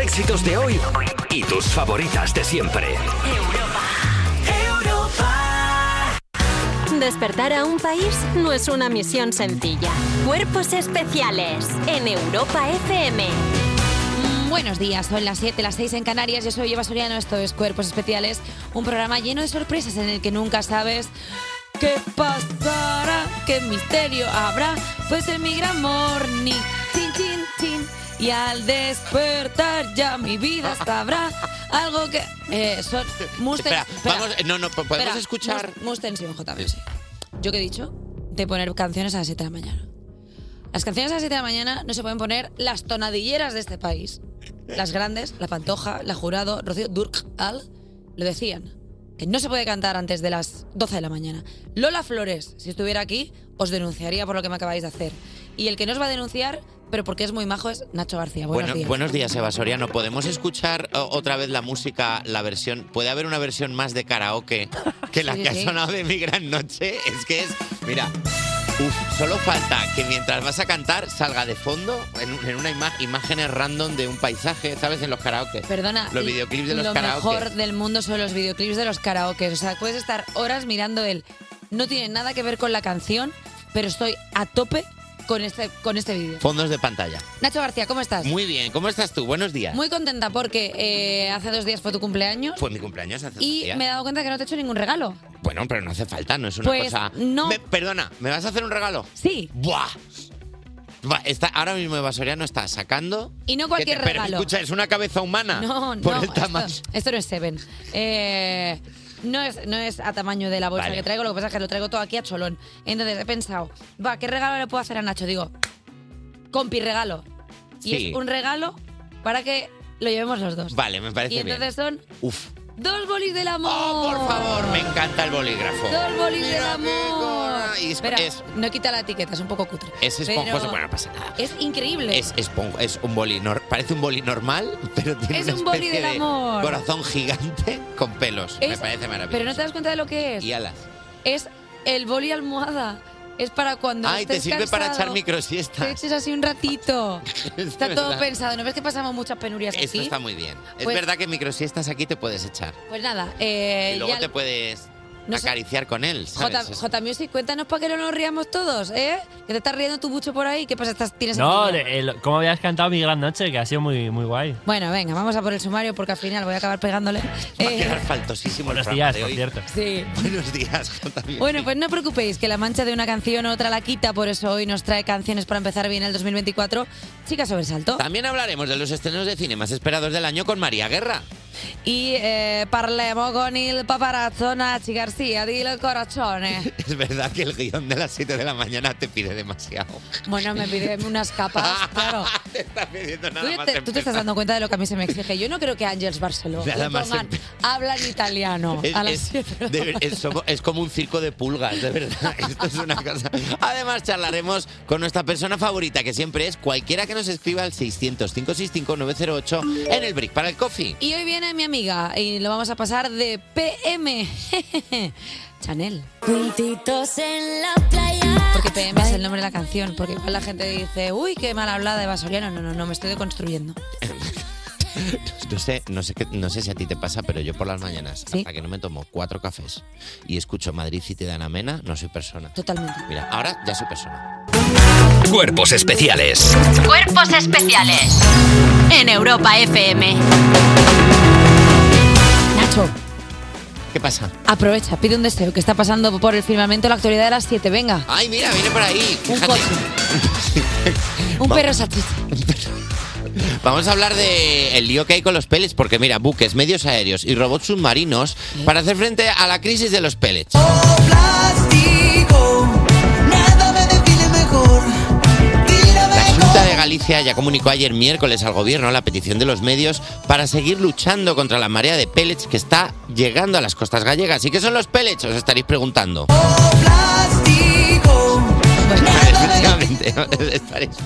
éxitos de hoy y tus favoritas de siempre. Despertar a un país no es una misión sencilla. Cuerpos especiales en Europa FM. Mm, Buenos días, son las 7, las 6 en Canarias. Yo soy Eva Soriano, esto es Cuerpos Especiales, un programa lleno de sorpresas en el que nunca sabes qué pasará, qué misterio habrá. Pues en mi gran morning, chin, chin, chin. Y al despertar ya mi vida sabrá algo que... Eh, son, mus- Espera, espera, vamos, no, no, podemos espera, escuchar. mus- mus tensión, JB, sí. ¿Yo qué he dicho? De poner canciones a las 7 de la mañana. Las canciones a las 7 de la mañana no se pueden poner las tonadilleras de este país. Las grandes, La Pantoja, La Jurado, Rocío Durcal, lo decían. Que no se puede cantar antes de las 12 de la mañana. Lola Flores, si estuviera aquí, os denunciaría por lo que me acabáis de hacer. Y el que nos va a denunciar, pero porque es muy majo, es Nacho García. Buenos Bueno, días. buenos días, Eva Soriano. ¿Podemos escuchar o- otra vez la música, la versión? ¿Puede haber una versión más de karaoke que la Sí, que ha sí. sonado de mi gran noche? Es que es. Mira. uf, solo falta que mientras vas a cantar salga de fondo en, un- en una ima- imágenes random de un paisaje, ¿sabes? En los karaoke. Perdona. Los videoclips de los lo karaoke. mejor del mundo son los videoclips de los karaoke. O sea, puedes estar horas mirando el. No tiene nada que ver con la canción, pero estoy a tope con este, con este vídeo. Fondos de pantalla. Nacho García, ¿cómo estás? Muy bien, ¿cómo estás tú? Buenos días. Muy contenta porque eh, hace dos días fue tu cumpleaños Fue mi cumpleaños hace dos y días. me he dado cuenta que no te he hecho ningún regalo. Bueno, pero no hace falta, no es una Pues, cosa. no. Me- perdona, ¿me vas a hacer un regalo? Sí. ¡Buah! Va, está, ahora mismo Eva Soriano está sacando. Y no cualquier que te- pero regalo. escucha, es una cabeza humana. No, no. Por el esto- tamaño. Esto, no es Seven. Eh, no, es, no es a tamaño de la bolsa Vale. que traigo, lo que pasa es que lo traigo todo aquí a cholón. Entonces he pensado, va, ¿qué regalo le puedo hacer a Nacho? Digo, compi regalo. Y Sí. es un regalo para que lo llevemos los dos. Vale, me parece y entonces son bien. Oh, Uf, dos bolis del amor. por favor! me encanta el bolígrafo. Dos bolis del amor. gona. Y es- Espera, es- no quita la etiqueta, es un poco cutre. Es Pero esponjoso, bueno, no pasa nada. Es increíble. Es, esponjo- es un boli, nor- parece un boli normal, pero tiene Es una un boli especie del de amor. corazón gigante con pelos. me Es- parece maravilloso. Pero no te das cuenta de lo que es. Y alas. es el boli almohada. Es para cuando Ay, te estés sirve para cansado, echar microsiestas. Te eches así un ratito. Es Está todo verdad. pensado. ¿No ves que pasamos muchas penurias Esto aquí? está muy bien. Es Pues- verdad que microsiestas aquí te puedes echar. Pues nada, eh, y luego ya- te puedes no sé. acariciar con él, J, ¿sabes? J Music, cuéntanos para que no nos riamos todos, ¿eh? Que te estás riendo tú mucho por ahí. ¿Qué pasa? ¿Estás, ¿Tienes No, envidia? de- el- como habías cantado Mi Gran Noche, que ha sido muy, muy guay. Bueno, venga, vamos a por el sumario porque al final voy a acabar pegándole. Va a Eh, quedar faltosísimo Buenos el programa días, de por hoy. cierto. sí. Buenos días, J Music. Bueno, pues no os preocupéis, que la mancha de una canción otra la quita, por eso hoy nos trae canciones para empezar bien el 2024. Chica Sobresalto. También hablaremos de los estrenos de cine más esperados del año con María Guerra. Y eh, parlemos con el paparazzo Nachi García, dile corazones. Es verdad que el guión de las 7 de la mañana te pide demasiado. Bueno, me pide unas capas, claro. te está pidiendo Tú, nada más. te, tú te estás dando cuenta de lo que a mí se me exige. Yo no creo que Ángels Barceló le Nada más pongan, empe- hablan italiano. Es, a las es- siete. de ver- es somo- es como un circo de pulgas, de verdad. Esto es una cosa. Además, charlaremos con nuestra persona favorita, que siempre es cualquiera que nos escriba al 600-565-908 en el Brick para el Coffee. Y hoy viene mi amiga y lo vamos a pasar de PM. Chanel. Juntitos en la playa. Porque PM es el nombre de la canción. Porque igual la gente dice, uy, qué mal hablada de Basoriano. No, no, no, me estoy deconstruyendo. No sé, no, sé qué- no sé si a ti te pasa, pero yo por las mañanas, Sí. hasta que no me tomo cuatro cafés y escucho Madrid City de Ana Mena, no soy persona. Totalmente. Mira, ahora ya soy persona. Cuerpos especiales Cuerpos especiales en Europa FM. Nacho, ¿Qué pasa? aprovecha, pide un deseo que está pasando por el firmamento la actualidad de las 7. Venga, ¡Ay, mira, viene por ahí! un Fíjate. coche, un Va- perro salchicha. Vamos a hablar del el lío que hay con los pellets, porque mira, buques, medios aéreos y robots submarinos para hacer frente a la crisis de los pellets. plástico. Nada me define mejor. La Tírame Junta de Galicia ya comunicó ayer miércoles al gobierno la petición de los medios para seguir luchando contra la marea de pellets que está llegando a las costas gallegas. ¿Y qué son los pellets? Os estaréis preguntando. con plástico. Pues Efectivamente, estaréis-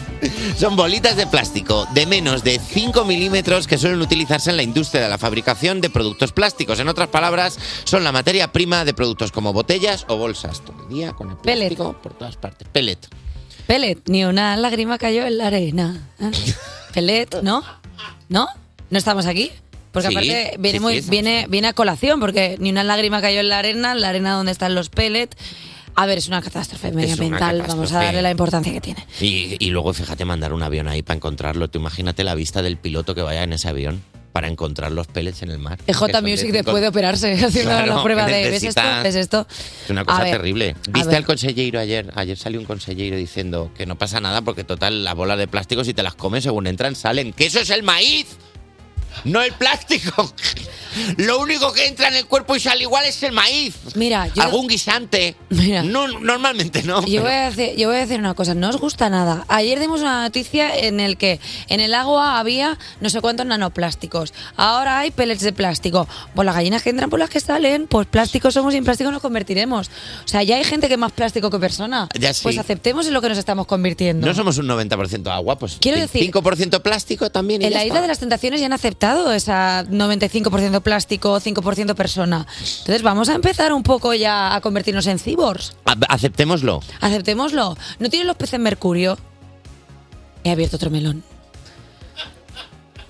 son bolitas de plástico de menos de 5 milímetros que suelen utilizarse en la industria de la fabricación de productos plásticos. En otras palabras, son la materia prima de productos como botellas o bolsas. Todo el día con el Pellet. plástico por todas partes. Pellet. Pellet, ni una lágrima cayó en la arena. Pellet, ¿Eh? ¿no? ¿No? no estamos aquí. Porque Sí, aparte viene, sí, muy- sí, estamos viene, viene a colación, porque ni una lágrima cayó en la arena, la arena donde están los pellets. A ver, es una catástrofe medioambiental, vamos a catástrofe. darle la importancia que tiene. Y, y luego, fíjate, mandar un avión ahí para encontrarlo. Tú imagínate la vista del piloto que vaya en ese avión para encontrar los pellets en el mar. Que EJ son de E Music cinco- después de operarse, haciendo Claro, la prueba que de ¿ves esto? necesita- ¿Ves esto? Es una cosa A ver, terrible. a ¿Viste ver. al consellero ayer? Ayer salió un consellero diciendo que no pasa nada porque, total, las bolas de plástico, si te las comes, según entran, salen. ¡Que eso es el maíz! ¡No el plástico! Lo único que entra en el cuerpo y sale igual es el maíz. Mira, yo- Algún guisante. Mira. No, normalmente no. Yo pero- voy, a decir, yo voy a decir una cosa, no os gusta nada. Ayer dimos una noticia en el que en el agua había no sé cuántos nanoplásticos. Ahora hay pellets de plástico. Pues las gallinas que entran por las que salen, pues plásticos somos y en plástico nos convertiremos. O sea, ya hay gente que es más plástico que persona. Ya sí. Pues aceptemos en lo que nos estamos convirtiendo. No somos un 90% agua, pues Quiero cin- decir- 5% plástico también. y en ya la está. isla de las tentaciones ya han aceptado esa 95% plástico, 5% persona. Entonces vamos a empezar un poco ya a convertirnos en cyborgs. A- Aceptémoslo. Aceptémoslo. ¿No tienen los peces mercurio? He abierto otro melón.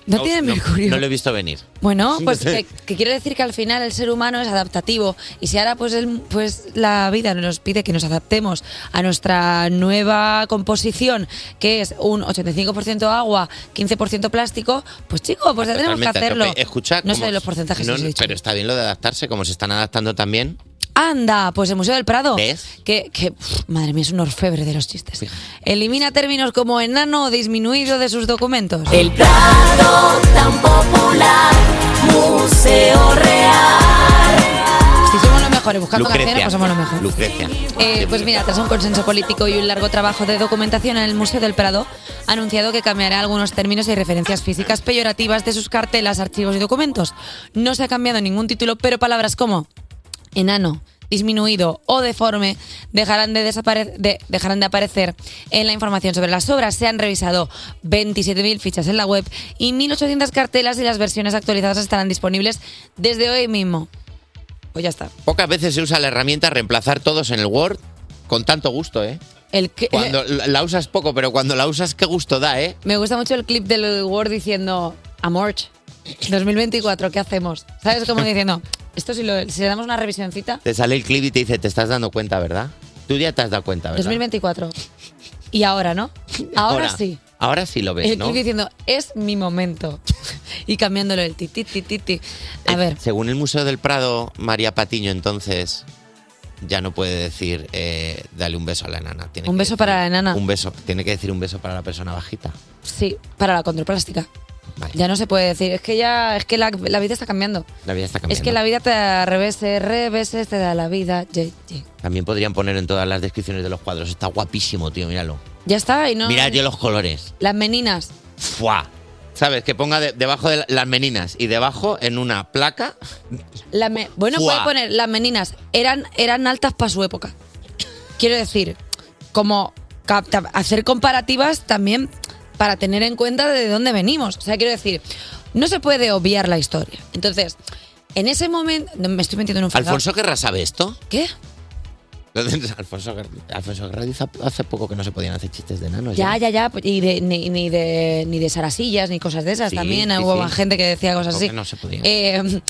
¿No, tienen mercurio? No lo he visto venir. Bueno, pues que, que quiero decir que al final el ser humano es adaptativo y si ahora pues, el- pues la vida nos pide que nos adaptemos a nuestra nueva composición que es un 85% agua, 15% plástico, pues chicos, pues ya tenemos que Totalmente a hacerlo. tope. Escucha, no como- sé los porcentajes no, que os he no, dicho. Pero está bien lo de adaptarse, como se están adaptando también. Anda, pues el Museo del Prado. ¿Ves? Que, que, pf, madre mía, es un orfebre de los chistes. Elimina términos como enano o disminuido de sus documentos. El Prado tan popular, Museo Real. Si somos los mejores buscando canciones, Lucrecia. pues somos los mejores. Lucrecia. Eh, pues mira, tras un consenso político y un largo trabajo de documentación en el Museo del Prado, ha anunciado que cambiará algunos términos y referencias físicas peyorativas de sus cartelas, archivos y documentos. No se ha cambiado ningún título, pero palabras como enano, disminuido o deforme dejarán de, desapare- de- dejarán de aparecer en la información sobre las obras. Se han revisado 27.000 fichas en la web y 1.800 cartelas y las versiones actualizadas estarán disponibles desde hoy mismo. Pues ya está. Pocas veces se usa la herramienta reemplazar todos en el Word con tanto gusto, ¿eh? El que, Cuando la la usas poco, pero cuando la usas, qué gusto da, ¿eh? Me gusta mucho el clip del Word diciendo Amorch, 2024, ¿qué hacemos? ¿Sabes? Como diciendo, esto si, lo- si le damos una revisioncita, Te sale el clip y te dice, te estás dando cuenta, ¿verdad? Tú ya te has dado cuenta, ¿verdad? 2024. Y ahora, ¿no? Ahora, sí. Ahora sí lo ves, El ¿no? clip diciendo, es mi momento. y cambiándolo el ti, ti, ti, ti, ti. A Eh, ver, Según el Museo del Prado, María Patiño entonces ya no puede decir eh, dale un beso a la enana. Tiene Un que beso decir para la enana. Un beso. Tiene que decir un beso para la persona bajita. sí, para la controplástica. Vale. Ya no se puede decir, es que ya, es que la, la vida está cambiando. La vida está cambiando. Es que la vida te da reveses, reveses, te da la vida. ye, ye. También podrían poner en todas las descripciones de los cuadros. Está guapísimo, tío, míralo. Ya está, y no. Mira yo los colores. Las meninas. ¡Fua! ¿Sabes? Que ponga de- debajo de la- las meninas y debajo en una placa. La me- bueno, Fuá. puede poner, las meninas eran, eran altas para su época. Quiero decir, como capta- hacer comparativas también para tener en cuenta de dónde venimos. O sea, quiero decir, no se puede obviar la historia. Entonces, en ese momento. no, Me estoy metiendo en un fregado. ¿Alfonso Guerra sabe esto? ¿Qué? Alfonso, Guerra- Alfonso Guerra dice hace poco que no se podían hacer chistes de enanos. Ya, ya, ya. Y de, ni, ni de, ni de sarasillas, ni cosas de esas. Sí, También sí, hubo sí. gente que decía cosas Porque pues así. no se podía. Eh,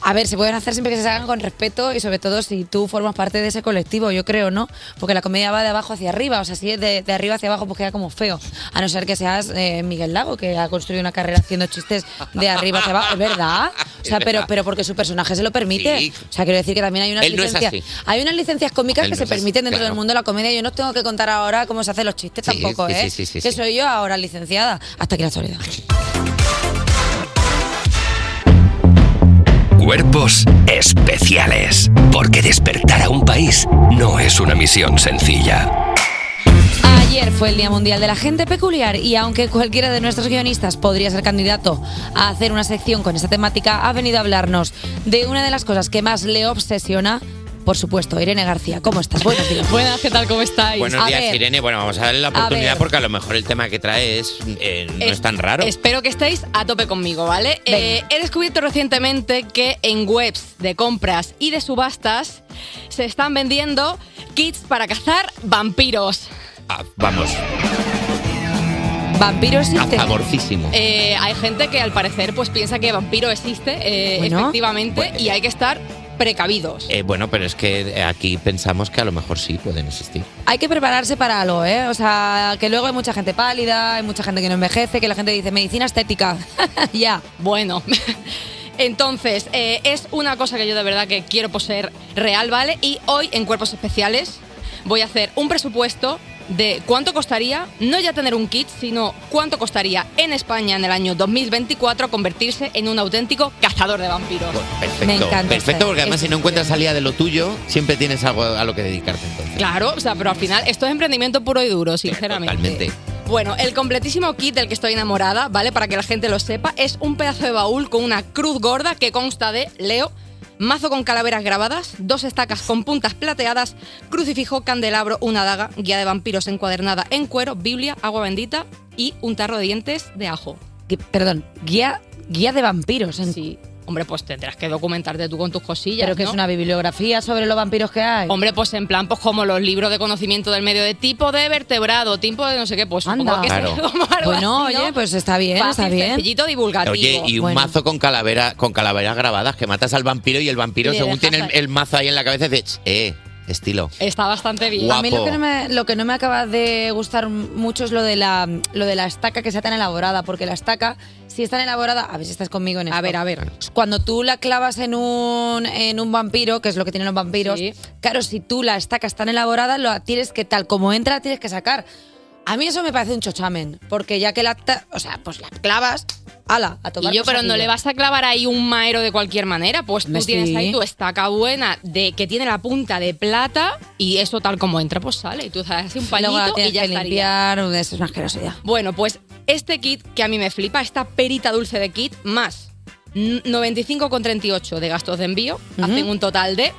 a ver, se pueden hacer siempre que se hagan con respeto y sobre todo si tú formas parte de ese colectivo, yo creo, ¿no? Porque la comedia va de abajo hacia arriba. O sea, si es de, de arriba hacia abajo, pues queda como feo. A no ser que seas eh, Miguel Lago, que ha construido una carrera haciendo chistes de arriba hacia abajo. Es verdad. O sea, pero, Es verdad. pero porque su personaje se lo permite. Sí. O sea, quiero decir que también hay unas Él no es licencias. así. Hay unas licencias cómicas Él que no se es así, permiten dentro claro. del mundo mundo de la comedia. Yo no os tengo que contar ahora cómo se hacen los chistes Sí, tampoco, sí, sí, ¿eh? sí, sí, que sí. soy yo ahora licenciada. Hasta aquí la actualidad. Cuerpos especiales. Porque despertar a un país no es una misión sencilla. Ayer fue el Día Mundial de la Gente Peculiar y aunque cualquiera de nuestros guionistas podría ser candidato a hacer una sección con esta temática, ha venido a hablarnos de una de las cosas que más le obsesiona. Por supuesto, Irene García, ¿cómo estás? Buenos días. Buenas, ¿qué tal? ¿Cómo estáis? Buenos A días, ver. Irene. Bueno, vamos a darle la oportunidad ver. porque a lo mejor el tema que trae es eh, no es, Es- tan raro. Espero que estéis a tope conmigo, ¿vale? Venga. Eh, he descubierto recientemente que en webs de compras y de subastas se están vendiendo kits para cazar vampiros. Ah, vamos. Vampiro A favorcísimo. Eh, hay gente que al parecer pues piensa que vampiro existe, eh, Bueno. efectivamente, y hay que estar precavidos. Eh, bueno, pero es que aquí pensamos que a lo mejor sí pueden existir. Hay que prepararse para algo, ¿eh? O sea, que luego hay mucha gente pálida, hay mucha gente que no envejece, que la gente dice medicina estética. ya. Bueno. Entonces, eh, es una cosa que yo de verdad que quiero poseer real, ¿vale? Y hoy en Cuerpos Especiales voy a hacer un presupuesto de cuánto costaría, no ya tener un kit, sino cuánto costaría en España en el año 2024 convertirse en un auténtico cazador de vampiros. Perfecto. Me encanta Perfecto, esta- porque además esta si no encuentras salida de lo tuyo, siempre tienes algo a lo que dedicarte entonces. Claro, o sea, pero al final esto es emprendimiento puro y duro, sinceramente. Totalmente. Bueno, el completísimo kit del que estoy enamorada, ¿vale? Para que la gente lo sepa, es un pedazo de baúl con una cruz gorda que consta de, leo, mazo con calaveras grabadas, dos estacas con puntas plateadas, crucifijo, candelabro, una daga, guía de vampiros encuadernada en cuero, Biblia, agua bendita y un tarro de dientes de ajo. Gui- Perdón, guía, guía de vampiros. Sí. Hombre, pues tendrás que documentarte tú con tus cosillas. Pero que ¿no? es una bibliografía sobre los vampiros que hay. Hombre, pues en plan, pues como los libros de conocimiento del medio de tipo de vertebrado, tipo de no sé qué, pues supongo Anda. que será Claro. como algo Bueno, así, ¿no? oye, pues está bien, Fácil, está bien. sencillito, divulgativo. Oye, y un mazo con calavera, con calaveras grabadas que matas al vampiro y el vampiro, Le según dejas tiene el, ahí. el mazo ahí en la cabeza, dice, "Ch, eh, estilo. Está bastante bien. A mí lo que, no me, lo que no me acaba de gustar mucho es lo de la lo de la estaca que sea tan elaborada, porque la estaca, si es tan elaborada, a ver si estás conmigo en esto. A ver, a ver. Cuando tú la clavas en un, en un vampiro, que es lo que tienen los vampiros, claro, si tú la estaca es tan elaborada, lo tienes que, tal como entra, la tienes que sacar. A mí eso me parece un chochamen, porque ya que la, ta- o sea, pues la clavas, ala, a tomar Y yo, por pero no saquillo. le vas a clavar ahí un maero de cualquier manera, pues tú Hombre, sí. tienes ahí tu estaca buena de que tiene la punta de plata y eso tal como entra, pues sale. Y tú haces un Luego la pañito tienes y ya que estaría. limpiar, eso es una asquerosidad. Bueno, pues este kit que a mí me flipa, esta perita dulce de kit, más 95,38 de gastos de envío, hacen un total de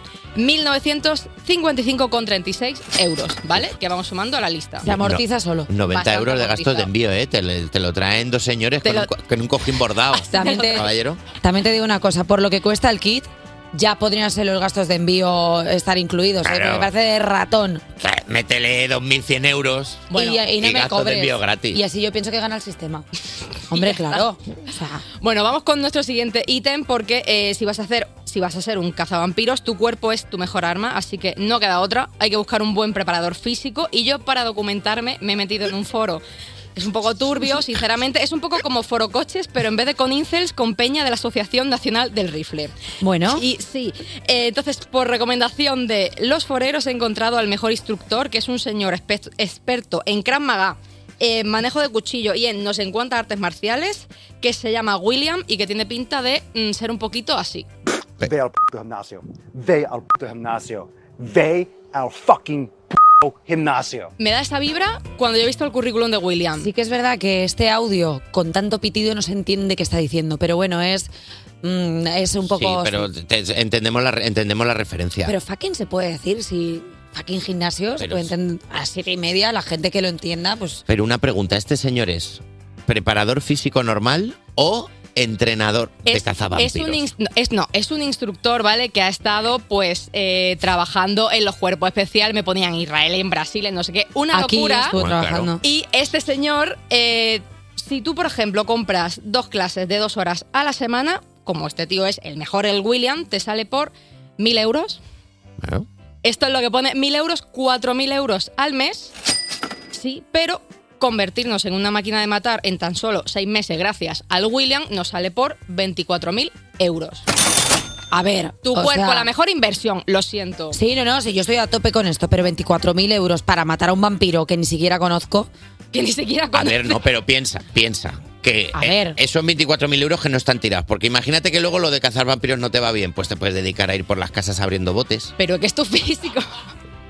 1.955,36 euros, ¿vale? Que vamos sumando a la lista. Se amortiza solo. 90 euros de gastos de envío, ¿eh? Te, le- te lo traen dos señores con, un, co- con un cojín bordado. También te- Caballero. También te digo una cosa, por lo que cuesta el kit, ya podrían ser los gastos de envío estar incluidos. ¿eh? Claro. Porque Me parece de ratón. O sea, Métele 2.100 euros y, y no me gastos cobres. de envío gratis. Y así yo pienso que gana el sistema. Hombre, claro. Bueno, vamos con nuestro siguiente ítem porque eh, si vas a hacer, si vas a ser un cazavampiros, tu cuerpo es tu mejor arma, así que no queda otra. Hay que buscar un buen preparador físico y yo para documentarme me he metido en un foro. Es un poco turbio, sinceramente. Es un poco como foro coches, pero en vez de con incels, con peña de la Asociación Nacional del Rifle. Bueno. Y sí. eh, entonces, por recomendación de los foreros, he encontrado al mejor instructor, que es un señor espe- experto en Krav Maga, en manejo de cuchillo y en no sé en cuántas artes marciales, que se llama William y que tiene pinta de mm, ser un poquito así. Ve al puto gimnasio. Ve al puto gimnasio. Ve al fucking puto gimnasio. Me da esa vibra cuando yo he visto el currículum de William. Sí que es verdad que este audio con tanto pitido no se entiende qué está diciendo, pero bueno, es, mm, es un Sí, poco... pero te- entendemos, la, re- entendemos la referencia. Pero fucking se puede decir si... Fucking gimnasio, se Pero puede entender a siete y media, la gente que lo entienda, pues Pero una pregunta, ¿este señor es preparador físico normal o entrenador de cazavampiros? Es un, ins- no, es, no, es un instructor, ¿vale? Que ha estado, pues, eh, trabajando en los cuerpos especiales. Me ponían en Israel, en Brasil, en no sé qué. Una Aquí locura. estuvo Bueno, claro. trabajando. Y este señor, eh, si tú, por ejemplo, compras dos clases de dos horas a la semana, como este tío es el mejor, el William, te sale por mil euros. Esto es lo que pone mil euros, cuatro mil euros al mes. Sí, pero convertirnos en una máquina de matar en tan solo seis meses gracias al William nos sale por 24.000 euros. a ver. Tu o cuerpo, sea- la mejor inversión, lo siento. Sí, no, no, sí, yo estoy a tope con esto, pero 24.000 euros para matar a un vampiro que ni siquiera conozco. Que ni siquiera A ver, no, pero piensa, piensa. Que eh, esos 24.000 euros que no están tirados. Porque imagínate que luego lo de cazar vampiros no te va bien. Pues te puedes dedicar a ir por las casas abriendo botes. Pero que esto es físico.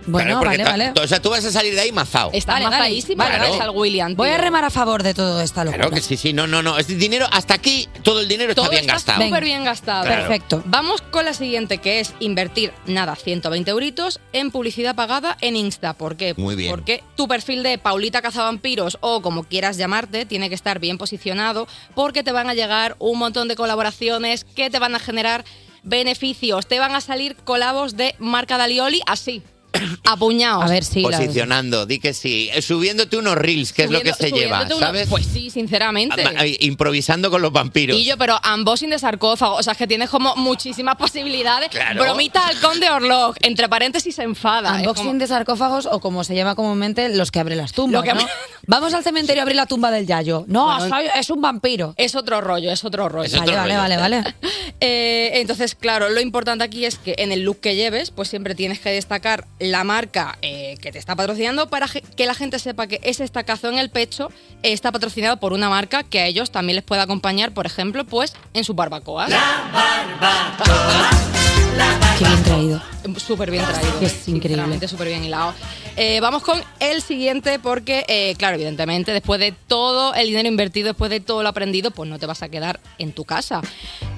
Claro, porque ta- vale. O sea, tú vas a salir de ahí mazao. Está Vale, vale, mazadísima, vale. gracias al William. Voy a tío. remar a favor de todo esta locura. Claro que sí, sí, no, no, no. Es dinero, hasta aquí todo el dinero está Todo bien está gastado. súper bien gastado. Claro. Perfecto. Vamos con la siguiente, que es invertir, nada, 120 euritos en publicidad pagada en Insta. ¿Por qué? Muy bien. Porque tu perfil de Paulita Cazavampiros o como quieras llamarte tiene que estar bien posicionado porque te van a llegar un montón de colaboraciones que te van a generar beneficios. Te van a salir colabos de marca Dalioli así. apuñados. A ver, sí. Posicionando, di que sí. Eh, Subiéndote unos reels, que es lo que se lleva, ¿sabes? Pues sí, sinceramente. Ma- eh, Improvisando con los vampiros. Y yo, pero ambos sin de sarcófago. O sea, es que tienes como muchísimas posibilidades. Claro. Bromita al conde Orlog. Entre paréntesis, se enfada. Es Unboxing como- de sarcófagos o como se llama comúnmente los que abren las Lo tumbas. que- ¿no? Vamos al cementerio a abrir la tumba del Yayo. No, Bueno, soy- es un vampiro. Es otro rollo, es otro rollo. Vale, vale, vale, vale. Eh, entonces, claro, lo importante aquí es que en el look que lleves, pues siempre tienes que destacar la marca eh, que te está patrocinando para ge- que la gente sepa que ese estacazo en el pecho eh, está patrocinado por una marca que a ellos también les puede acompañar, por ejemplo, pues en sus barbacoas. Qué bien traído. Súper bien traído. Es increíble. Sinceramente, súper bien hilado. Eh, vamos con el siguiente porque, eh, claro, evidentemente, después de todo el dinero invertido, después de todo lo aprendido, pues no te vas a quedar en tu casa.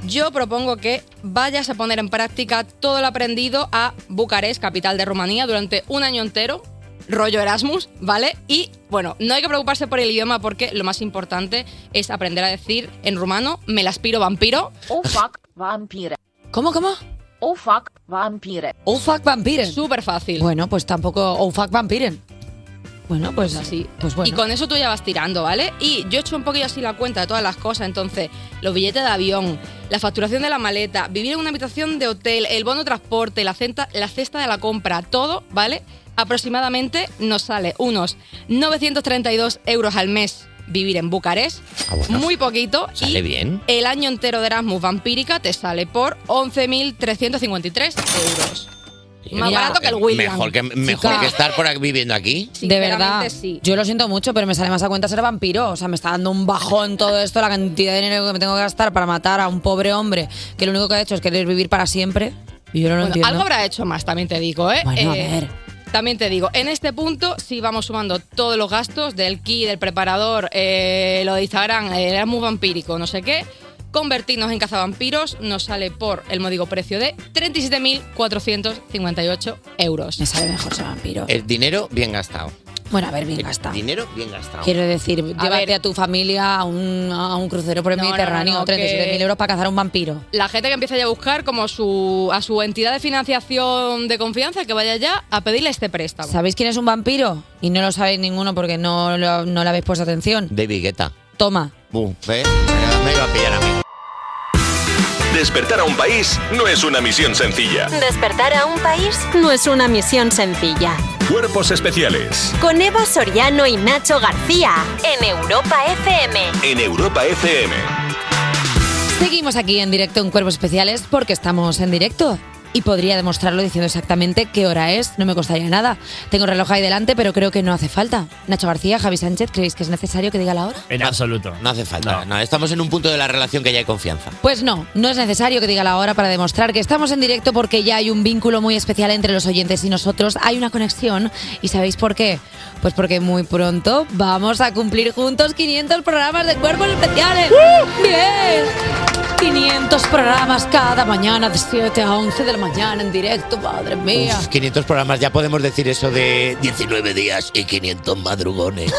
Yo propongo que vayas a poner en práctica todo lo aprendido a Bucarest, capital de Rumanía, durante un año entero, rollo Erasmus, ¿vale? Y bueno, no hay que preocuparse por el idioma porque lo más importante es aprender a decir en rumano, me la aspiro vampiro. Oh fuck, vampire. ¿Cómo, cómo? Oh fuck, vampire. Oh fuck vampiren. Súper fácil. Bueno, pues tampoco. Oh fuck vampiren. Bueno, pues, así. Pues bueno. Y con eso tú ya vas tirando, ¿vale? Y yo he hecho un poquillo así la cuenta de todas las cosas. Entonces, los billetes de avión, la facturación de la maleta, vivir en una habitación de hotel, el bono de transporte, la cesta, la cesta de la compra, todo, ¿vale? Aproximadamente nos sale unos 932 euros al mes vivir en Bucarest. Ah, bueno. Muy poquito. Sale bien. El año entero de Erasmus Vampírica te sale por 11.353 euros. Más Mira, barato que el William. eh, Mejor que, mejor Chica. que estar por aquí, viviendo aquí. De verdad, Sinceramente, sí. yo lo siento mucho, pero me sale más a cuenta ser vampiro. O sea, me está dando un bajón todo esto, la cantidad de dinero que me tengo que gastar para matar a un pobre hombre que lo único que ha hecho es querer vivir para siempre. Y yo no lo Bueno, entiendo. algo habrá hecho más, también te digo, ¿eh? Bueno, a Eh, ver. También te digo, en este punto, si vamos sumando todos los gastos del kit, del preparador, eh, lo de Instagram, el Erasmus vampírico, no sé qué, convertirnos en cazavampiros nos sale por el módico precio de 37.458 euros. Me sale mejor ser vampiro. El dinero bien gastado. Bueno, a ver, bien El gastado. dinero bien Ah, gastado. Quiero decir, llévate ver. a tu familia a un, a un crucero por el No, no, no, Mediterráneo, no, que- 37.000 euros para cazar a un vampiro. La gente que empieza ya a buscar como su, a su entidad de financiación de confianza que vaya ya a pedirle este préstamo. ¿Sabéis quién es un vampiro? Y no lo sabéis ninguno porque no, lo- no le habéis puesto atención. De Guetta. Toma. Bum, ¿eh? Me iba a pillar a mí. Despertar a un país no es una misión sencilla. Despertar a un país no es una misión sencilla. Cuerpos especiales Con Eva Soriano y Nacho García en Europa FM. en Europa FM. Seguimos aquí en directo en Cuervos Especiales porque estamos en directo. Y podría demostrarlo diciendo exactamente qué hora es, no me costaría nada. Tengo el reloj ahí delante, pero creo que no hace falta. Nacho García, Javi Sánchez, ¿creéis que es necesario que diga la hora? En absoluto. No hace falta. No. estamos en un punto de la relación que ya hay confianza. Pues no, no es necesario que diga la hora para demostrar que estamos en directo porque ya hay un vínculo muy especial entre los oyentes y nosotros, hay una conexión y ¿sabéis por qué? Pues porque muy pronto vamos a cumplir juntos 500 programas de cuerpos especiales. ¡Bien! 500 programas cada mañana de 7 a 11 de la mañana en directo, madre mía. Uf, 500 programas, ya podemos decir eso de 19 días y 500 madrugones.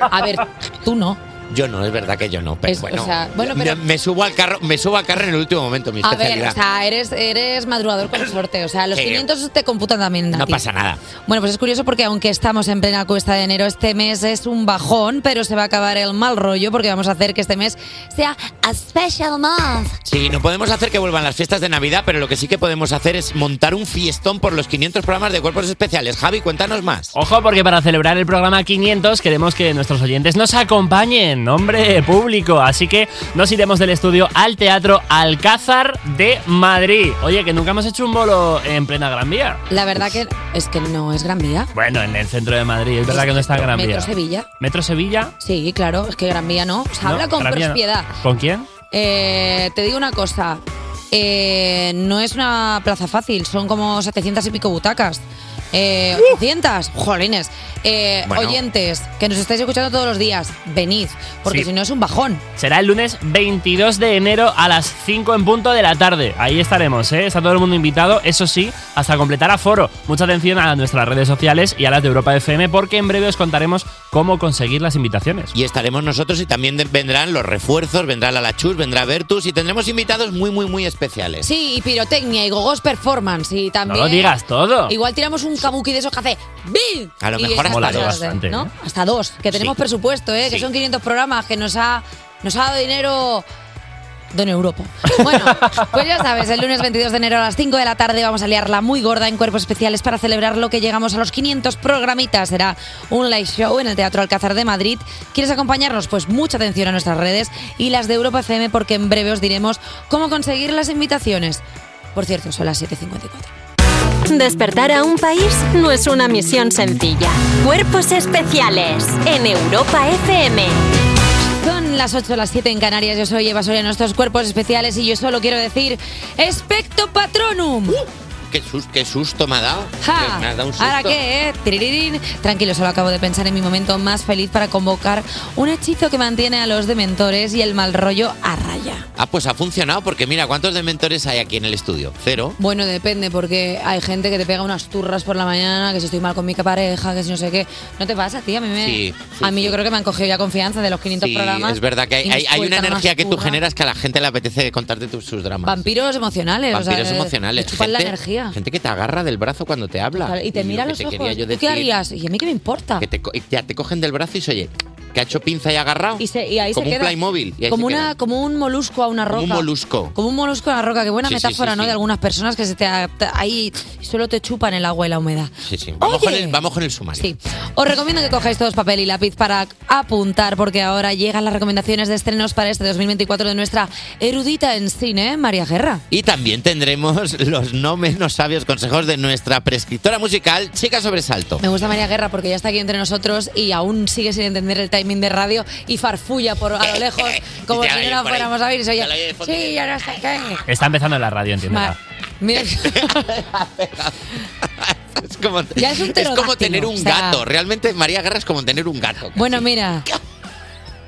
A ver, tú no. Yo no, es verdad que yo no, pero Es- o bueno. sea, bueno, pero- me, me subo al carro, me subo al carro en el último momento, mi A ver, especialidad. o sea, eres, eres madrugador con suerte. O sea, los Sí. 500 te computan también. a no ti. pasa nada. Bueno, pues es curioso porque aunque estamos en plena cuesta de enero, este mes es un bajón, pero se va a acabar el mal rollo porque vamos a hacer que este mes sea a special month. Sí, no podemos hacer que vuelvan las fiestas de Navidad, pero lo que sí que podemos hacer es montar un fiestón por los 500 programas de cuerpos especiales. Javi, cuéntanos más. Ojo, porque para celebrar el programa 500 queremos que nuestros oyentes nos acompañen, hombre, público. Así que nos iremos del estudio al Teatro Alcázar de Madrid. Oye, que nunca hemos hecho un bolo en plena Gran Vía. La verdad que es que no es Gran Vía. Bueno, en el centro de Madrid, es verdad que no está en Gran Metro Vía. Sevilla. ¿Metro Sevilla? Sí, claro, es que Gran Vía no. Se No, habla con Gran Vía no. propiedad. ¿Con quién? Eh, te digo una cosa. eh, no es una plaza fácil, son como 700 y pico butacas. Eh, 800, jolines. Eh, Uh. Bueno. Oyentes, que nos estáis escuchando todos los días, venid, porque Sí. si no es un bajón. Será el lunes 22 de enero a las 5 en punto de la tarde. Ahí estaremos, ¿eh? Está todo el mundo invitado, eso sí, hasta completar aforo. Mucha atención a nuestras redes sociales y a las de Europa FM porque en breve os contaremos cómo conseguir las invitaciones. Y estaremos nosotros y también de- vendrán los refuerzos, vendrá la Lachus, vendrá Vertus y tendremos invitados muy, muy, muy especiales. Sí, y pirotecnia y gogos performance y también. lo digas todo. Igual tiramos un kabuki de esos que hace ¡Bim! A lo Y esas mejor hasta cosas, dos. Bastante, ¿no? ¿no? Hasta dos, que tenemos presupuesto, ¿eh? que son 500 programas, que nos ha, nos ha dado dinero Don Europa. Bueno, pues ya sabes, el lunes 22 de enero a las 5 de la tarde vamos a liarla muy gorda en cuerpos especiales para celebrar lo que llegamos a los 500 programitas. Será un live show en el Teatro Alcázar de Madrid. ¿Quieres acompañarnos? Pues mucha atención a nuestras redes y las de Europa FM porque en breve os diremos cómo conseguir las invitaciones. Por cierto, son las 7.54. Despertar a un país no es una misión sencilla. Cuerpos especiales en Europa FM. Son las 8 las 7 en Canarias. Yo soy Eva Soriano, estos cuerpos especiales y yo solo quiero decir ¡Especto Patronum! Qué, sus- qué susto me ha dado. Ja. Uh, pues Me ha dado un susto. ¿Ahora qué? eh? Tiririrín. Tranquilo, solo acabo de pensar en mi momento más feliz para convocar un hechizo que mantiene a los dementores y el mal rollo a raya. Ah, pues ha funcionado porque mira, ¿cuántos dementores hay aquí en el estudio? Cero. Bueno, depende, porque hay gente que te pega unas turras por la mañana, que si estoy mal con mi pareja, que si no sé qué. ¿No te pasa, tía? A mí, me- Sí, a mí yo creo que me han cogido ya confianza de los 500 Sí, Eh, programas. es verdad que y hay, nos hay- hay una sueltan energía unas que tú turras. generas que a la gente le apetece contarte tus, sus dramas. Vampiros emocionales. o sea, Vampiros eh, emocionales. te chupan la Gente- energía. Gente que te agarra del brazo cuando te habla. Claro, y te mira a lo los que te ojos. quería yo ¿Tú qué decir- harías? ¿Y a mí qué me importa? Que te, co- ya te cogen del brazo y se oye, que ha hecho pinza y ha agarrado. Y, se- y ahí como se un queda. Playmobil. y ahí como, se una, quedan. como un molusco a una roca. Como un molusco. Como un molusco a una roca. Qué buena Sí, sí, metáfora, sí, ¿no? sí. De algunas personas que se te a- te- ahí solo te chupan el agua y la humedad. Sí, sí. Vamos, Oye. con el, vamos con el sumario. Sí. Os recomiendo que cojáis todos papel y lápiz para apuntar, porque ahora llegan las recomendaciones de estrenos para este 2024 de nuestra erudita en cine, María Guerra. Y también tendremos los no menos sabios consejos de nuestra prescriptora musical, Chica Sobresalto. Me gusta María Guerra porque ya está aquí entre nosotros y aún sigue sin entender el timing de radio y farfulla por a lo lejos como Ya si la oye no la por ahí. fuéramos a ver. y se oye, Ya la oye de fondo. sí, ya no sé qué. Está empezando en la radio, entiendo. Ma- Mira, Es como, Ya es un es como pterodáctilo, tener un o sea- gato. Realmente María Guerra es como tener un gato. Bueno, mira.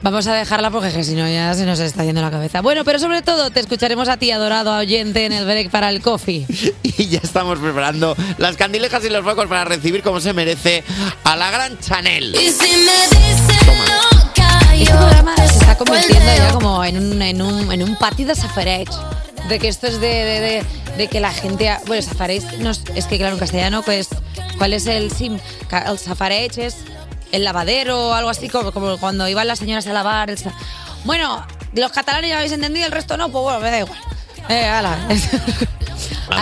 Vamos a dejarla porque que si no ya se nos está yendo la cabeza. Bueno, pero sobre todo te escucharemos a ti, adorado oyente, en el break para el coffee. Y ya estamos preparando las candilejas y los focos para recibir como se merece a la gran Chanel. Y si me Este programa se está convirtiendo ya como en un, en un, en un partido safarech. De que esto es de, de, de- de que la gente... ha- Bueno, safarech no es, es que claro, en castellano, pues, ¿cuál es el sim? Ca- El safarech es el lavadero o algo así, como, como cuando iban las señoras a lavar. el sa- Bueno, los catalanes ya habéis entendido, el resto no, pues bueno, me da igual. Eh, ala. Ahí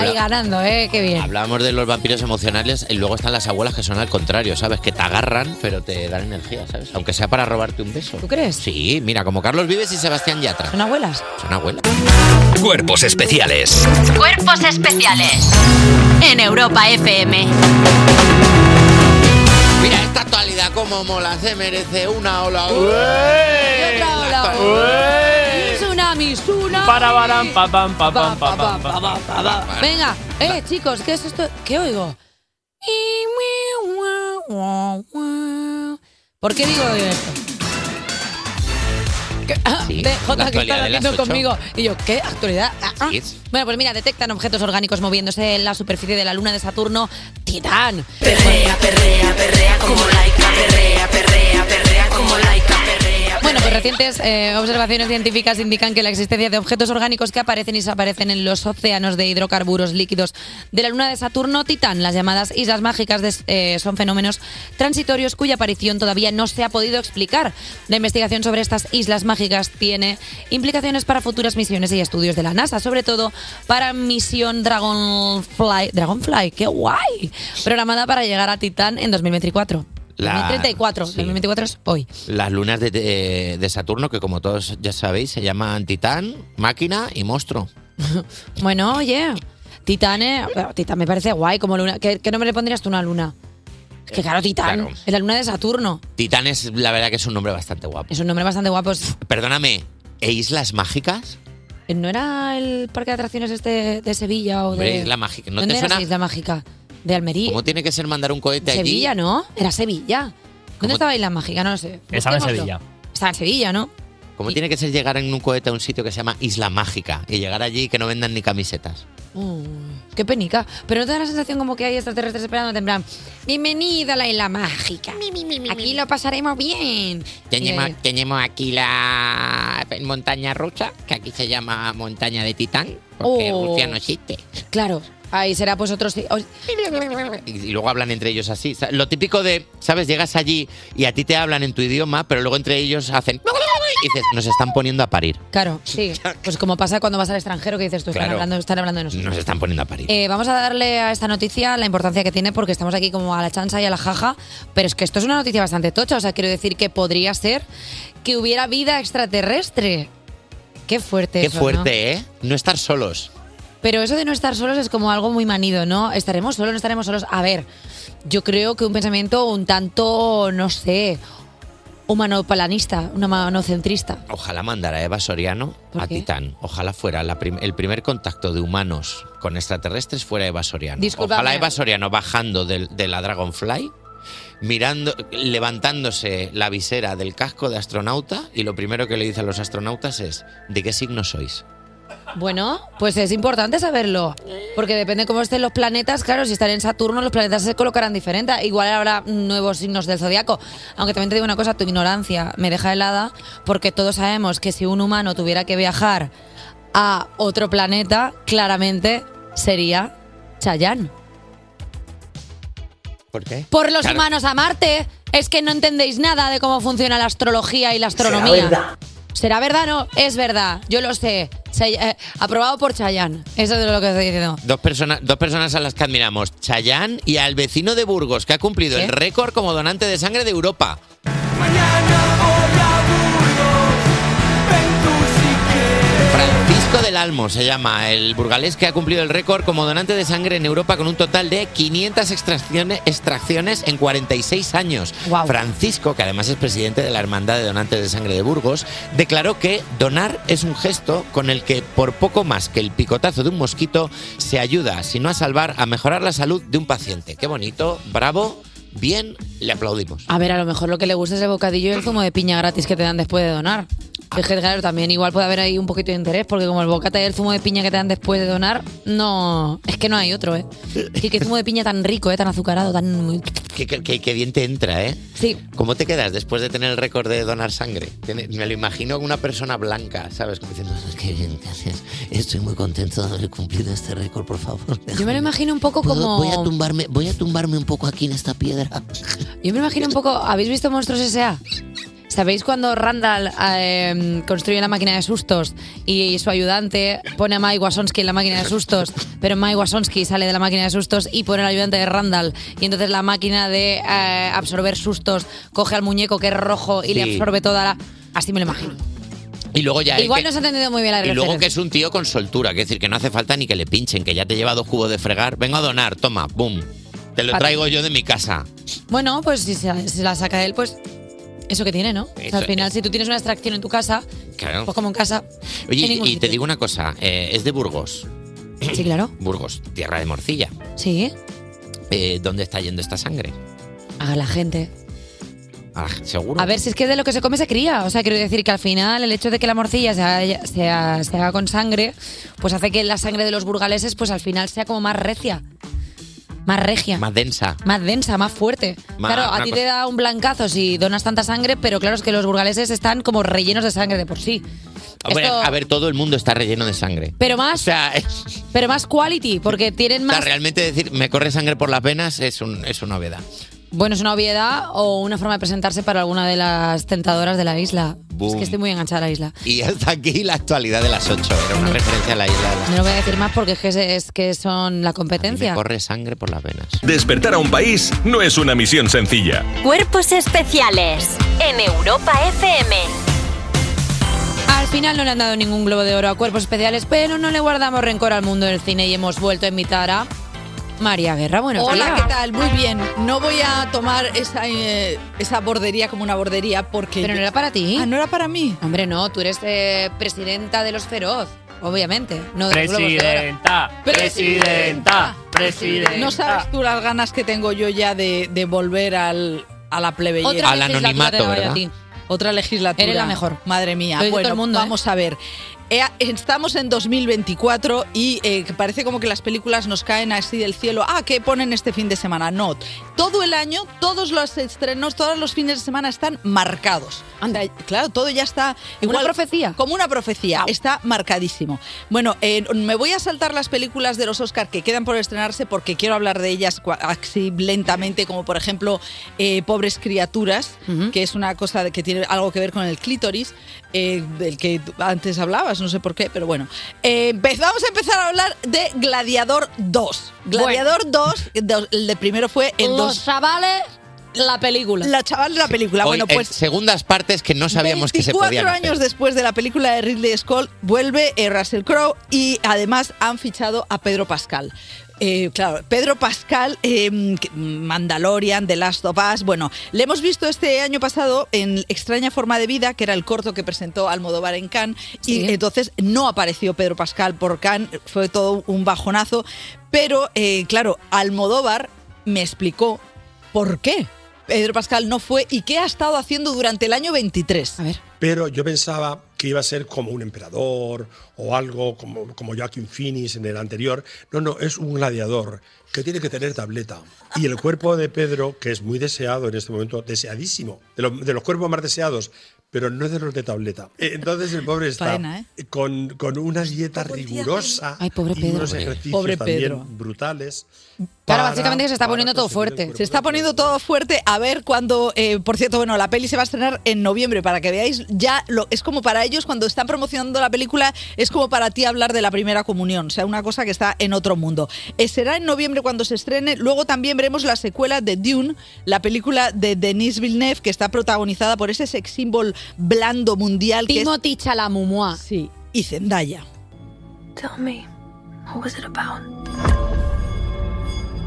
Habla- ganando, eh, qué bien. Hablamos de los vampiros emocionales y luego están las abuelas que son al contrario, ¿sabes? Que te agarran pero te dan energía, ¿sabes? Aunque sea para robarte un beso. ¿Tú crees? Sí, mira, como Carlos Vives y Sebastián Yatra. ¿Son abuelas? Son abuelas. Cuerpos especiales. Cuerpos especiales en Europa FM. Mira, esta actualidad como mola, se merece una ola. Y otra ola. Y Tsunami, tsunami. Para barán, pa, pam, pa, pam, pa, pam, pa, pam, pa, pam. Venga, eh, chicos, ¿qué es esto? ¿Qué oigo? ¿Por qué digo esto? ¿Qué? Ah, Sí, de- la Jota, ¿qué actualidad estás de las haciendo ocho. conmigo? Y yo, ¿qué actualidad? Ah, ah. Sí. Bueno, pues mira, detectan objetos orgánicos moviéndose en la superficie de la luna de Saturno. ¡Titán! Bueno, pues recientes eh, observaciones científicas indican que la existencia de objetos orgánicos que aparecen y desaparecen en los océanos de hidrocarburos líquidos de la luna de Saturno, Titán, las llamadas islas mágicas, des- eh, son fenómenos transitorios cuya aparición todavía no se ha podido explicar. La investigación sobre estas islas mágicas tiene implicaciones para futuras misiones y estudios de la NASA, sobre todo para misión Dragonfly. Dragonfly, qué guay. Programada para llegar a Titán en 2024. La- 2034, 2024 es hoy. Las lunas de, de- de Saturno, que como todos ya sabéis, se llaman Titán, Máquina y Monstruo. Bueno, oye, Titán, eh, bueno, Titán me parece guay como luna. ¿Qué, qué nombre le pondrías tú a una luna? Es que claro, Titán. Claro. Es la luna de Saturno. Titán es, la verdad, que es un nombre bastante guapo. Es un nombre bastante guapo. Es- Pues Perdóname, ¿e Islas Mágicas? Eh, ¿No era el parque de atracciones este de Sevilla o de. Hombre, Isla Mágica. ¿No ¿Dónde te era suena? esa Isla Mágica? De Almería. ¿Cómo tiene que ser mandar un cohete allí? Sevilla, ¿no? Era Sevilla. ¿Dónde estaba Isla Mágica? No lo sé. Estaba en Busquémoslo. Sevilla. Estaba en Sevilla, ¿no? Como tiene que ser llegar en un cohete a un sitio que se llama Isla Mágica y llegar allí y que no vendan ni camisetas. Uy, qué penica. Pero no te da la sensación como que hay extraterrestres esperándote en plan, bienvenido a la isla mágica. Aquí lo pasaremos bien. Tenemos, Y ahí, tenemos aquí la montaña rusa, que aquí se llama montaña de Titán, porque Oh. Rusia no existe. Claro, ahí será pues otro... si- os- Y, y luego hablan entre ellos así. Sa- Lo típico de, ¿sabes? Llegas allí y a ti te hablan en tu idioma, pero luego entre ellos hacen... Y dices, nos están poniendo a parir. Claro, sí. Pues como pasa cuando vas al extranjero que dices tú, están, Claro. hablando, están hablando de nosotros. Nos están poniendo a parir. Eh, vamos a darle a esta noticia la importancia que tiene porque estamos aquí como a la chanza y a la jaja, pero es que esto es una noticia bastante tocha, o sea, quiero decir que podría ser que hubiera vida extraterrestre. Qué fuerte. Qué eso, ¿no? fuerte, ¿eh? No estar solos. Pero eso de no estar solos es como algo muy manido, ¿no? ¿Estaremos solos? ¿No estaremos solos? A ver, yo creo que un pensamiento un tanto, no sé, humanopalanista, un humanocentrista. Ojalá mandara a Eva Soriano ¿Por a qué? Titán. Ojalá fuera la prim- el primer contacto de humanos con extraterrestres fuera Eva Soriano. Disculpa, Ojalá mira. Eva Soriano bajando del- de la Dragonfly, mirando, levantándose la visera del casco de astronauta y lo primero que le dice a los astronautas es ¿de qué signo sois? Bueno, pues es importante saberlo, porque depende cómo estén los planetas, claro, si están en Saturno los planetas se colocarán diferentes, igual habrá nuevos signos del zodiaco. Aunque también te digo una cosa, tu ignorancia me deja helada, porque todos sabemos que si un humano tuviera que viajar a otro planeta, claramente sería Chayán. ¿Por qué? Por los Claro. humanos a Marte, es que no entendéis nada de cómo funciona la astrología y la astronomía. ¿Será verdad? No, es verdad. Yo lo sé. Chay- eh, aprobado por Chayanne. Eso es lo que estoy diciendo. Dos, personas dos personas a las que admiramos, Chayán y al vecino de Burgos, que ha cumplido el récord como donante de sangre de Europa. Francisco del Almo se llama, el burgalés que ha cumplido el récord como donante de sangre en Europa con un total de 500 extracciones, extracciones en 46 años. Francisco, que además es presidente de la Hermandad de Donantes de Sangre de Burgos, declaró que donar es un gesto con el que por poco más que el picotazo de un mosquito se ayuda, si no a salvar, a mejorar la salud de un paciente. Qué bonito, bravo, bien, le aplaudimos. A ver, a lo mejor lo que le gusta es el bocadillo y el zumo de piña gratis que te dan después de donar. Es que, claro, también igual puede haber ahí un poquito de interés, porque como el bocata y el zumo de piña que te dan después de donar, no. Es que no hay otro, ¿eh? Que, que zumo de piña tan rico, ¿eh? Tan azucarado, tan. Qué, qué- qué- qué bien te entra, ¿eh? Sí. ¿Cómo te quedas después de tener el récord de donar sangre? Tiene- me lo imagino una persona blanca, ¿sabes? Como diciendo, qué bien, gracias. Estoy muy contento de haber cumplido este récord, por favor. Yo me lo imagino un poco ¿Puedo- como. voy a tumbarme, voy a tumbarme un poco aquí en esta piedra. Yo me imagino un poco. ¿Habéis visto Monstruos S.A.? ¿Sabéis cuando Randall eh, construye la máquina de sustos y su ayudante pone a Mike Wasonsky en la máquina de sustos, pero Mike Wasonsky sale de la máquina de sustos y pone al ayudante de Randall? Y entonces la máquina de eh, absorber sustos coge al muñeco que es rojo y le Sí. absorbe toda la. Así me lo imagino. Y luego ya... el Igual que- no se ha entendido muy bien la y luego referencia. que es un tío con soltura, que es decir, que no hace falta ni que le pinchen, que ya te lleva dos cubos de fregar. Vengo a donar, toma, boom. Te lo A ti. traigo yo de mi casa. Bueno, pues si se, se la saca él, pues. Eso que tiene, ¿no? O sea, Eso al final, si tú tienes una extracción en tu casa, Claro. pues como en casa. Oye, en y- ningún y, te sitio. digo una cosa, eh, es de Burgos. Sí, claro. Burgos, tierra de morcilla. Sí. Eh, ¿Dónde está yendo esta sangre? A la gente. Ah, seguro. A ver, si es que de lo que se come se cría. O sea, quiero decir que al final el hecho de que la morcilla se haya- se ha- se haga con sangre, pues hace que la sangre de los burgaleses, pues al final sea como más recia, más regia, Más densa. más densa, más fuerte. Más- claro, a una ti cosa- te da un blancazo si donas tanta sangre, pero claro es que los burgaleses están como rellenos de sangre de por sí. Hombre, Esto- A ver, todo el mundo está relleno de sangre. Pero más, O sea, es- pero más quality, porque tienen o sea, más. realmente decir me corre sangre por las venas es, un, es una novedad. Bueno, es una obviedad o una forma de presentarse para alguna de las tentadoras de la isla. Es Boom. que estoy muy enganchada a la isla. Y hasta aquí la actualidad de las 8. Era una referencia a la isla de las No lo voy a decir más porque es que, se- es que son la competencia. Corre sangre por las venas. Despertar a un país no es una misión sencilla. Cuerpos especiales en Europa FM. Al final no le han dado ningún globo de oro a cuerpos especiales, pero no le guardamos rencor al mundo del cine y hemos vuelto a invitar a María Guerra. Bueno, Hola, ¿qué tal? Muy bien. No voy a tomar esa, eh, esa bordería como una bordería porque... Pero no era para ti. Ah, no era para mí. Hombre, no, tú eres eh, presidenta de los Feroz, obviamente. No de los globos de oro. Ah. Presidenta, presidenta, presidenta. No sabes tú las ganas que tengo yo ya de, de volver al, a la plebeya. Otra Al vez es la anonimato, tuya, te la doy a ¿verdad? ti. Otra legislatura. Eres la mejor. Madre mía. Lo dice bueno, todo el mundo, vamos a ver. Eh, Estamos en 2024 y eh, que parece como que las películas nos caen así del cielo. Ah, ¿qué ponen este fin de semana? No. Todo el año, todos los estrenos, todos los fines de semana están marcados. Anda, claro, todo ya está igual. profecía. Como una profecía. Está marcadísimo. Bueno, eh, me voy a saltar las películas de los Oscar que quedan por estrenarse porque quiero hablar de ellas cua- así lentamente, como por ejemplo eh, Pobres Criaturas, que es una cosa de- que tiene algo que ver con el clítoris, eh, del que tú antes hablabas, no sé por qué, pero bueno. Eh, empe- vamos a empezar a hablar de Gladiador 2. Gladiador 2, dos- el de primero fue en Los dos. chavales, la película. La chaval, la película. Hoy, bueno, en pues segundas partes que no sabíamos que se podían Cuatro hacer. años después de la película de Ridley Scott, vuelve eh, Russell Crowe y además han fichado a Pedro Pascal. Eh, claro, Pedro Pascal, eh, que- Mandalorian, The Last of Us, bueno, le hemos visto este año pasado en Extraña Forma de Vida, que era el corto que presentó Almodóvar en Cannes, y entonces no apareció Pedro Pascal por Cannes, fue todo un bajonazo, pero eh, claro, Almodóvar me explicó por qué Pedro Pascal no fue y qué ha estado haciendo durante el año 23. A ver. Pero yo pensaba que iba a ser como un emperador o algo como, como Joaquin Phoenix en el anterior. No, no, es un gladiador que tiene que tener tableta. Y el cuerpo de Pedro, que es muy deseado en este momento, deseadísimo, de, los- de los cuerpos más deseados, pero no es de los de tableta. Eh, Entonces el pobre está ¿eh? Faena, con, con una dieta rigurosa Ay, pobre y Pedro. unos ejercicios Pobre también Pedro. brutales. Claro, para- básicamente que se está para poniendo todo conseguir el fuerte. cuerpo Se está poniendo todo fuerte. A ver cuando, eh, por cierto, bueno, la peli se va a estrenar en noviembre para que veáis. Ya lo, es como para ellos cuando están promocionando la película es como para ti hablar de la primera comunión, o sea, una cosa que está en otro mundo. Eh, será en noviembre cuando se estrene. Luego también veremos la secuela de Dune, la película de Denis Villeneuve que está protagonizada por ese sex symbol blando mundial. Timothy Chalamumua. Sí. Y Zendaya. Tell me, what was it about?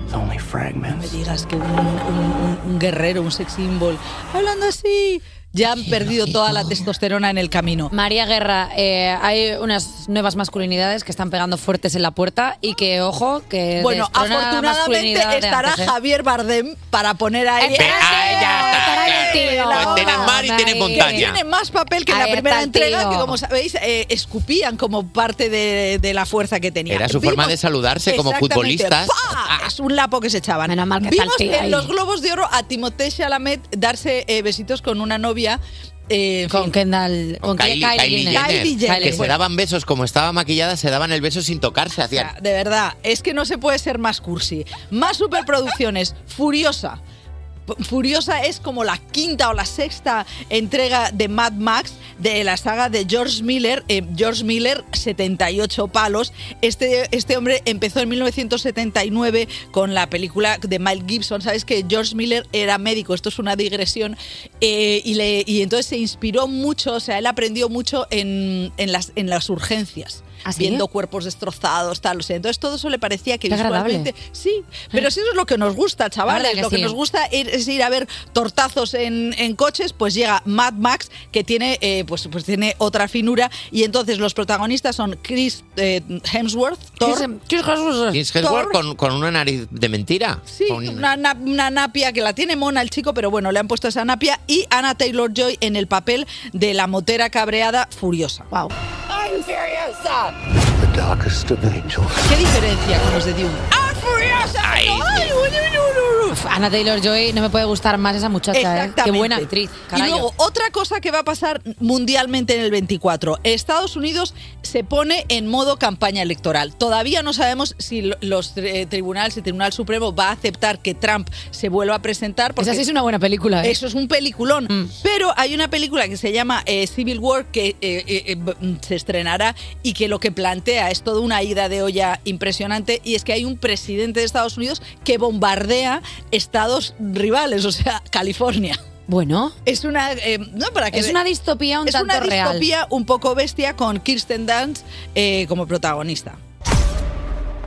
It's only No me fragments. digas que un, un- un- un guerrero, un sex symbol, hablando así, ya han perdido toda la testosterona en el camino. María Guerra, eh, hay unas nuevas masculinidades que están pegando fuertes en la puerta y que, ojo, que. Bueno, destrona la afortunadamente masculinidad de estará antes, ¿eh? Javier Bardem para poner a él. Pues tiene mar y tiene montaña. Tiene más papel que en la Ahí está primera el entrega, tío. que como sabéis, eh, escupían como parte de, de la fuerza que tenía. Era su forma de saludarse como Exactamente. futbolistas. Ah. ¡Pah! Es un lapo que se echaban. está el Vimos tío en ahí. los Globos de Oro a Timothée Chalamet darse eh, besitos con una novia. eh, con Kendall, Con Kylie, Kylie Jenner, que se Bueno, daban besos como estaba maquillada, se daban el beso sin tocarse, hacían. de verdad, es que no se puede ser más cursi. Más superproducciones, Furiosa. P- Furiosa es como la quinta o la sexta entrega de Mad Max de la saga de George Miller. Eh, George Miller, 78 palos. Este, este hombre empezó en 1979 con la película de Mel Gibson. Sabes que George Miller era médico, esto es una digresión. Eh, y, le- y entonces se inspiró mucho, o sea, él aprendió mucho en, en las, en las urgencias. ¿Ah, sí? Viendo cuerpos destrozados, tal, o sea, entonces todo eso le parecía que Qué agradable. visualmente Sí, pero si eso es lo que nos gusta, chavales. verdad que Lo que sí. nos gusta ir- es ir a ver tortazos en, en coches, pues llega Mad Max, que tiene, eh, pues, pues tiene otra finura, y entonces los protagonistas son Chris eh, Hemsworth, Thor. Chris Hemsworth Thor, con, con una nariz de mentira. Sí, Con- una, na- una napia que la tiene mona el chico, pero bueno, le han puesto esa napia. Y Anna Taylor Joy en el papel de la motera cabreada furiosa. ¡Wow! I'm Ah. furiosa. The darkest of angels. ¡Qué diferencia con los de Dune! Ah, ¡I'm furiosa! ¡Ay, Ana Taylor Joy no me puede gustar más esa muchacha, ¿eh? Qué Exactamente. buena actriz. Y carayo. luego, otra cosa que va a pasar mundialmente en el 24. Estados Unidos se pone en modo campaña electoral. Todavía no sabemos si lo- los eh, tribunales, el Tribunal Supremo va a aceptar que Trump se vuelva a presentar. Porque Esa sí es una buena película, ¿eh? Mm. Eso es un peliculón. Pero hay una película que se llama eh, Civil War que eh, eh, eh, b- mm, se estrenará y que lo que plantea es toda una ida de olla impresionante y es que hay un presidente de Estados Unidos que bombardea estados rivales, o sea, California. Bueno. Es una eh, no, para que Es ve- una distopía un es una tanto real. distopía un poco bestia con Kirsten Dunst eh, como protagonista.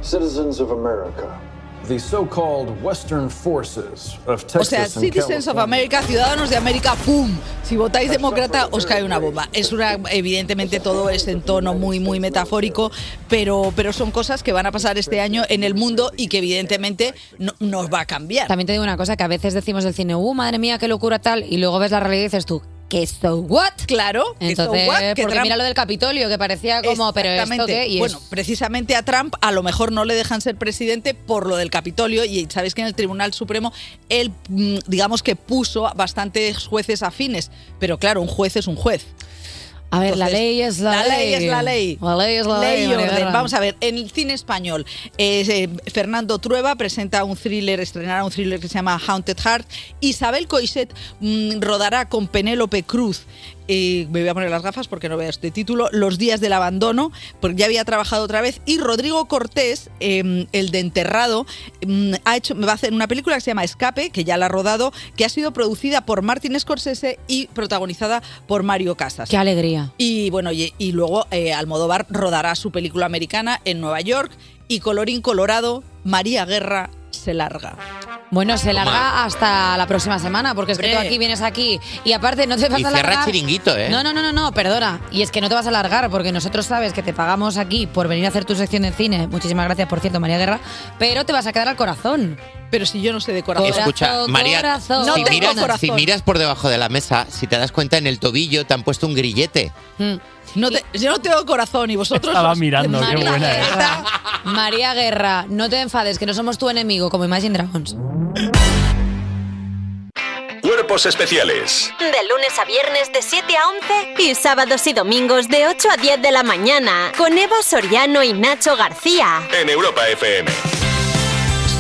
Citizens of America. The so-called Western forces of O sea, Texas and Citizens of America, Ciudadanos de América, ¡pum! Si votáis demócrata, os cae una bomba. Es una, evidentemente todo es en tono muy, muy metafórico, pero, pero son cosas que van a pasar este año en el mundo y que evidentemente no- nos va a cambiar. También te digo una cosa, que a veces decimos del cine, uh, madre mía, qué locura tal, y luego ves la realidad y dices tú, que so what. Claro. que so Entonces, what, que porque Trump- mira lo del Capitolio, que parecía como, pero esto Exactamente. qué, y es- bueno, precisamente a Trump a lo mejor no le dejan ser presidente por lo del Capitolio y sabéis que en el Tribunal Supremo él, mm, digamos que puso bastantes jueces afines, pero claro, un juez es un juez. A ver, la ley es la, ley. es la ley. La ley es la ley, y María orden. Guerra. Vamos a ver, en el cine español, eh, eh, Fernando Trueba presenta un thriller, estrenará un thriller que se llama Haunted Heart. Isabel Coixet mm, rodará con Penélope Cruz. eh, me voy a poner las gafas porque no veo este título. Los días del abandono, porque ya había trabajado otra vez. Y Rodrigo Cortés, eh, el de Enterrado, mm, ha hecho, va a hacer una película que se llama Escape, que ya la ha rodado, que ha sido producida por Martin Scorsese y protagonizada por Mario Casas. Qué alegría. Y bueno, y, y luego eh, Almodóvar rodará su película americana en Nueva York y Colorín Colorado, María Guerra se larga. Bueno, se larga hasta la próxima semana, porque es que tú Hombre. aquí vienes aquí y aparte no te vas Y a cierra largar. chiringuito, ¿eh? No, no, no, no, no, perdona. Y es que no te vas a largar, porque nosotros sabes que te pagamos aquí por venir a hacer tu sección de cine. Muchísimas gracias, por cierto, María Guerra. Pero te vas a quedar al corazón. Pero si yo no sé de corazón. Escucha, María, corazón. si, miras, si miras por debajo de la mesa, si te das cuenta, en el tobillo te han puesto un grillete. No te- yo no tengo corazón y vosotros. Estaba os- mirando, qué María ¿eh? buena Guerra. María Guerra, no te enfades, que no somos tu enemigo, como Imagine Dragons. Cuerpos especiales De lunes a viernes de 7 a 11 y sábados y domingos de 8 a 10 de la mañana con Eva Soriano y Nacho García. en Europa FM.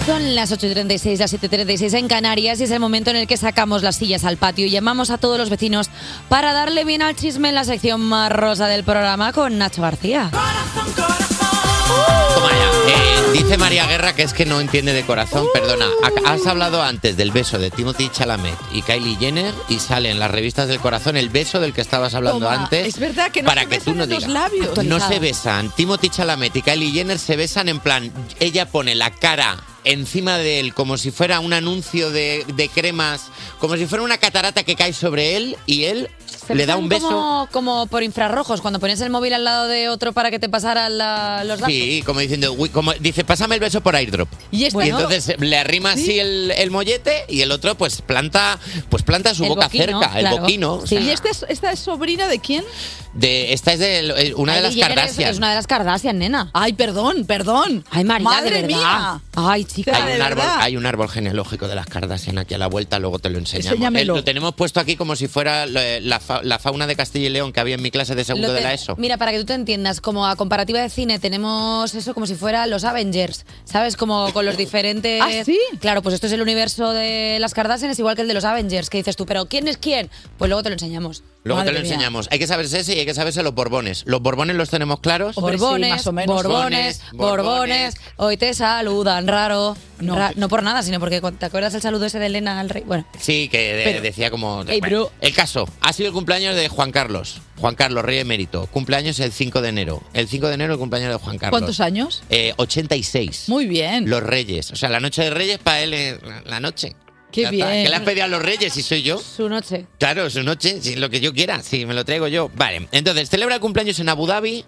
Son las 8.36, las 7.36 en Canarias y es el momento en el que sacamos las sillas al patio y llamamos a todos los vecinos para darle bien al chisme en la sección más rosa del programa con Nacho García. Toma ya. Eh, dice María Guerra que es que no entiende de corazón. Perdona, ha- has hablado antes del beso de Timothy Chalamet y Kylie Jenner y sale en las revistas del corazón el beso del que estabas hablando Toma, antes. es verdad que no para se que tú besan no en los digas. labios. No Actualizado. se besan. Timothy Chalamet y Kylie Jenner se besan en plan. Ella pone la cara encima de él como si fuera un anuncio de, de cremas, como si fuera una catarata que cae sobre él y él le da Son un beso. Como, como por infrarrojos, cuando pones el móvil al lado de otro para que te pasara la- los datos. Sí, como diciendo, uy, como dice, pásame el beso por airdrop. Y este es- Bueno. entonces eh, le arrima así el, el mollete y el otro pues planta, pues planta su El boca boquino, cerca, claro. el boquino. o ¿Y sea, esta es, esta es sobrina de quién? de- esta es de eh, una de las Kardashian. Es una de las Kardashian, nena. Ay, perdón, perdón. Ay, María, de Madre verdad. mía. Ay, chica. Hay un, árbol, hay un árbol genealógico de las Kardashian aquí a la vuelta, luego te lo enseñamos. Enséñamelo. Eh, Lo tenemos puesto aquí como si fuera la, la fa- la fauna de Castilla y León que había en mi clase de segundo Lo de te- la ESO. Mira, para que tú te entiendas, como a comparativa de cine tenemos eso como si fuera los Avengers, ¿sabes? Como con los diferentes... ¿Ah, sí? Claro, pues esto es el universo de las Kardashian, es igual que el de los Avengers, que dices tú, pero ¿quién es quién? Pues luego te lo enseñamos. Luego te Madre lo mía. enseñamos. Hay que saberse ese y hay que saberse los borbones. Los borbones los tenemos claros. Borbones, borbones, borbones, hoy te saludan, raro. No. no por nada, sino porque te acuerdas el saludo ese de Elena al rey. Bueno, Sí, que de- Pero- decía como... eh, Ey, bro. El caso, ha sido el cumpleaños de Juan Carlos. Juan Carlos, rey emérito. Cumpleaños el 5 de enero. El 5 de enero el cumpleaños de Juan Carlos. ¿Cuántos años? Eh, 86. Muy bien. Los reyes. O sea, la noche de reyes para él es la- la noche. Qué Ya está. bien. ¿Qué le has pedido a los reyes si soy yo? su noche. Claro, su noche, si lo que yo quiera, si me lo traigo yo. Vale, entonces celebra el cumpleaños en Abu Dhabi.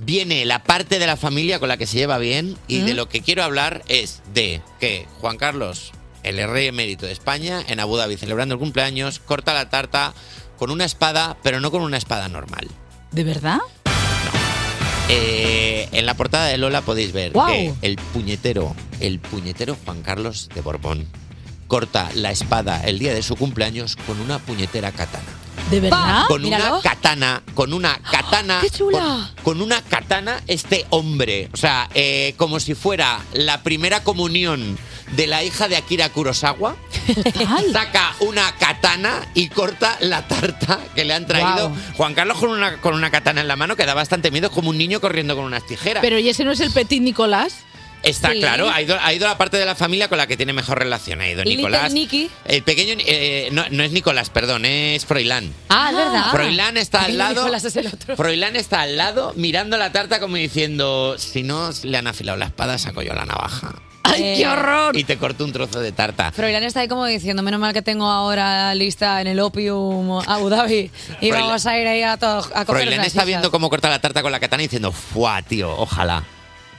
Viene la parte de la familia con la que se lleva bien y de lo que quiero hablar es de que Juan Carlos, el rey emérito de España, en Abu Dhabi celebrando el cumpleaños, corta la tarta con una espada, pero no con una espada normal. ¿De verdad? Eh, en la portada de Lola podéis ver Guau. que el puñetero, el puñetero Juan Carlos de Borbón corta la espada el día de su cumpleaños con una puñetera katana. ¿De verdad? Con una katana, con una katana. Ah, ¡Qué chula! Con, con una katana este hombre. O sea, eh, como si fuera la primera comunión de la hija de Akira Kurosawa. Saca una katana y corta la tarta que le han traído. Guau. Juan Carlos con una, con una katana en la mano que da bastante miedo, como un niño corriendo con unas tijeras. Pero ¿y ese no es el Petit Nicolás? Está Sí. claro, ha ido, ha ido la parte de la familia con la que tiene mejor relación. Ha ido Little Nicolás. Nicky. El pequeño. eh, no, no es Nicolás, perdón, es Froilán. Ah, es verdad. Froilán está al Ay, lado. Nicolás es el otro. Froilán está al lado mirando la tarta como diciendo: Si no le han afilado la espada, saco yo la navaja. Eh, ¡Ay, qué horror! Y te corto un trozo de tarta. Froilán está ahí como diciendo, menos mal que tengo ahora lista en el Opium Abu Dhabi y Froilán- vamos a ir ahí a, to- a coger Froilán unas está sisas. viendo cómo corta la tarta con la katana y diciendo: ¡Fua, tío! Ojalá.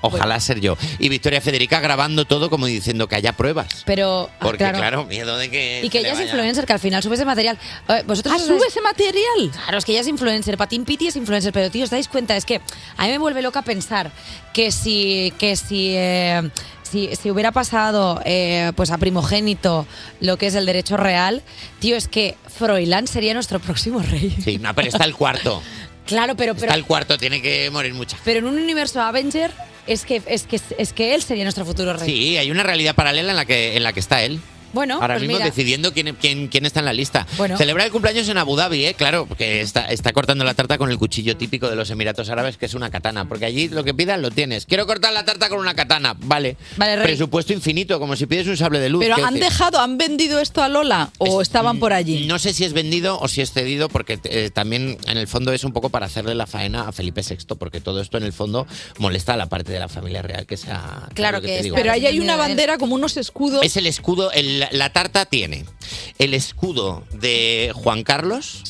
Ojalá ser yo. Y Victoria Federica grabando todo como diciendo que haya pruebas. Pero, ah, Porque, claro. claro, miedo de que. Y que se le ella es vaya. influencer, que al final sube ese material. Eh, ¿Vosotros Ah, ¿sube ese material? Claro, es que ella es influencer. Patín Piti es influencer, pero tío, ¿os dais cuenta? Es que a mí me vuelve loca pensar que si. que si. eh, si, si hubiera pasado eh, pues a primogénito lo que es el derecho real, tío, es que Froilán sería nuestro próximo rey. Sí, no, pero está el cuarto. Claro, pero, pero, Está el cuarto, tiene que morir mucha. pero en un universo Avenger es que, es, que, es que él sería nuestro futuro rey. Sí, hay una realidad paralela en la que, en la que está él. Bueno, Ahora pues mismo mira. decidiendo quién, quién, quién está en la lista. Bueno. Celebra el cumpleaños en Abu Dhabi, ¿eh? claro, porque está, está cortando la tarta con el cuchillo típico de los Emiratos Árabes, que es una katana. Porque allí lo que pidas lo tienes. Quiero cortar la tarta con una katana. Vale. Vale, rey. Presupuesto infinito, como si pides un sable de luz. Pero quiero han decir. dejado, han vendido esto a Lola o estaban por allí. No sé si es vendido o si es cedido, porque eh, también en el fondo es un poco para hacerle la faena a Felipe VI, porque todo esto en el fondo molesta a la parte de la familia real que sea. Claro te digo? Pero ahí hay una bandera como unos escudos. Es el escudo, el- la tarta tiene el escudo de Juan Carlos.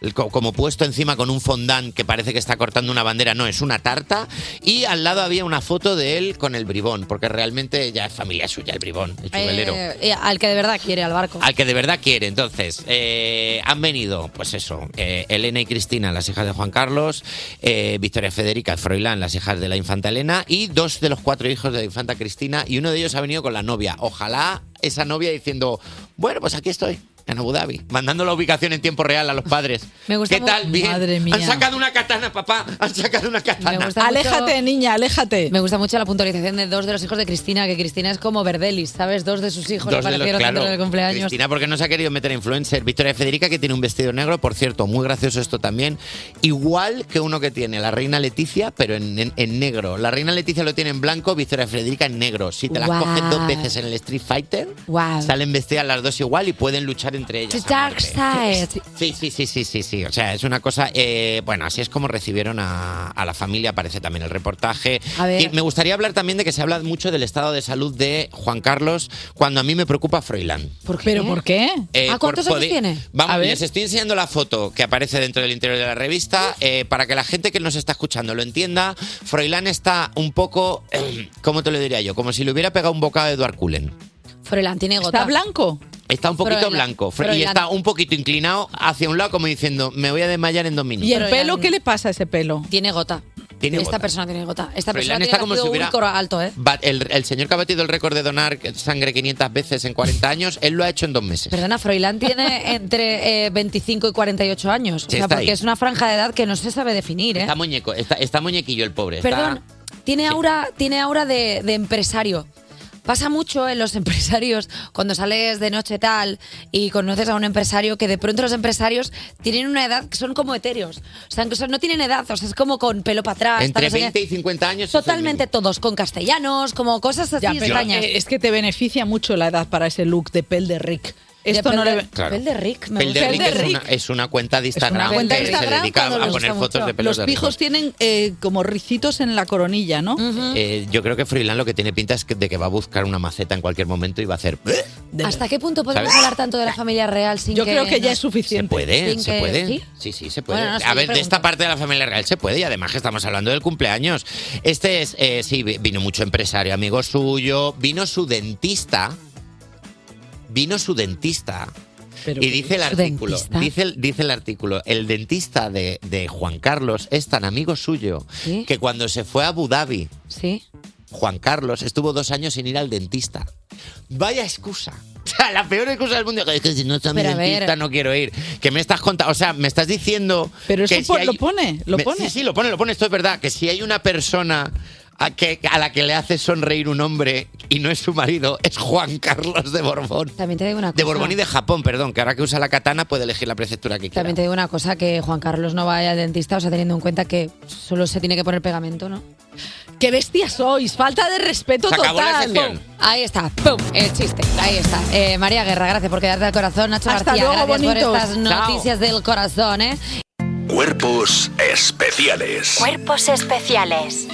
el co- Como puesto encima con un fondant que parece que está cortando una bandera, no, es una tarta. Y al lado había una foto de él con el bribón, porque realmente ya es familia suya el bribón, el chubelero. Eh, eh, al que de verdad quiere, al barco. Al que de verdad quiere. Entonces, eh, han venido, pues eso, eh, Elena y Cristina, las hijas de Juan Carlos, eh, Victoria Federica y Froilán, las hijas de la infanta Elena, y dos de los cuatro hijos de la infanta Cristina, y uno de ellos ha venido con la novia. Ojalá esa novia diciendo, bueno, pues aquí estoy. En Abu Dhabi, mandando la ubicación en tiempo real a los padres. Me gusta ¿Qué tal? mucho- Bien. Madre mía. Han sacado una katana, papá. Han sacado una katana. Aléjate, niña, aléjate. Me gusta mucho la puntualización de dos de los hijos de Cristina, que Cristina es como Verdelis, ¿sabes? Dos de sus hijos Dos de los- aparecieron claro, dentro del cumpleaños. Cristina, porque no se ha querido meter influencer. Victoria Federica, que tiene un vestido negro, por cierto, muy gracioso esto también. Igual que uno que tiene la reina Leticia, pero en, en- en negro. La reina Leticia lo tiene en blanco, Victoria Federica en negro. Si te las Guau. coges dos veces en el Street Fighter, Guau. salen vestidas las dos igual y pueden luchar entre ellas. The a Dark muerte. Side. Sí, sí, sí, sí, sí, sí. O sea, es una cosa. eh, bueno, así es como recibieron a, a la familia. Aparece también el reportaje. A ver. Y me gustaría hablar también de que se habla mucho del estado de salud de Juan Carlos cuando a mí me preocupa Froilán. ¿Pero por qué? Eh, ¿A por cuántos años poder- tiene? Vamos, A ver. les estoy enseñando la foto que aparece dentro del interior de la revista eh, para que la gente que nos está escuchando lo entienda. Froilán está un poco, ¿cómo te lo diría yo? Como si le hubiera pegado un bocado a Eduard Cullen. Froilán tiene gota. ¿Está blanco? Está un poquito Froilán. blanco Fro- y Froilán. está un poquito inclinado hacia un lado como diciendo, me voy a desmayar en dos minutos. ¿Y el pelo? ¿Qué le pasa a ese pelo? Tiene gota. Tiene Esta gota. persona tiene gota. Esta Froilán persona está tiene como el si ácido hubiera- úlcero alto, ¿eh? Va- el, el señor que ha batido el récord de donar sangre 500 veces en 40 años, él lo ha hecho en dos meses. Perdona, Froilán tiene entre eh, 25 y 48 años. O Sí, sea, está porque ahí. es una franja de edad que no se sabe definir, ¿eh? Está muñeco, está, está muñequillo el pobre. está- Perdón, tiene aura, tiene aura de, de empresario. Pasa mucho en los empresarios cuando sales de noche tal y conoces a un empresario que de pronto los empresarios tienen una edad que son como etéreos. O sea, incluso no tienen edad, o sea, es como con pelo para atrás. tal, Entre no sé qué. 20 y 50 años. es el Totalmente todos, con castellanos, como cosas así Ya, pero, extrañas. eh, es que te beneficia mucho la edad para ese look de pel de Rick. Esto pel no de- le... Claro. pel de Rick, Pel de Rick es una, es una cuenta de Instagram cuenta de que se Instagram dedica cuando a les poner gusta fotos mucho. de pelos Los de Rick. pijos tienen eh, como ricitos en la coronilla, ¿no? Eh, yo creo que Freeland lo que tiene pinta es que- de que va a buscar una maceta en cualquier momento y va a hacer. ¿eh? ¿Hasta qué punto podemos ¿Sabes? hablar tanto de la familia real sin Yo que creo que ya nos- es suficiente. Puede, sin se que- puede. ¿Sí? Sí, sí, se puede. Bueno, no sé, a yo ver, de pregunto. esta parte de la familia real se puede y además que estamos hablando del cumpleaños. Este es, eh, sí, vi- vino mucho empresario, amigo suyo, vino su dentista, vino su dentista. y dice el ¿Su artículo, dentista? dice el, dice el artículo, el dentista de, de Juan Carlos es tan amigo suyo ¿Sí? que cuando se fue a Abu Dhabi, Sí. Juan Carlos estuvo dos años sin ir al dentista. Vaya excusa. O sea, la peor excusa del mundo es que si no está mi Pero a ver. dentista no quiero ir. Que me estás contando, o sea, me estás diciendo Pero eso que si po- hay- lo pone, lo Me- pone. Sí, sí, lo pone, lo pone, esto es verdad, que si hay una persona a, que, a la que le hace sonreír un hombre y no es su marido, es Juan Carlos de Borbón. También te digo una cosa. De Borbón y de Japón, perdón, que ahora que usa la katana puede elegir la prefectura que quiera. También te digo una cosa, que Juan Carlos no vaya al dentista, o sea, teniendo en cuenta que solo se tiene que poner pegamento, ¿no? ¡Qué bestia sois! ¡Falta de respeto Se acabó la total! sección. Ahí está, ¡pum! El chiste, ahí está. Eh, María Guerra, gracias por quedarte al corazón. Nacho Hasta García, luego, gracias por bonitos. estas Chao. noticias del corazón, ¿eh? Cuerpos especiales. Cuerpos especiales.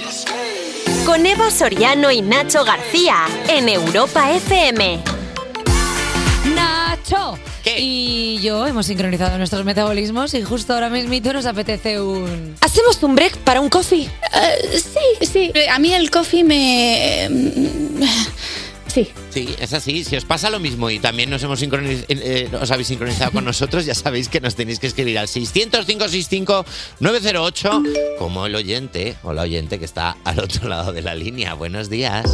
Con Eva Soriano y Nacho García en Europa FM. Nacho, Y yo hemos sincronizado nuestros metabolismos y justo ahora mismito nos apetece un... ¿Hacemos un break para un coffee? Eh, sí, sí. A mí el coffee me... Sí. Sí, es así. Si os pasa lo mismo y también nos hemos sincroniz- eh, eh, os habéis sincronizado con nosotros, ya sabéis que nos tenéis que escribir al 600-565-908, como el oyente o la oyente que está al otro lado de la línea. Buenos días.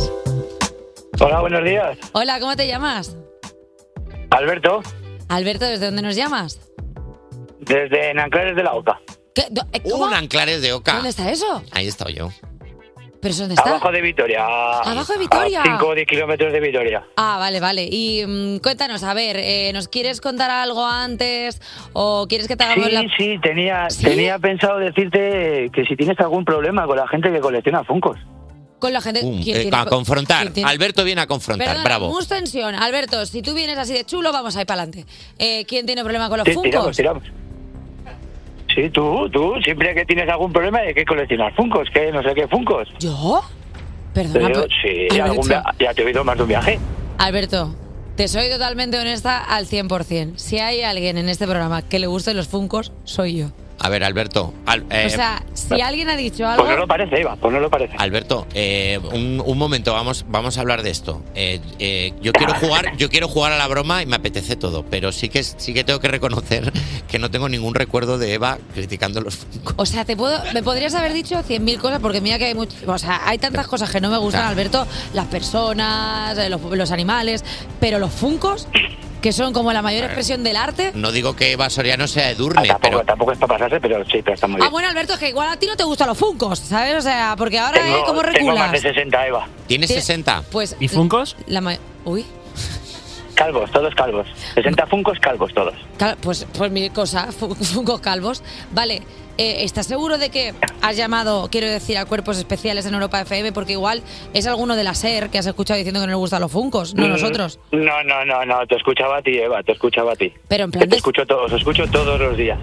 Hola, buenos días. Hola, ¿cómo te llamas? Alberto, Alberto, ¿desde dónde nos llamas? desde Nanclares de la Oca. ¿Qué? Do- eh, ¿Cómo? Un Anclares de Oca. ¿Dónde está eso? Ahí estoy yo. ¿Pero eso dónde está? Abajo de Vitoria. Abajo de Vitoria. A 5 o 10 kilómetros de Vitoria. Ah, vale, vale. Y mm, cuéntanos, a ver, eh, ¿nos quieres contar algo antes o quieres que te hagamos Sí, la... sí, tenía, tenía pensado decirte que si tienes algún problema con la gente que colecciona Funcos. Con la gente... Pum, ¿Quién eh, tiene- a confrontar. quién tiene- Alberto viene a confrontar. Perdona, Bravo. mus tensión. Alberto, si tú vienes así de chulo, vamos ahí para adelante. Eh, ¿Quién tiene problema con los Sí, funcos? tiramos, tiramos. Sí, tú, tú, siempre que tienes algún problema hay que coleccionar Funcos, que no sé qué Funcos. ¿Yo? Perdona, pero- sí, algún via- ya te he oído más de un viaje. Alberto, te soy totalmente honesta al 100%. Si hay alguien en este programa que le gusten los funcos, soy yo. A ver, Alberto. al- eh, o sea, si alguien ha dicho algo... Pues no lo parece, Eva, pues no lo parece. Alberto, eh, un, un momento, vamos, vamos a hablar de esto. Eh, eh, yo quiero jugar, yo quiero jugar a la broma y me apetece todo, pero sí que sí que tengo que reconocer que no tengo ningún recuerdo de Eva criticando los Funko. O sea, te puedo, me podrías haber dicho 100.000 cosas porque mira que hay much- o sea, hay tantas cosas que no me gustan, Claro. Alberto, las personas, eh, los, los animales, pero los funcos, que son como la mayor expresión del arte. No digo que Eva Soriano sea Edurne, pero Ah, tampoco es para pasarse, pero sí, pero está muy Ah, bueno, Alberto, es que igual a ti no te gustan los funcos, ¿sabes? O sea, porque ahora es como reculas. 60, Eva. ¿Tienes Tiene- 60? Pues ¿Y Funkos? La ma- Uy, Calvos, todos calvos. 60 Funcos, calvos todos. cal- pues, pues mi cosa, fu- funcos calvos. Vale, eh, ¿estás seguro de que has llamado, quiero decir, a cuerpos especiales en Europa FM? Porque igual es alguno de la SER que has escuchado diciendo que no le gustan los funcos, no Mm, nosotros. No, no, no, no, te escuchaba a ti, Eva, te escuchaba a ti. Pero en plan, Te des- escucho to- os escucho todos los días.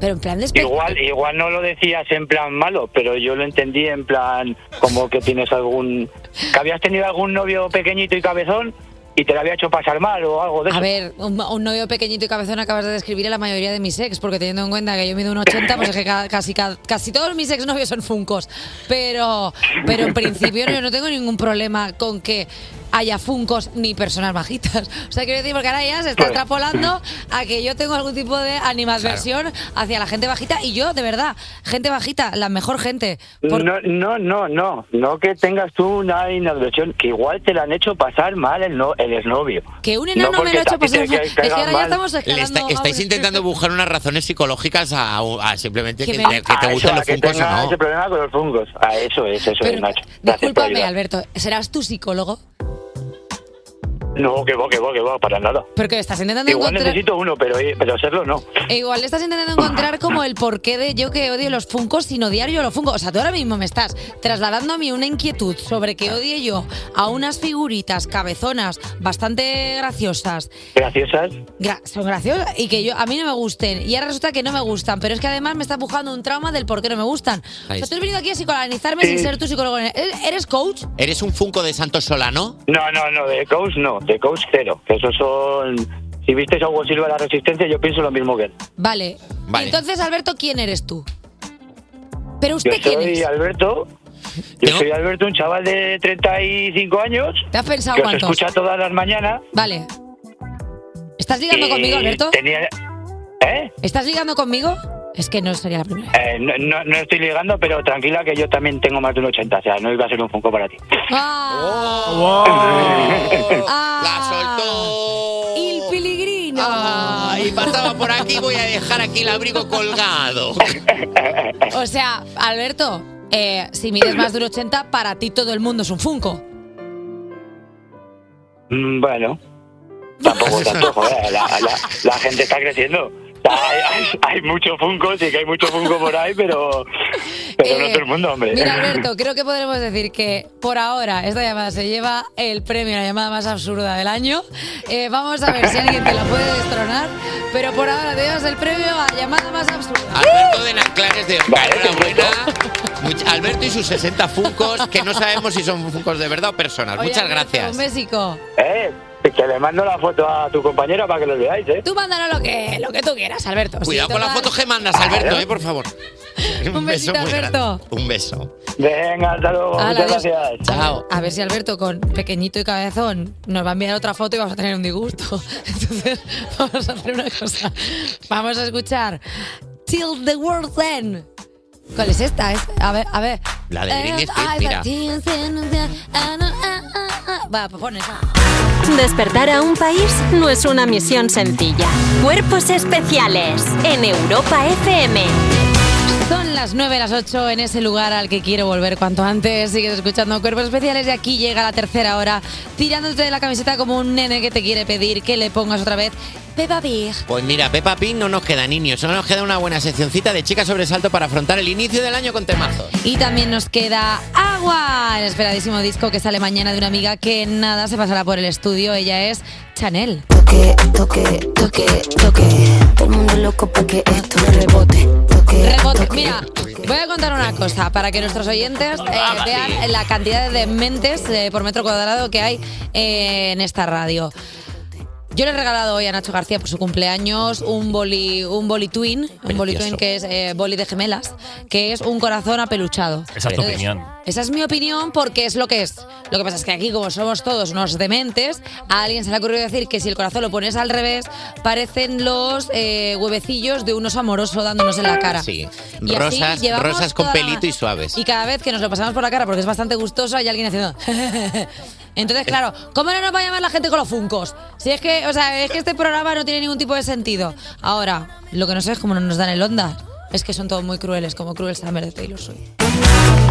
pero en plan despe- Igual, igual no lo decías en plan malo, pero yo lo entendí en plan como que tienes algún... Que habías tenido algún novio pequeñito y cabezón y te lo había hecho pasar mal o algo de eso. A ver, un, un novio pequeñito y cabezón acabas de describir a la mayoría de mis ex, porque teniendo en cuenta que yo mido un 80, pues es que ca- casi, ca- casi todos mis ex novios son funcos. Pero, pero en principio yo no tengo ningún problema con que haya funcos ni personas bajitas. O sea, quiero decir, porque ahora ya se está extrapolando a que yo tengo algún tipo de animadversión hacia la gente bajita y yo, de verdad, gente bajita, la mejor gente. Por- No, no, no, no, no que tengas tú una inadversión, que igual te la han hecho pasar mal el, no, el exnovio. Que un enano me lo ha hecho pasar mal. pues Es que ahora ya estamos Le está- escalando. a estáis un- intentando buscar unas razones psicológicas a, a simplemente que, Que te, me- que te A gusten Ah, eso, a los que funcos o tenga no. ese problema con los fungos. A eso es, eso Pero es, Nacho. Gracias por Discúlpame, ayudar. Alberto, ¿serás tu psicólogo? No, que va, que va, que va, para nada. Porque estás intentando Igual encontrar. necesito uno, pero, eh, pero serlo no. E igual estás intentando encontrar como el porqué de yo que odio los funcos sin odiar yo los funcos. O sea, tú ahora mismo me estás trasladando a mí una inquietud sobre que odie yo a unas figuritas cabezonas bastante graciosas. Graciosas. Gra- son graciosas y que yo a mí no me gusten. Y ahora resulta que no me gustan. Pero es que además me estás buscando un trauma del por qué no me gustan. O sea, Ahí tú está. has venido aquí a psicoanalizarme sin Sí. ser tu psicólogo. ¿E-, ¿Eres coach? ¿Eres un funco de Santos Solano? No, no, no, de coach no, de coach cero. Que esos son. Si visteis a Hugo Silva la resistencia, yo pienso lo mismo que él. Vale. Vale. Entonces, Alberto, ¿quién eres tú? Pero Yo usted quién soy es. Alberto. Yo soy Alberto, un chaval de 35 años. ¿Te has pensado que os cuántos? escucha todas las mañanas. Vale. ¿Estás ligando y conmigo, Alberto? tenía- ¿Eh? ¿Estás ligando conmigo? Es que no sería la primera. Eh, no, no- no estoy ligando, pero tranquila que yo también tengo más de un 80, o sea, no iba a ser un funko para ti. Ah, Ah. El piligrino. Ay, pasaba por aquí, voy a dejar aquí el abrigo colgado. O sea, Alberto, eh, si mides más de un 80, para ti todo el mundo es un Funko. Mm, Bueno, tampoco tanto, joder, la, la- la gente está creciendo. Hay, hay, hay mucho Funko, sí que hay mucho Funko por ahí, pero, pero no Eh, todo el mundo, hombre. Mira, Alberto, creo que podremos decir que por ahora esta llamada se lleva el premio, la llamada más absurda del año. Eh, vamos a ver si alguien te la puede destronar, pero por ahora te llevas el premio a la llamada más absurda. Alberto de Nanclares de Oca, enhorabuena. Much- Alberto y sus 60 funcos, que no sabemos si son funcos de verdad o personas. Oye, Muchas Alberto, Un gracias. besico. Eh, Que le mando la foto a tu compañera para que lo veáis, ¿eh? Tú mándanos lo que, lo que tú quieras, Alberto. Sí, Cuidado con las total. fotos que mandas, Alberto, eh, por favor. Un besito, muy grande. Alberto. Un beso. Venga, hasta luego. Hala, muchas adiós. gracias. Chao. A ver si Alberto, con pequeñito y cabezón, nos va a enviar otra foto y vamos a tener un disgusto. Entonces, vamos a hacer una cosa. Vamos a escuchar Till the World End. ¿Cuál es esta? Es- a ver, a ver. La de Britney Spears, mira. Va, pues pon esa. Despertar a un país no es una misión sencilla. Cuerpos especiales en Europa FM. Son las 9, las 8 en ese lugar al que quiero volver cuanto antes. Sigues escuchando Cuerpos Especiales y aquí llega la tercera hora tirándote de la camiseta como un nene que te quiere pedir que le pongas otra vez Peppa Pig. Pues mira, Peppa Pig no nos queda niños, solo nos queda una buena seccioncita de chicas sobresalto para afrontar el inicio del año con temazos. Y también nos queda Agua, el esperadísimo disco que sale mañana de una amiga que nada se pasará por el estudio. Ella es Chanel. Rebote. Mira, voy a contar una cosa para que nuestros oyentes eh, vean la cantidad de dementes eh, por metro cuadrado que hay eh, en esta radio. Yo le he regalado hoy a Nacho García por su cumpleaños un boli, un boli twin, un boli Precioso. twin que es eh, boli de gemelas, que es un corazón apeluchado. Esa es tu Entonces, opinión. Esa es mi opinión porque es lo que es. Lo que pasa es que aquí, como somos todos unos dementes, a alguien se le ha ocurrido decir que si el corazón lo pones al revés, parecen los eh, huevecillos de un oso amoroso dándonos en la cara. Sí. Y así Rosas, llevamos rosas con toda la- pelito y suaves. Y cada vez que nos lo pasamos por la cara, porque es bastante gustoso, hay alguien haciendo. Entonces, claro, ¿cómo no nos va a llamar la gente con los funcos? Si es que, o sea, es que este programa no tiene ningún tipo de sentido. Ahora, lo que no sé es cómo no nos dan el onda. Es que son todos muy crueles, como Cruel Summer de Taylor Swift.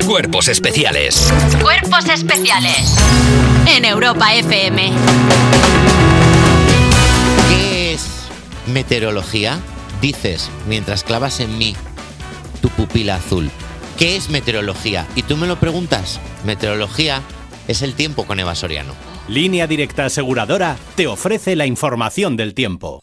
Cuerpos especiales Cuerpos especiales en Europa FM. ¿Qué es meteorología? Dices, mientras clavas en mí tu pupila azul. ¿Qué es meteorología? Y tú me lo preguntas. Meteorología es el tiempo con Eva Soriano. Línea Directa Aseguradora te ofrece la información del tiempo.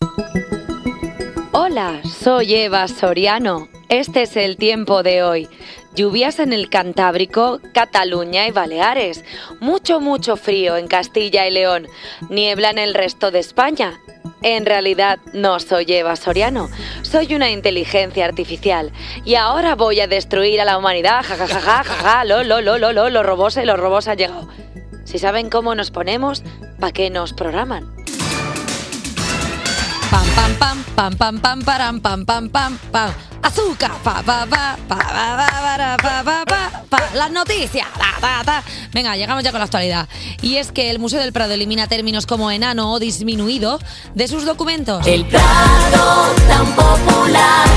Hola, soy Eva Soriano. Este es el tiempo de hoy. Lluvias en el Cantábrico, Cataluña y Baleares. Mucho, mucho frío en Castilla y León. Niebla en el resto de España. En realidad no soy Eva Soriano, soy una inteligencia artificial y ahora voy a destruir a la humanidad, jajajaja, ja, ja, ja, lo, lo, lo, lo, lo, los robots, eh, los robots han llegado. Si saben cómo nos ponemos, ¿para qué nos programan? Pam, pam, pam, pam, pam, pam, param, pam, pam, pam, pam. Azúcar, pa, pa, pa, pa, pa, pa, para, pa, pa, pa, pa. Las noticias, ta, ta, ta. Venga, llegamos ya con la actualidad. Y es que el Museo del Prado elimina términos como enano o disminuido de sus documentos. El Prado tan popular,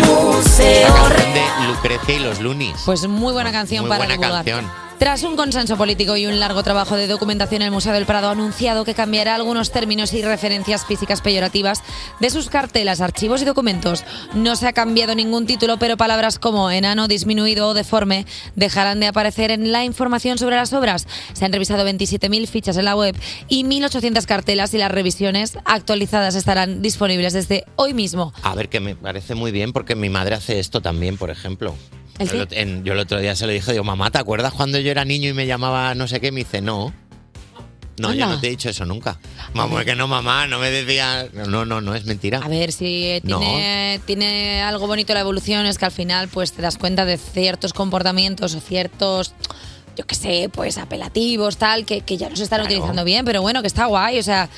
museo. De Lucrecia y los Lunis. Pues muy buena canción Muy para buena divulgar. canción. Tras un consenso político y un largo trabajo de documentación, el Museo del Prado ha anunciado que cambiará algunos términos y referencias físicas peyorativas de sus cartelas, archivos y documentos. No se ha cambiado ningún título, pero palabras como enano, disminuido o deforme dejarán de aparecer en la información sobre las obras. Se han revisado 27.000 fichas en la web y 1.800 cartelas y las revisiones actualizadas estarán disponibles desde hoy mismo. A ver, que me parece muy bien porque mi madre hace esto también, por ejemplo. ¿El Yo, el, en- yo el otro día se lo dije, digo, mamá, ¿te acuerdas cuando yo era niño y me llamaba no sé qué? Y me dice, no. No, Anda. yo Ah, no te he dicho eso nunca. Mamá, que no, mamá, no me decía. No, no, no, es mentira. A ver, si eh, tiene, tiene algo bonito la evolución es que al final pues te das cuenta de ciertos comportamientos o ciertos, yo qué sé, pues apelativos, tal, que, que ya no se están Claro. utilizando bien, pero bueno, que está guay, o sea,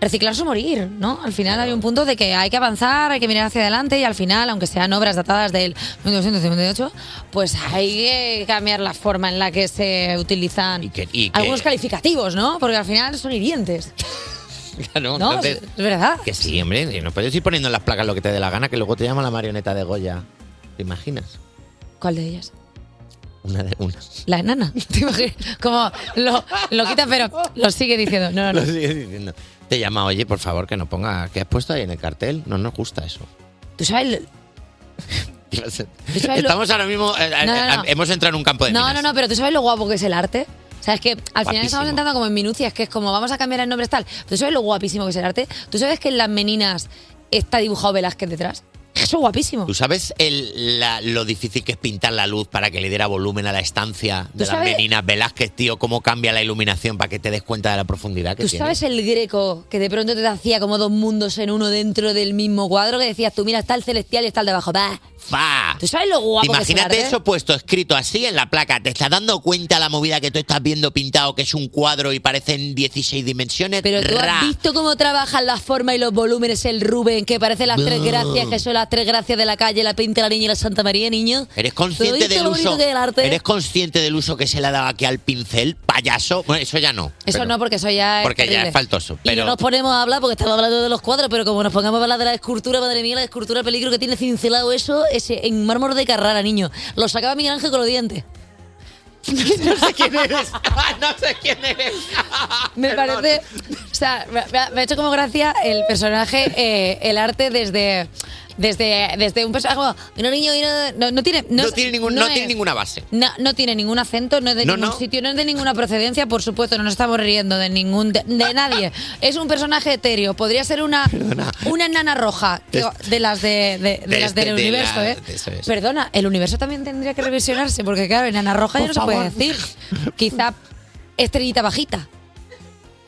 reciclarse o morir, ¿no? Al final hay un punto de que hay que avanzar, hay que mirar hacia adelante y al final, aunque sean obras datadas del 1958, pues hay que cambiar la forma en la que se utilizan y que- algunos calificativos, ¿no? Porque al final son hirientes. Claro, No, entonces- es verdad. Que sí, hombre, que no puedes ir poniendo en las placas lo que te dé la gana, que luego te llama la marioneta de Goya. ¿Te imaginas? ¿Cuál de ellas? Una de una. La enana. ¿Te imaginas? Como lo, lo quita, pero lo sigue diciendo. No, no, no. Lo sigue diciendo. Te llama, oye, por favor, que no ponga. ¿Qué has puesto ahí en el cartel? No nos gusta eso. ¿Tú sabes? lo- sabes lo- Estamos ahora mismo. eh, eh, No, no, no. eh, Hemos entrado en un campo de. No, minas. no, no, pero tú sabes lo guapo que es el arte. O sea, es que al final Guapísimo. estamos entrando como en minucias, que es como vamos a cambiar el nombre tal. ¿Tú sabes lo guapísimo que es el arte? ¿Tú sabes que en las meninas está dibujado Velázquez detrás? Eso guapísimo. ¿Tú sabes el- la- lo difícil que es pintar la luz para que le diera volumen a la estancia de ¿Tú las sabes? meninas Velázquez, tío? ¿Cómo cambia la iluminación para que te des cuenta de la profundidad que ¿Tú tiene? sabes el greco que de pronto te hacía como dos mundos en uno dentro del mismo cuadro? Que decías tú, mira, está el celestial y está el de abajo. Bah. ¡Fa! ¿Tú sabes lo guapo que es el Imagínate arte? eso puesto escrito así en la placa. ¿Te estás dando cuenta la movida que tú estás viendo pintado, que es un cuadro y parecen 16 dimensiones? Pero tú Ra. has visto cómo trabajan las formas y los volúmenes el Rubén, que parece las tres Buh. gracias, que son las tres gracias de la calle, la pinta, la niña y la Santa María, niño. ¿Eres ¿Tú consciente has visto del lo bonito uso? que es el arte? ¿Eres consciente del uso que se le ha dado aquí al pincel, payaso? Bueno, eso ya no. Eso pero- no, porque eso ya es. Porque ya terrible. es faltoso. Y Pero no nos ponemos a hablar porque estamos hablando de los cuadros, pero como nos pongamos a hablar de la escultura, madre mía, la escultura, el peligro que tiene cincelado eso, ese en mármol de Carrara, niño. Lo sacaba Miguel Ángel con los dientes. no sé quién eres. no sé quién eres. Me parece. O sea, me, me ha- me ha hecho como gracia el personaje, eh, el arte desde. Desde, desde un personaje como, no niño, no, no- no tiene no, es- tiene, ningún- no no es- tiene ninguna base. No, no tiene ningún acento, no es de No, ningún no. sitio, no es de ninguna procedencia, por supuesto, no nos estamos riendo de ningún de, de nadie. Es un personaje etéreo, podría ser una una enana roja tío, de las de, de- de De las del este- de universo, la- ¿eh? eso es. Perdona, el universo también tendría que revisionarse porque claro, enana roja ya Por no se puede favor. decir. Quizá estrellita bajita.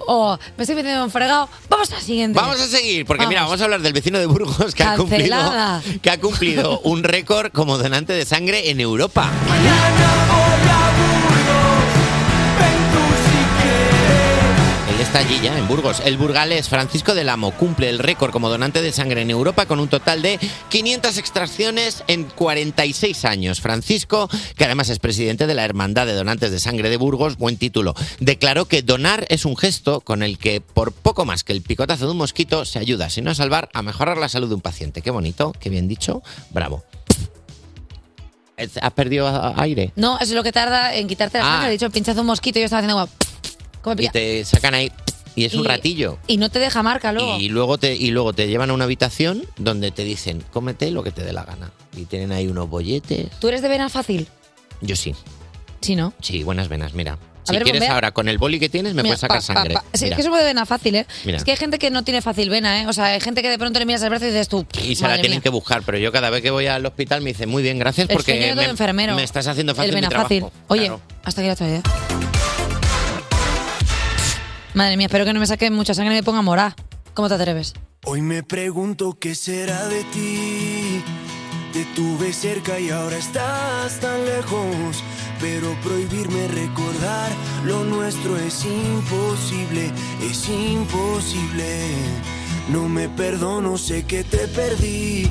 O me estoy metiendo en fregado. Vamos a la siguiente. Ah, Vamos a seguir, porque mira, vamos a hablar del vecino de Burgos que ha, cumplido, Cancelada. que ha cumplido un récord como donante de sangre en Europa. Él está allí ya, en Burgos. El burgalés Francisco del Amo cumple el récord como donante de sangre en Europa con un total de 500 extracciones en 46 años. Francisco, que además es presidente de la Hermandad de Donantes de Sangre de Burgos, buen título, declaró que donar es un gesto con el que, por poco más que el picotazo de un mosquito, se ayuda, si no a salvar, a mejorar la salud de un paciente. Qué bonito, qué bien dicho, bravo. ¿Has perdido a- aire? No, eso es lo que tarda en quitarte la Ah. sangre. He dicho, pinchazo un mosquito y yo estaba haciendo como... como me Y pica. te sacan ahí y es un Y- ratillo. Y no te deja marca luego. Y luego te y luego te llevan a una habitación donde te dicen, cómete lo que te dé la gana. Y tienen ahí unos bolletes. ¿Tú eres de vena fácil? Yo sí, Sí, ¿no? sí, buenas venas, mira. A Si ver, quieres bombea. ahora, con el boli que tienes, me Mira, puedes sacar pa, pa, sangre. pa. Sí, Es Mira. que somos de vena fácil, ¿eh? Mira. Es que hay gente que no tiene fácil vena, ¿eh? O sea, hay gente que de pronto le miras el brazo y dices tú... Y se la madre tienen mía. que buscar, pero yo cada vez que voy al hospital me dicen, muy bien, gracias El porque sueño de me, enfermero. me estás haciendo fácil el mi vena trabajo. fácil. Oye, Claro. hasta aquí la actualidad. Madre mía, espero que no me saquen mucha sangre y me ponga morá. ¿Cómo te atreves? Hoy me pregunto qué será de ti. Te tuve cerca y ahora estás tan lejos. Pero prohibirme recordar lo nuestro es imposible, es imposible. No me perdono, sé que te perdí.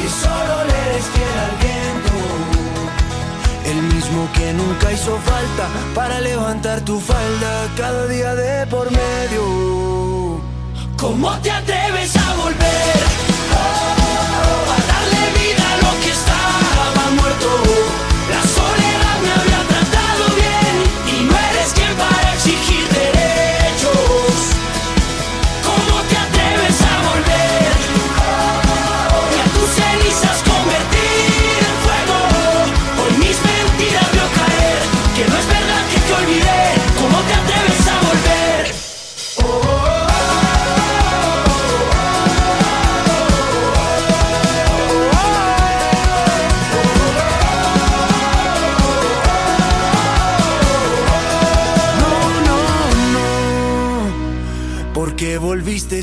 que solo le eres fiel al viento. El mismo que nunca hizo falta para levantar tu falda cada día de por medio. ¿Cómo te atreves a volver? Oh, a darle vida a lo que estaba muerto. La soledad me había tratado bien y no eres quien para exigir derechos. ¿Cómo te atreves a volver? Oh, y a tus cenizas convertir en fuego. Hoy mis mentiras veo caer, que no es verdad que te olvidé. ¿Cómo te atreves a volver? ¿Por qué volviste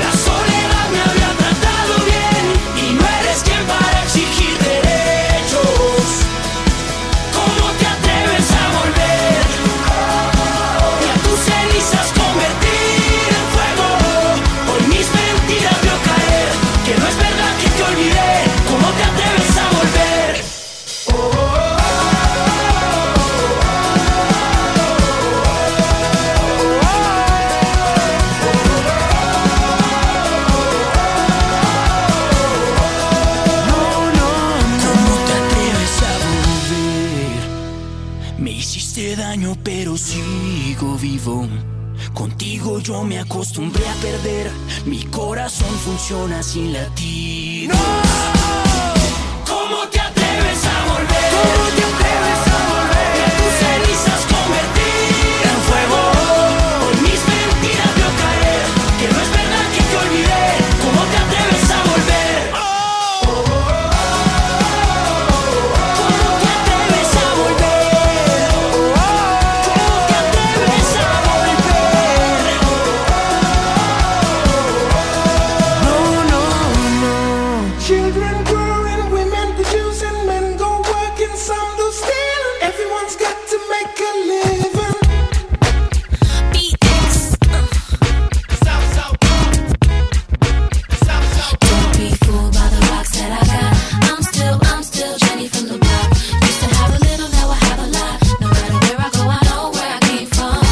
La soledad me había tratado bien y no eres quien para exigir derechos. ¿Cómo te atreves a volver? Oh, Y a tus cenizas convertir en fuego. Hoy mis mentiras veo caer, que no es verdad que te olvidé. ¿Cómo te atreves a volver? ¿Cómo te atreves a volver? Me hiciste daño, pero sigo vivo. Contigo yo me acostumbré a perder. Mi corazón funciona sin latir. ¡No! ¿Cómo te atreves a volver? ¿Cómo te atreves a volver? Y a tus cenizas convertir en fuego. Hoy mis mentiras veo caer. Que no es verdad que te olvidé. ¿Cómo te atreves a volver? Children grow and women produce and men go work and some do steal. Everyone's got to make a living. BX. Don't be fooled by the rocks that I got. I'm still, I'm still Jenny from the block. Used to have a little, now I have a lot. No matter where I go, I know where I came from.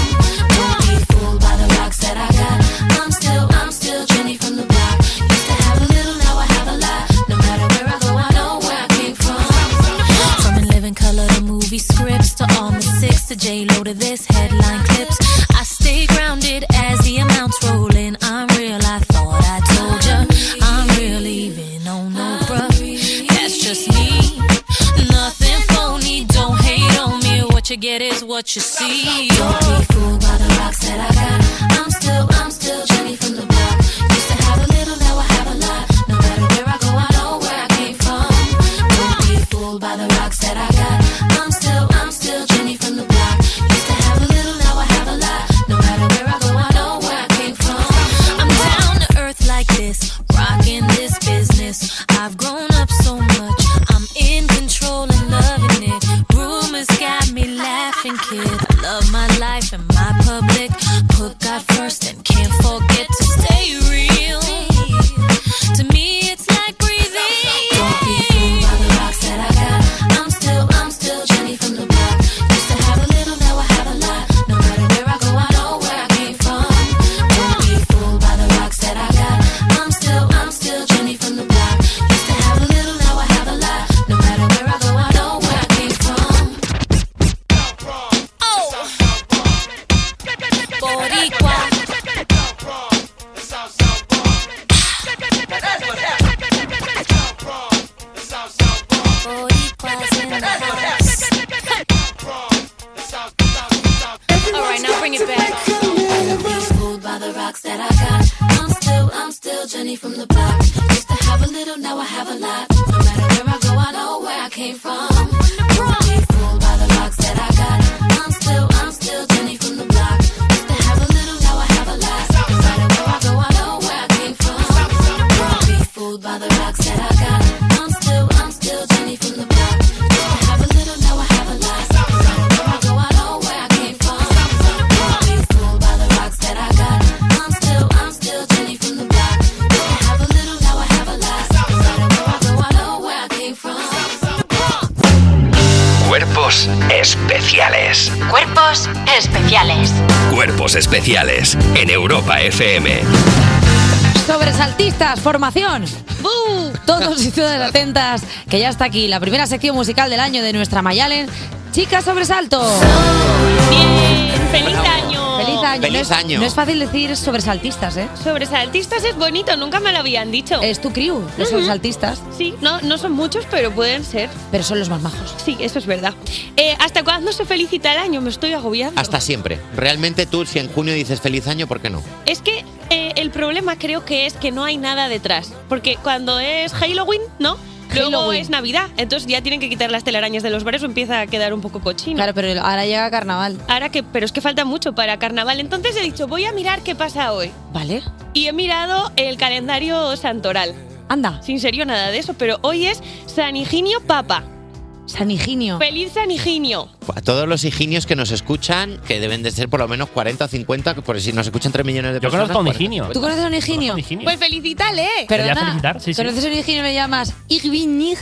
Don't be fooled by the rocks that I got. I'm still, I'm still Jenny from the block. Used to have a little, now I have a lot. No matter where I go, I know where I came from. From in living color to movie scripts to all the six to J Lo to this headline clips. I stay grounded as the amounts roll in. I'm real. I thought I told ya. I'm real, even on no bruh. That's just me. Nothing phony. Don't hate on me. What you get is what you see. Don't be fooled by the rocks that I got. I'm still, I'm still Jenny from the block. Used to have a little, now I have a lot. No matter where I go, I know where I came from. Don't be fooled by the rocks that I got. I'm still, I'm still Jenny from the block. Used to have a little, now I have a lot. No matter where I go, I know where I came from. I'm down to earth like this, rocking this business. I've grown up so much, I'm in control and loving it. Rumors got me laughing, kid. I love my life and my public. Put God first and can't forget to stay real. To me, it's like breathing. Don't be fooled by the rocks that I got. I'm still, I'm still Jenny from the block. Used to have a little, now I have a lot. No matter where I go, I know where I came from. Don't be fooled by the rocks that I got. I'm still, I'm still Jenny from the block. Used to have a little, now I have a lot. No matter where I go, I know where I came from. Oh, Boricua. Boricuas in the house. All right, now bring it back. Fooled by the rocks that I got. I'm still, I'm still Jenny from the block. Used to have a little, now I have a lot. No matter where I go, I know where I came from. Don't be fooled by the rocks that I got. I'm still, I'm still Jenny from the block. Used to have a little, now I have a lot. No matter where I go, I know where I came from. Don't be fooled by the rocks that I got. I'm still, I'm still Jenny from the block. Used to have a little, now I have a lot. No matter where I go, I know where I came from. Don't be fooled by the rocks that I got. I'm still, I'm still Jenny from the block. Used to have a little, now I have a lot. No matter where I go, I know where I came from. Cuerpos especiales. Cuerpos especiales. Cuerpos especiales en Europa FM. Sobresaltistas, formación. ¡Bu! Todos y todas atentas, que ya está aquí la primera sección musical del año de nuestra Mayalen, Chica Sobresalto. ¡Feliz año! ¡Feliz Feliz año. Feliz no, es, año. no es fácil decir sobresaltistas, ¿eh? Sobresaltistas es bonito, nunca me lo habían dicho. Es tu crew, los sobresaltistas. Sí, no, no son muchos, pero pueden ser. Pero son los más majos. Sí, eso es verdad. Eh, ¿Hasta cuándo se felicita el año? Me estoy agobiando. Hasta siempre. Realmente tú, si en junio dices feliz año, ¿por qué no? Es que eh, el problema creo que es que no hay nada detrás. Porque cuando es Halloween, ¿no? Luego Halloween. es Navidad, entonces ya tienen que quitar las telarañas de los bares o empieza a quedar un poco cochino. Claro, pero ahora llega carnaval. Ahora que, pero es que falta mucho para carnaval, entonces he dicho, voy a mirar qué pasa hoy. ¿Vale? Y he mirado el calendario santoral. Anda. Sin serio nada de eso, pero hoy es San Higinio Papa. San Higinio. Feliz San Higinio. A todos los higinios que nos escuchan, que deben de ser por lo menos 40 o 50, porque si nos escuchan 3 millones de Yo personas. conozco a un 40. higinio. ¿Tú conoces a un Higinio? Pues felicítale. Perdona, Quería felicitar, sí, sí. ¿conoces a un Higinio y le llamas Igviñig?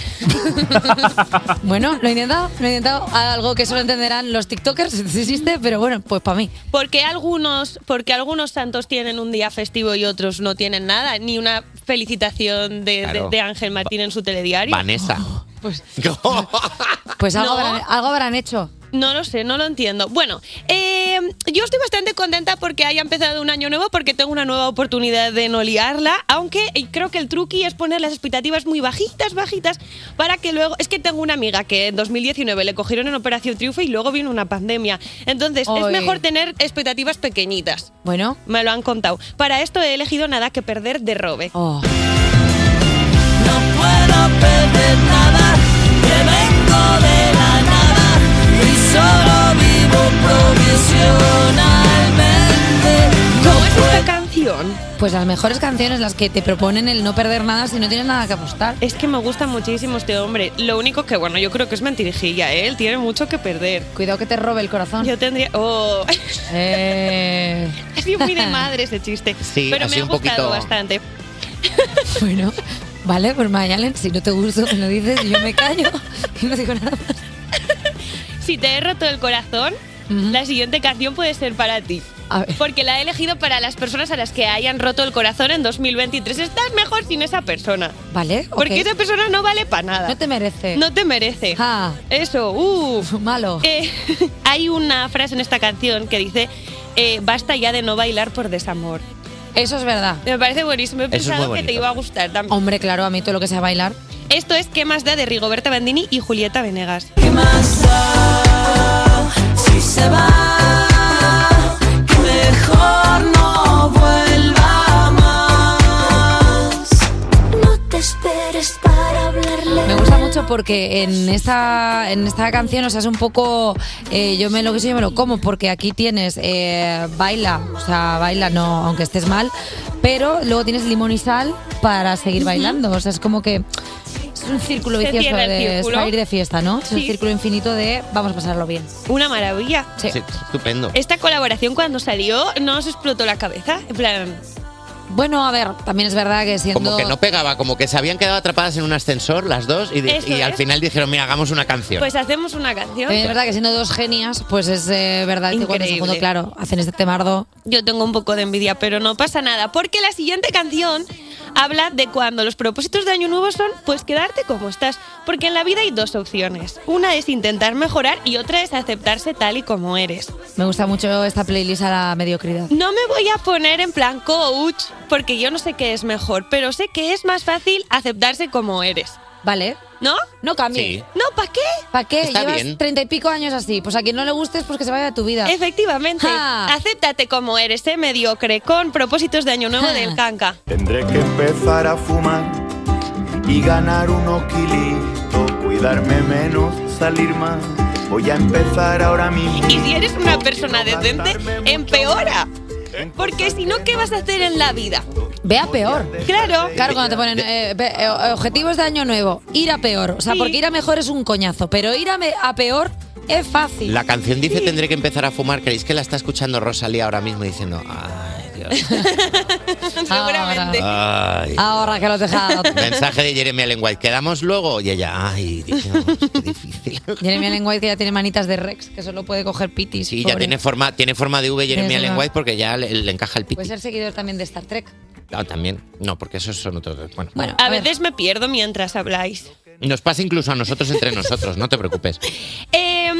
bueno, lo he intentado, lo he intentado. Algo que solo entenderán los TikTokers, si existe, pero bueno, pues para mí. Porque algunos, porque algunos santos tienen un día festivo y otros no tienen nada, ni una felicitación de, de- Claro. de Ángel Martín en su telediario. Vanessa. Pues, Pues algo habrán- algo habrán hecho. No lo sé, no lo entiendo. Bueno, eh, yo estoy bastante contenta porque haya empezado un año nuevo, porque tengo una nueva oportunidad de no liarla, aunque eh, creo que el truqui es poner las expectativas muy bajitas, bajitas, para que luego... Es que tengo una amiga que en 2019 le cogieron en Operación Triunfo y luego vino una pandemia. Entonces, es Oy. mejor tener expectativas pequeñitas. Bueno. Me lo han contado. Para esto he elegido Nada que perder de Robe. Oh. Y solo vivo provisionalmente. ¿Cómo es esta canción? Pues las mejores canciones, las que te proponen el no perder nada si no tienes nada que apostar. Es que me gusta muchísimo este hombre. Lo único que, bueno, yo creo que es mentirijilla. ¿eh? Él tiene mucho que perder. Cuidado que te robe el corazón. Yo tendría. ¡Oh! Eh. ha sido muy de madre ese chiste. Sí, pero ha me ha sido un gustado poquito- bastante. Bueno, vale, pues Mayalen, si no te gusta, me lo dices y yo me callo y no digo nada más. Si te he roto el corazón, la siguiente canción puede ser para ti. Porque la he elegido para las personas a las que hayan roto el corazón en 2023. Estás mejor sin esa persona. Vale, ok. Porque esa persona no vale para nada. No te merece. No te merece. Eso, Eh, uff. Malo. hay una frase en esta canción que dice: eh, Basta ya de no bailar por desamor. Eso es verdad. Me parece buenísimo. He Eso es muy pensado que bonito. te iba a gustar también. Hombre, claro, a mí todo lo que sea bailar. Esto es ¿Qué más da? de Rigoberta Bandini y Julieta Venegas. Si se va, que mejor no vuelva más. No te esperes para hablarle. Me gusta mucho porque en esta, en esta canción, o sea, es un poco. eh, yo me lo que soy, yo me lo como, porque aquí tienes eh, baila, o sea, baila, no, aunque estés mal, pero luego tienes limón y sal para seguir bailando. O sea, es como que. Es un círculo Se vicioso cierra el de círculo. salir de fiesta, ¿no? Es un Sí. círculo infinito de vamos a pasarlo bien. Una maravilla. Sí, estupendo. Esta colaboración cuando salió nos explotó la cabeza. En plan, Bueno, a ver, también es verdad que siendo. Como que no pegaba, como que se habían quedado atrapadas en un ascensor las dos y, de- Eso y es. al final dijeron, mira, hagamos una canción. pues hacemos una canción. También es verdad que siendo dos genias, pues es eh, verdad que cuando se Increíble. juntan, claro, hacen este temardo. Yo tengo un poco de envidia, pero no pasa nada, porque la siguiente canción habla de cuando los propósitos de Año Nuevo son, pues quedarte como estás, porque en la vida hay dos opciones. Una es intentar mejorar y otra es aceptarse tal y como eres. Me gusta mucho esta playlist a la mediocridad. No me voy a poner en plan coach, porque yo no sé qué es mejor, pero sé que es más fácil aceptarse como eres. Vale. ¿No? No cambie. Sí. No, ¿para qué? ¿Para qué? Está Llevas bien. treinta y pico años así. Pues a quien no le gustes, pues que se vaya de tu vida. Efectivamente. Ah. Acéptate como eres, sé mediocre, con propósitos de año nuevo Ah. del canca. Tendré que empezar a fumar y ganar unos kilitos, cuidarme menos, salir más. Voy a empezar ahora mismo. Y si eres una persona decente, empeora. Porque si no, ¿qué vas a hacer en la vida? Ve a peor. Claro. Claro, cuando te ponen eh, ve- eh, objetivos de año nuevo, ir a peor. O sea, Sí. porque ir a mejor es un coñazo, pero ir a, me- a peor es fácil. La canción dice tendré que empezar a fumar. ¿Creéis que la está escuchando Rosalía ahora mismo diciendo, ay, Dios, Seguramente. ay? Ahora que lo he dejado. Mensaje de Jeremy Allen White. Quedamos luego y ella, ay, Dios. Jeremy Allen White que ya tiene manitas de Rex, que solo puede coger pitis. Sí, ya pobre. tiene forma, tiene forma de V Jeremy Sí, Allen señor. Pues White porque ya le, le encaja el pito. Puede ser seguidor también de Star Trek. Ah, también. No, porque esos son otros. Bueno. A veces me pierdo mientras habláis. Nos pasa incluso a nosotros entre nosotros, no te preocupes. Eh,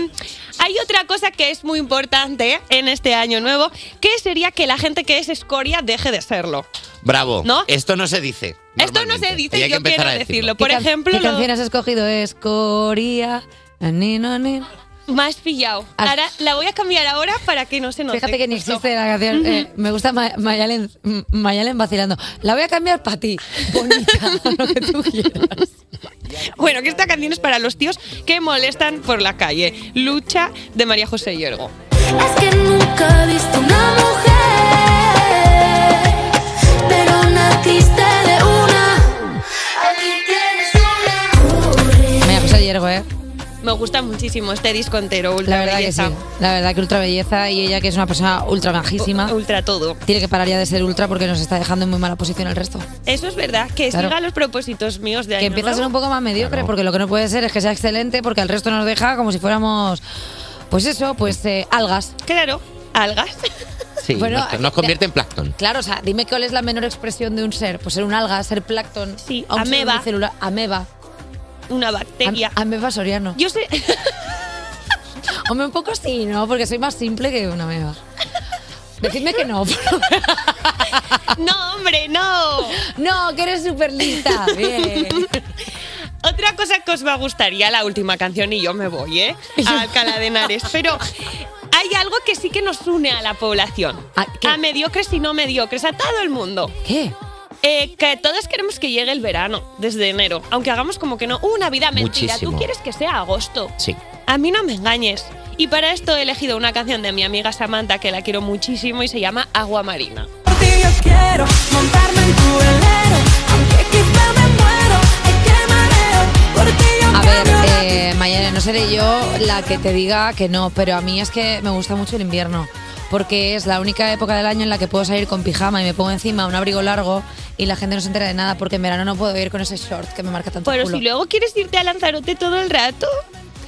hay otra cosa que es muy importante en este año nuevo, que sería que la gente que es escoria deje de serlo. Bravo. ¿No? ¿Eh? Esto no se dice. Esto no se Y dice, hay que yo empezar quiero a decirlo. decirlo. Por ¿Qué can- ejemplo, ¿Qué lo- canción Ah, has escogido? Escoria. Anino, anino. más pillado. Ahora la voy a cambiar ahora para que no se note. Ah. Fíjate que ni Eso. existe la canción. eh, me gusta Ma- Mayalen, M- Mayalen vacilando. La voy a cambiar para ti. Bueno, que esta canción es para los tíos que molestan por la calle. Lucha de María José Yorgo. Es que nunca he visto una mujer, pero naciste de una. Aquí tienes María José Yergo, ¿eh? Me gusta muchísimo este disco entero, Ultra La verdad que sí. Belleza. La verdad que ultra belleza y ella que es una persona ultra majísima. Ultra todo. Tiene que parar ya de ser ultra porque nos está dejando en muy mala posición el resto. Eso es verdad, que Claro. siga los propósitos míos de Que año empieza a ser un poco más mediocre, porque lo que no puede ser es que sea excelente, porque al resto nos deja como si fuéramos, pues eso, pues eh, algas. Claro, algas. Sí, Bueno, eh, nos, nos convierte en plancton. Claro, o sea, dime cuál es la menor expresión de un ser. Pues ser un alga, ser plancton, sí, ameba. celular, ameba. Una bacteria. ameba soriano. Yo sé. Hombre, un poco sí, ¿no? Porque soy más simple que una ameba. Decidme que no. no, hombre, no. No, que eres súper lista. Bien. Eh, Otra cosa que os va a gustaría, la última canción, y yo me voy, ¿eh? A Alcalá de Henares. Pero hay algo que sí que nos une a la población. A mediocres y no mediocres, a todo el mundo. Ah, Eh, ¿Qué? que todos queremos que llegue el verano, desde enero. Aunque hagamos como que no. Uh, Navidad, mentira. Muchísimo. Tú quieres que sea agosto. Sí. A mí no me engañes. Y para esto he elegido una canción de mi amiga Samantha, que la quiero muchísimo, y se llama Agua Marina. yo quiero montarme en tu velero, aunque quizá me muero, hay que mareo, por ti yo A ver, eh, Mayane, no seré yo la que te diga que no, pero a mí es que me gusta mucho el invierno. Porque es la única época del año en la que puedo salir con pijama y me pongo encima un abrigo largo y la gente no se entera de nada porque en verano no puedo ir con ese short que me marca tanto Pero culo. si luego quieres irte a Lanzarote todo el rato.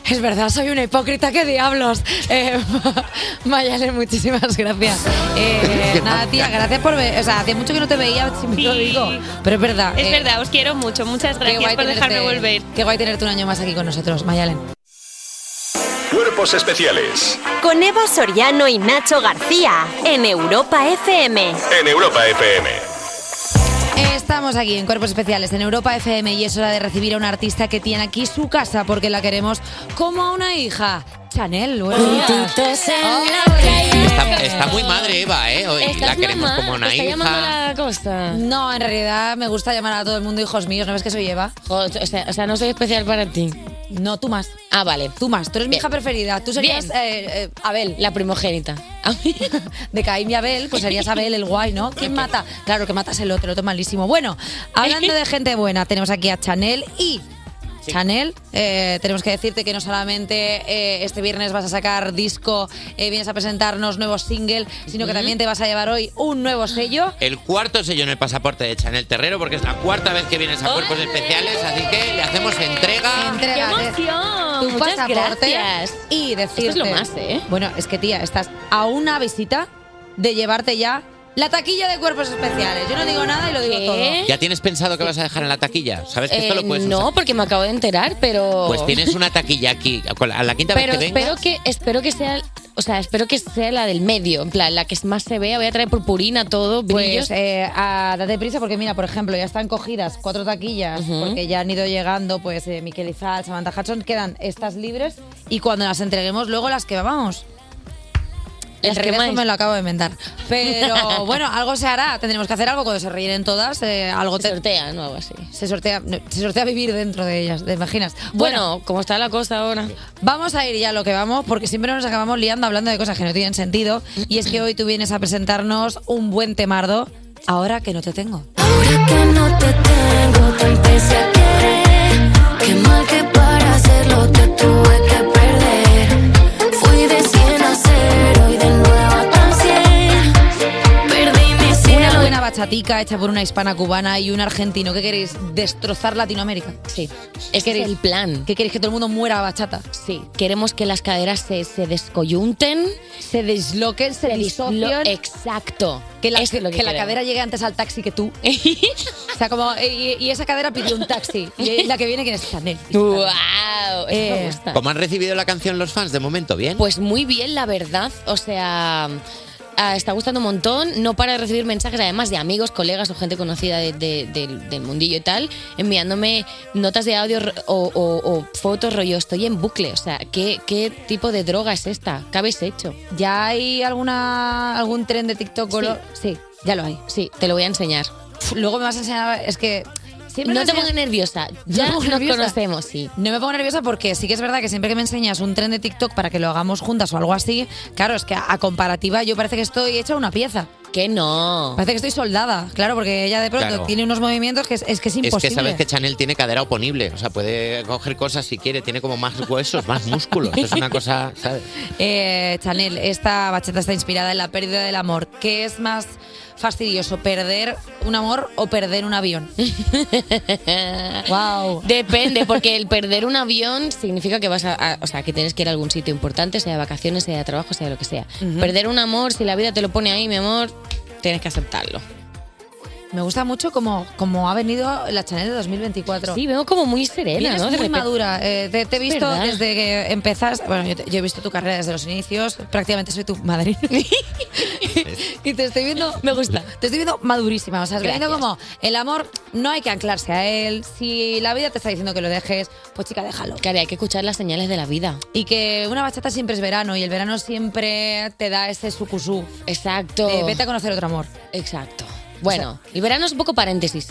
Es verdad, soy una hipócrita, qué diablos. Eh, Mayale, muchísimas gracias. Eh, nada, tía, gracias por ver. O sea, hace mucho que no te veía, si me lo digo. Pero es verdad. Es eh, verdad, os quiero mucho. Muchas qué gracias guay por dejarme tenerte- volver. Qué guay tenerte un año más aquí con nosotros, Mayalen. Cuerpos especiales Con Eva Soriano y Nacho García en Europa FM. en Europa FM. Estamos aquí en Cuerpos Especiales en Europa FM y es hora de recibir a una artista que tiene aquí su casa porque la queremos como a una hija. Chanel, buenos días. Está, está muy madre Eva, ¿eh? Hoy Estás la queremos mamá, como una te está hija. llamando No, en realidad me gusta llamar a todo el mundo hijos míos, ¿no ves que soy Eva? o, sea, no soy especial para ti. No, tú más. Ah, vale. Tú más, tú eres mi hija preferida. Tú serías Bien. eh, eh, Abel. Ah, La primogénita. De Caín y Abel, pues serías Abel el guay, ¿no? ¿Quién mata? Claro, que matas el otro, el otro malísimo. Bueno, hablando de gente buena, tenemos aquí a Chanel y... Chanel, eh, tenemos que decirte que no solamente eh, este viernes vas a sacar disco, eh, vienes a presentarnos nuevo single, sino que también te vas a llevar hoy un nuevo sello. El cuarto sello en el pasaporte de Chanel Terrero, porque es la cuarta vez que vienes a Cuerpos Especiales, así que le hacemos entrega. entregas ¡Qué emoción! tu Muchas pasaporte gracias. y decirte Esto es lo más, ¿eh? bueno es que tía estás a una visita de llevarte ya la taquilla de cuerpos especiales yo no digo nada y lo digo todo ¿Ya tienes pensado que vas a dejar en la taquilla? ¿Sabes que esto Eh, lo puedes no, usar? porque me acabo de enterar, pero. Pues tienes una taquilla aquí. con la- A la quinta Pero vez que vengas. espero que, espero que sea. O sea, espero que sea la del medio, en plan, la que más se vea. Voy a traer purpurina, todo, brillos. pues eh, a- date prisa porque mira pues, por ejemplo ya están cogidas cuatro taquillas Ujú. porque ya han ido llegando pues eh, Miquel Izal Samantha Hudson quedan estas libres y cuando las entreguemos luego las que vamos el Las que regreso más. me lo acabo de inventar. Pero bueno, algo se hará. Tendremos que hacer algo cuando se rellen todas. eh, algo Se sortea, no algo así. Se sortea, no, se sortea vivir dentro de ellas, ¿te imaginas? Bueno, como está la cosa ahora. Vamos a ir ya a lo que vamos, porque siempre nos acabamos liando hablando de cosas que no tienen sentido. Y es que hoy tú vienes a presentarnos un buen temardo, ahora que no te tengo. que no te tengo, te empecé a querer. Qué mal que para hacerlo te tuve que perder. Fui de 100 a 0 y de nuevo a tan 100. Perdí mi cielo. Una buena bachata chatica hecha por una hispana cubana y un argentino. ¿Qué queréis? ¿Destrozar Latinoamérica? Sí. Es que es el plan. ¿Qué queréis? ¿Que todo el mundo muera a bachata? Sí. Queremos que las caderas se, se descoyunten, se desloquen, se, disocien. Exacto. Que la, Eso es lo que la queremos. cadera llegue antes al taxi que tú. o sea, como. Y, y esa cadera pidió un taxi. Y la que viene, que es Chanel. ¡Wow! Eh, ¿Cómo han recibido la canción los fans de momento? ¿Bien? Pues muy bien, la verdad. O sea, ah, está gustando un montón. No para de recibir mensajes, además de amigos, colegas o gente conocida de- de- del- del mundillo y tal, enviándome notas de audio r- o, o- o fotos, rollo. Estoy en bucle. O sea, ¿qué, qué tipo de droga es esta? ¿Qué habéis hecho? ¿Ya hay alguna algún tren de TikTok? Sí, color? sí, ya lo hay. Sí, te lo voy a enseñar. Pf, Luego me vas a enseñar. Es que. no te pongas nerviosa. Ya nos conocemos, sí. No me pongo nerviosa porque sí que es verdad que siempre que me enseñas un tren de TikTok para que lo hagamos juntas o algo así, claro, es que a a comparativa yo parece que estoy hecha una pieza. Que no. Parece que estoy soldada, claro, porque ella de pronto Claro. tiene unos movimientos que es, es que es Es imposible. que sabes que Chanel tiene cadera oponible, o sea, puede coger cosas si quiere, tiene como más huesos, más músculos, es una cosa, ¿sabes? Eh, Chanel, esta bachata está inspirada en la pérdida del amor. ¿Qué es más fastidioso, perder un amor o perder un avión? wow. Eh, Depende, porque el perder un avión significa que vas a, a- o sea, que tienes que ir a algún sitio importante, sea de vacaciones, sea de trabajo, sea de lo que sea. Ujú. Perder un amor, si la vida te lo pone ahí, mi amor, tienes que aceptarlo. Me gusta mucho como, como ha venido la Chanel de 2024. Sí, veo como muy serena, Vienes ¿no? De muy repente. madura. Eh, te, te he Es visto verdad. desde que empezaste. Bueno, yo, te- yo he visto tu carrera desde los inicios. Prácticamente soy tu madre. y te estoy viendo. Me gusta. Te estoy viendo madurísima. O sea, has venido Gracias. como el amor no hay que anclarse a él. Si la vida te está diciendo que lo dejes, pues chica, déjalo. Claro, hay que escuchar las señales de la vida. Y que una bachata siempre es verano y el verano siempre te da ese sucusú. Exacto. De Eh, vete a conocer otro amor. Exacto. Oh. Bueno, el verano es un poco paréntesis,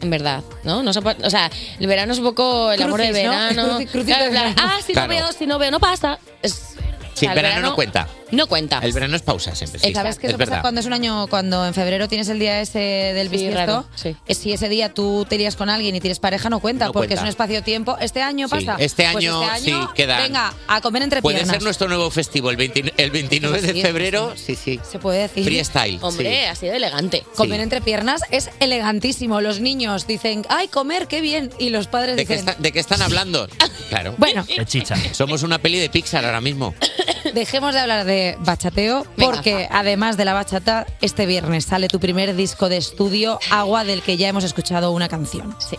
en verdad, ¿no? No se pa- o sea, el verano es un poco el amor de Crucis, ¿no? verano. Cruci- crucito Claro, de en plan, verano. Ah, si Claro. no veo, si no veo, no pasa. Es- o Sí, sea, el el verano, no cuenta. No cuenta. El verano es pausa siempre. sí. Eh, ¿Sabes qué es eso pasa verdad. cuando es un año, cuando en febrero tienes el día ese del Sí, bisiesto? raro, sí. que Si ese día tú te lías con alguien y tienes pareja, no cuenta, No porque cuenta. es un espacio-tiempo. Este año Sí, pasa. este Pues año este año, sí, quedan. Venga, a comer entre Puede piernas. ser nuestro nuevo festivo el, 20 el 29 Sí, sí, de febrero, sí, sí. Se puede decir. Freestyle. Hombre, ha sido elegante. Comer entre piernas es elegantísimo. Los niños dicen, ay, comer, qué bien. Y los padres sí. ¿De qué, dicen, está- de qué están hablando? Claro. Bueno. De chicha. Somos una peli de Pixar ahora mismo. dejemos de hablar de bachateo, porque además de la bachata, este viernes sale tu primer disco de estudio, Agua, del que ya hemos escuchado una canción. Sí.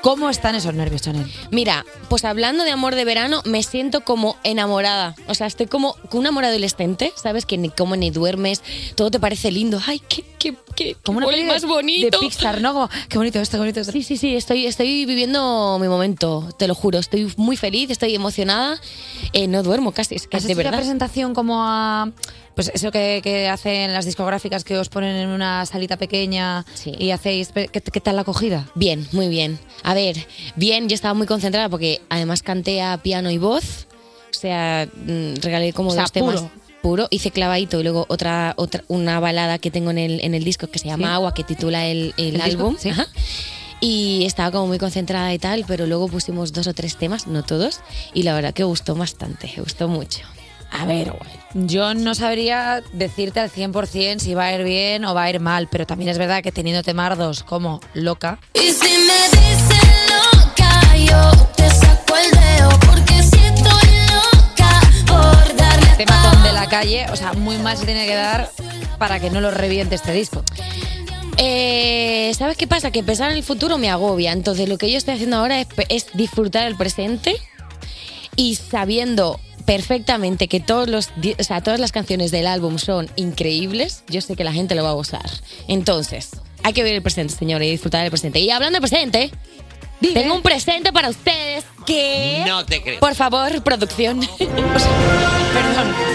¿Cómo están esos nervios, Chanel? Mira, pues hablando de amor de verano, me siento como enamorada. O sea, estoy como con un amor adolescente, ¿sabes? Que ni como ni duermes, todo te parece lindo. Ay, qué, qué, qué, Como una qué peli de- más bonito. de Pixar, ¿no? Como, qué bonito esto, qué bonito esto. Sí, sí, sí, estoy, estoy viviendo mi momento, te lo juro. Estoy muy feliz, estoy emocionada. Eh, no duermo casi, es que ¿Has de hecho una verdad. presentación como a... Pues eso que, que hacen las discográficas que os ponen en una salita pequeña y hacéis... ¿Qué, qué tal la acogida? Bien, muy bien. A ver, bien, yo estaba muy concentrada porque además canté a piano y voz. O sea, mm, regalé como O sea, dos temas. puro. Puro, hice clavadito y luego otra, otra una balada que tengo en el, en el disco que se llama Sí. Agua, que titula el, el ¿El disco? álbum. Sí. Ajá. Y estaba como muy concentrada y tal, pero luego pusimos dos o tres temas, no todos, y la verdad que gustó bastante, gustó mucho. A ver, yo no sabría decirte al 100% si va a ir bien o va a ir mal, pero también es verdad que teniendo temardos como loca... Y si me dicen loca, yo te saco el dedo porque si estoy loca por darle a Tema con de la calle, o sea, muy mal se tiene que dar para que no lo reviente este disco. Eh, ¿Sabes qué pasa? Que pensar en el futuro me agobia. Entonces, lo que yo estoy haciendo ahora es, pe- es disfrutar el presente y sabiendo perfectamente que todos los, di- o sea, todas las canciones del álbum son increíbles, yo sé que la gente lo va a gozar. Entonces, hay que ver el presente, señores, y disfrutar del presente. Y hablando de presente, tengo un presente para ustedes que... No te creo. Por favor, producción. Perdón,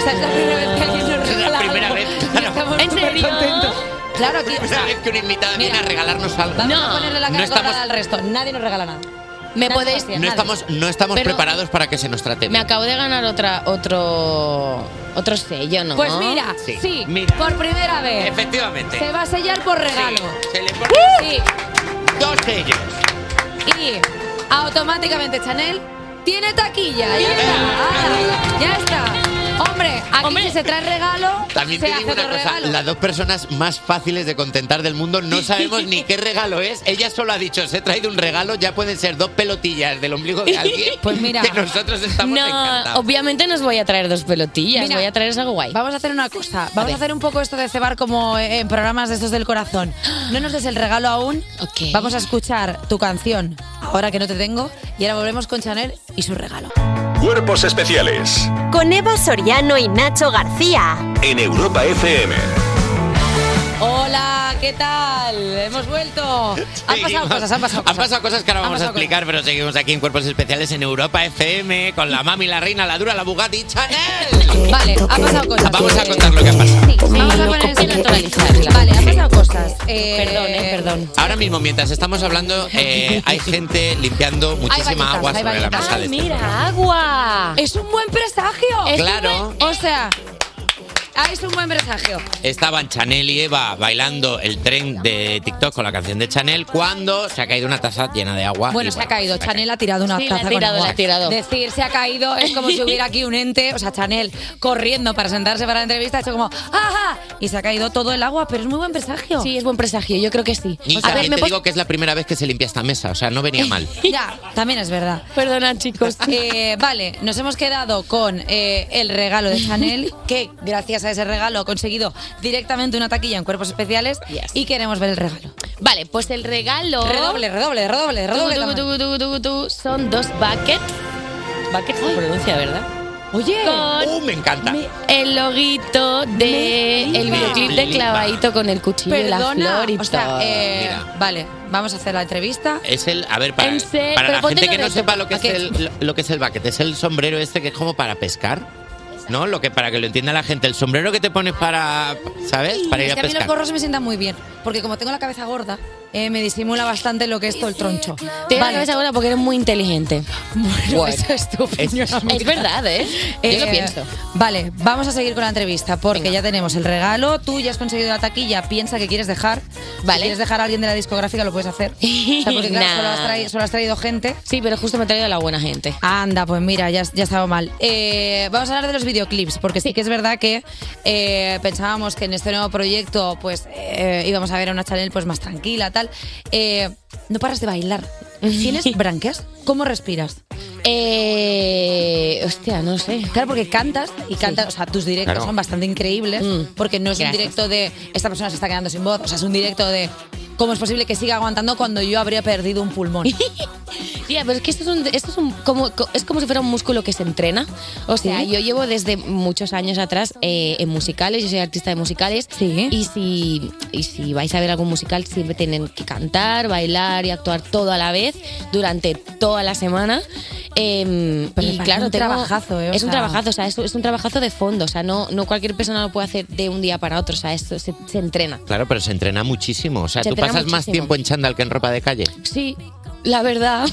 o sea, es la primera vez que alguien nos regala primera algo. vez, Y estamos ¿En súper serio? contentos. Claro, aquí, o Primera sea, vez que una invitada viene a regalarnos algo. Vamos a ponerle la cara no estamos, colorada al resto. Nadie nos regala nada. Me Nadie podéis- nos regala no nada. estamos, no estamos Pero- preparados para que se nos trate Me bien. acabo de ganar otra, otro, otro sello, ¿no? Pues mira, sí, Sí, mira. por primera vez. Efectivamente. Se va a sellar por regalo. Sí, se le pone Sí. dos sellos. Y automáticamente Chanel tiene taquilla. Ya está. Ala, ya está. Hombre, aquí si se trae regalo, También se te hace digo una otro cosa, regalo. las dos personas más fáciles de contentar del mundo no sabemos ni qué regalo es. Ella solo ha dicho, se he traído un regalo, ya pueden ser dos pelotillas del ombligo de alguien. Pues mira. Que nosotros estamos No, encantados. obviamente no os voy a traer dos pelotillas, Mira, voy a traeros algo guay. Vamos a hacer una cosa. Vamos Vale. a hacer un poco esto de cebar como eh, en programas de estos del corazón. No nos des el regalo aún. Vamos a escuchar tu canción, ahora que no te tengo, y ahora volvemos con Chanel y su regalo. Cuerpos especiales Con Eva Soriano y Nacho García. en Europa FM. Hola, ¿qué tal? Hemos vuelto. Han pasado Seguimos. cosas, han pasado cosas. cosas que ahora Han vamos a pasado explicar, pero seguimos aquí en Cuerpos Especiales en Europa FM con la mami, la reina, la dura, la Bugatti, Eh. Chanel. cosas. Vale, ha pasado cosas. Vamos a contar lo que ha pasado. Vamos a poner en naturalizarla. Vale, ha pasado cosas. perdón, perdón. Ahora mismo, mientras estamos hablando, eh, hay gente limpiando muchísima bañitas, agua hay sobre la bañitas. mesa de este agua. Es un buen presagio. Es Claro. un O sea, ah, es un buen presagio. Estaban Chanel y Eva bailando el tren de TikTok con la canción de Chanel cuando se ha caído una taza llena de agua. Bueno, y se ha caído. Chanel ha tirado una Sí, la ha taza tirado, con agua. la ha tirado. Decir se ha caído es como si hubiera aquí un ente, o sea, Chanel corriendo para sentarse para la entrevista, ha hecho como ¡ajá! Y se ha caído todo el agua, pero es muy buen presagio. Sí, es buen presagio, yo creo que sí. Y también te digo que es la primera vez que se limpia esta mesa, o sea, no Eh, venía mal. Ya, también es verdad. Perdona, chicos. vale, nos hemos quedado con eh, el regalo de Chanel, que gracias a ese regalo ha conseguido directamente una taquilla en cuerpos especiales y queremos ver el regalo. Vale, pues el regalo. Redoble, redoble, redoble, redoble. Tu, tu, Tamara. tu, tu, tu, tu, son dos buckets. Buckets se pronuncia, ¿verdad? Oye, Con ¡Uh, me encanta! el loguito de Me el videoclip flipa. de clavadito con el cuchillo y la Perdona, flor y o sea, todo. eh, vale, vamos a hacer la entrevista. Es el, a ver, para, En serio, para pero la gente póntelo que no derecho. sepa lo que, es Aquí. el, lo- lo que es el bucket, es el sombrero este que es como para pescar, ¿no? Lo que para que lo entienda la gente, el sombrero que te pones para, ¿sabes? Para ir es a que a mí los pescar. gorros me sientan muy bien, porque como tengo la cabeza gorda, eh, me disimula bastante lo que es todo el troncho. Tiene la cabeza gorda porque eres muy inteligente. Bueno, esa es tu opinión, amiga. es verdad, ¿eh? Yo lo Eh, pienso. Vale, vamos a seguir con la entrevista porque ya tenemos el regalo. Tú ya has conseguido la taquilla, piensa que quieres dejar. Vale. Si quieres dejar a alguien de la discográfica, lo puedes hacer. O sea, porque claro, Nah. solo, has traído, solo has traído gente. pues Sí, pero justo me he traído a la buena gente. Anda, pues mira, ya, ya estaba mal. Eh, vamos a hablar de los videoclips, porque sí que es verdad que eh, pensábamos que en este nuevo proyecto pues eh, íbamos a ver a una Chanel pues, más tranquila, tal. Eh, no paras de bailar. ¿Tienes branquias? ¿Cómo respiras? Eh, hostia, no sé. Claro, porque cantas y cantas, o sea, tus directos Claro. Mm. son bastante increíbles, porque no es un Gracias. directo de esta persona se está quedando sin voz, o sea, es un directo de cómo es posible que siga aguantando cuando yo habría perdido un pulmón. Tía, pero es que esto es, un- esto es un- como, co- es como si fuera un músculo que se entrena. O sea, yo llevo desde muchos años atrás eh, en musicales, yo soy artista de musicales. Y si, y si vais a ver algún musical, siempre tienen que cantar, bailar y actuar todo a la vez durante toda la semana. Em, Pero me y parece claro, un tengo- trabajazo, ¿eh? O Es un sea- trabajazo, o sea, es, es un trabajazo de fondo. O sea, no, no cualquier persona lo puede hacer de un día para otro. O sea, esto se- se entrena. Claro, pero se entrena muchísimo. O sea, Se tú entrena pasas más muchísimo. tiempo en chándal que en ropa de calle. Sí, la verdad.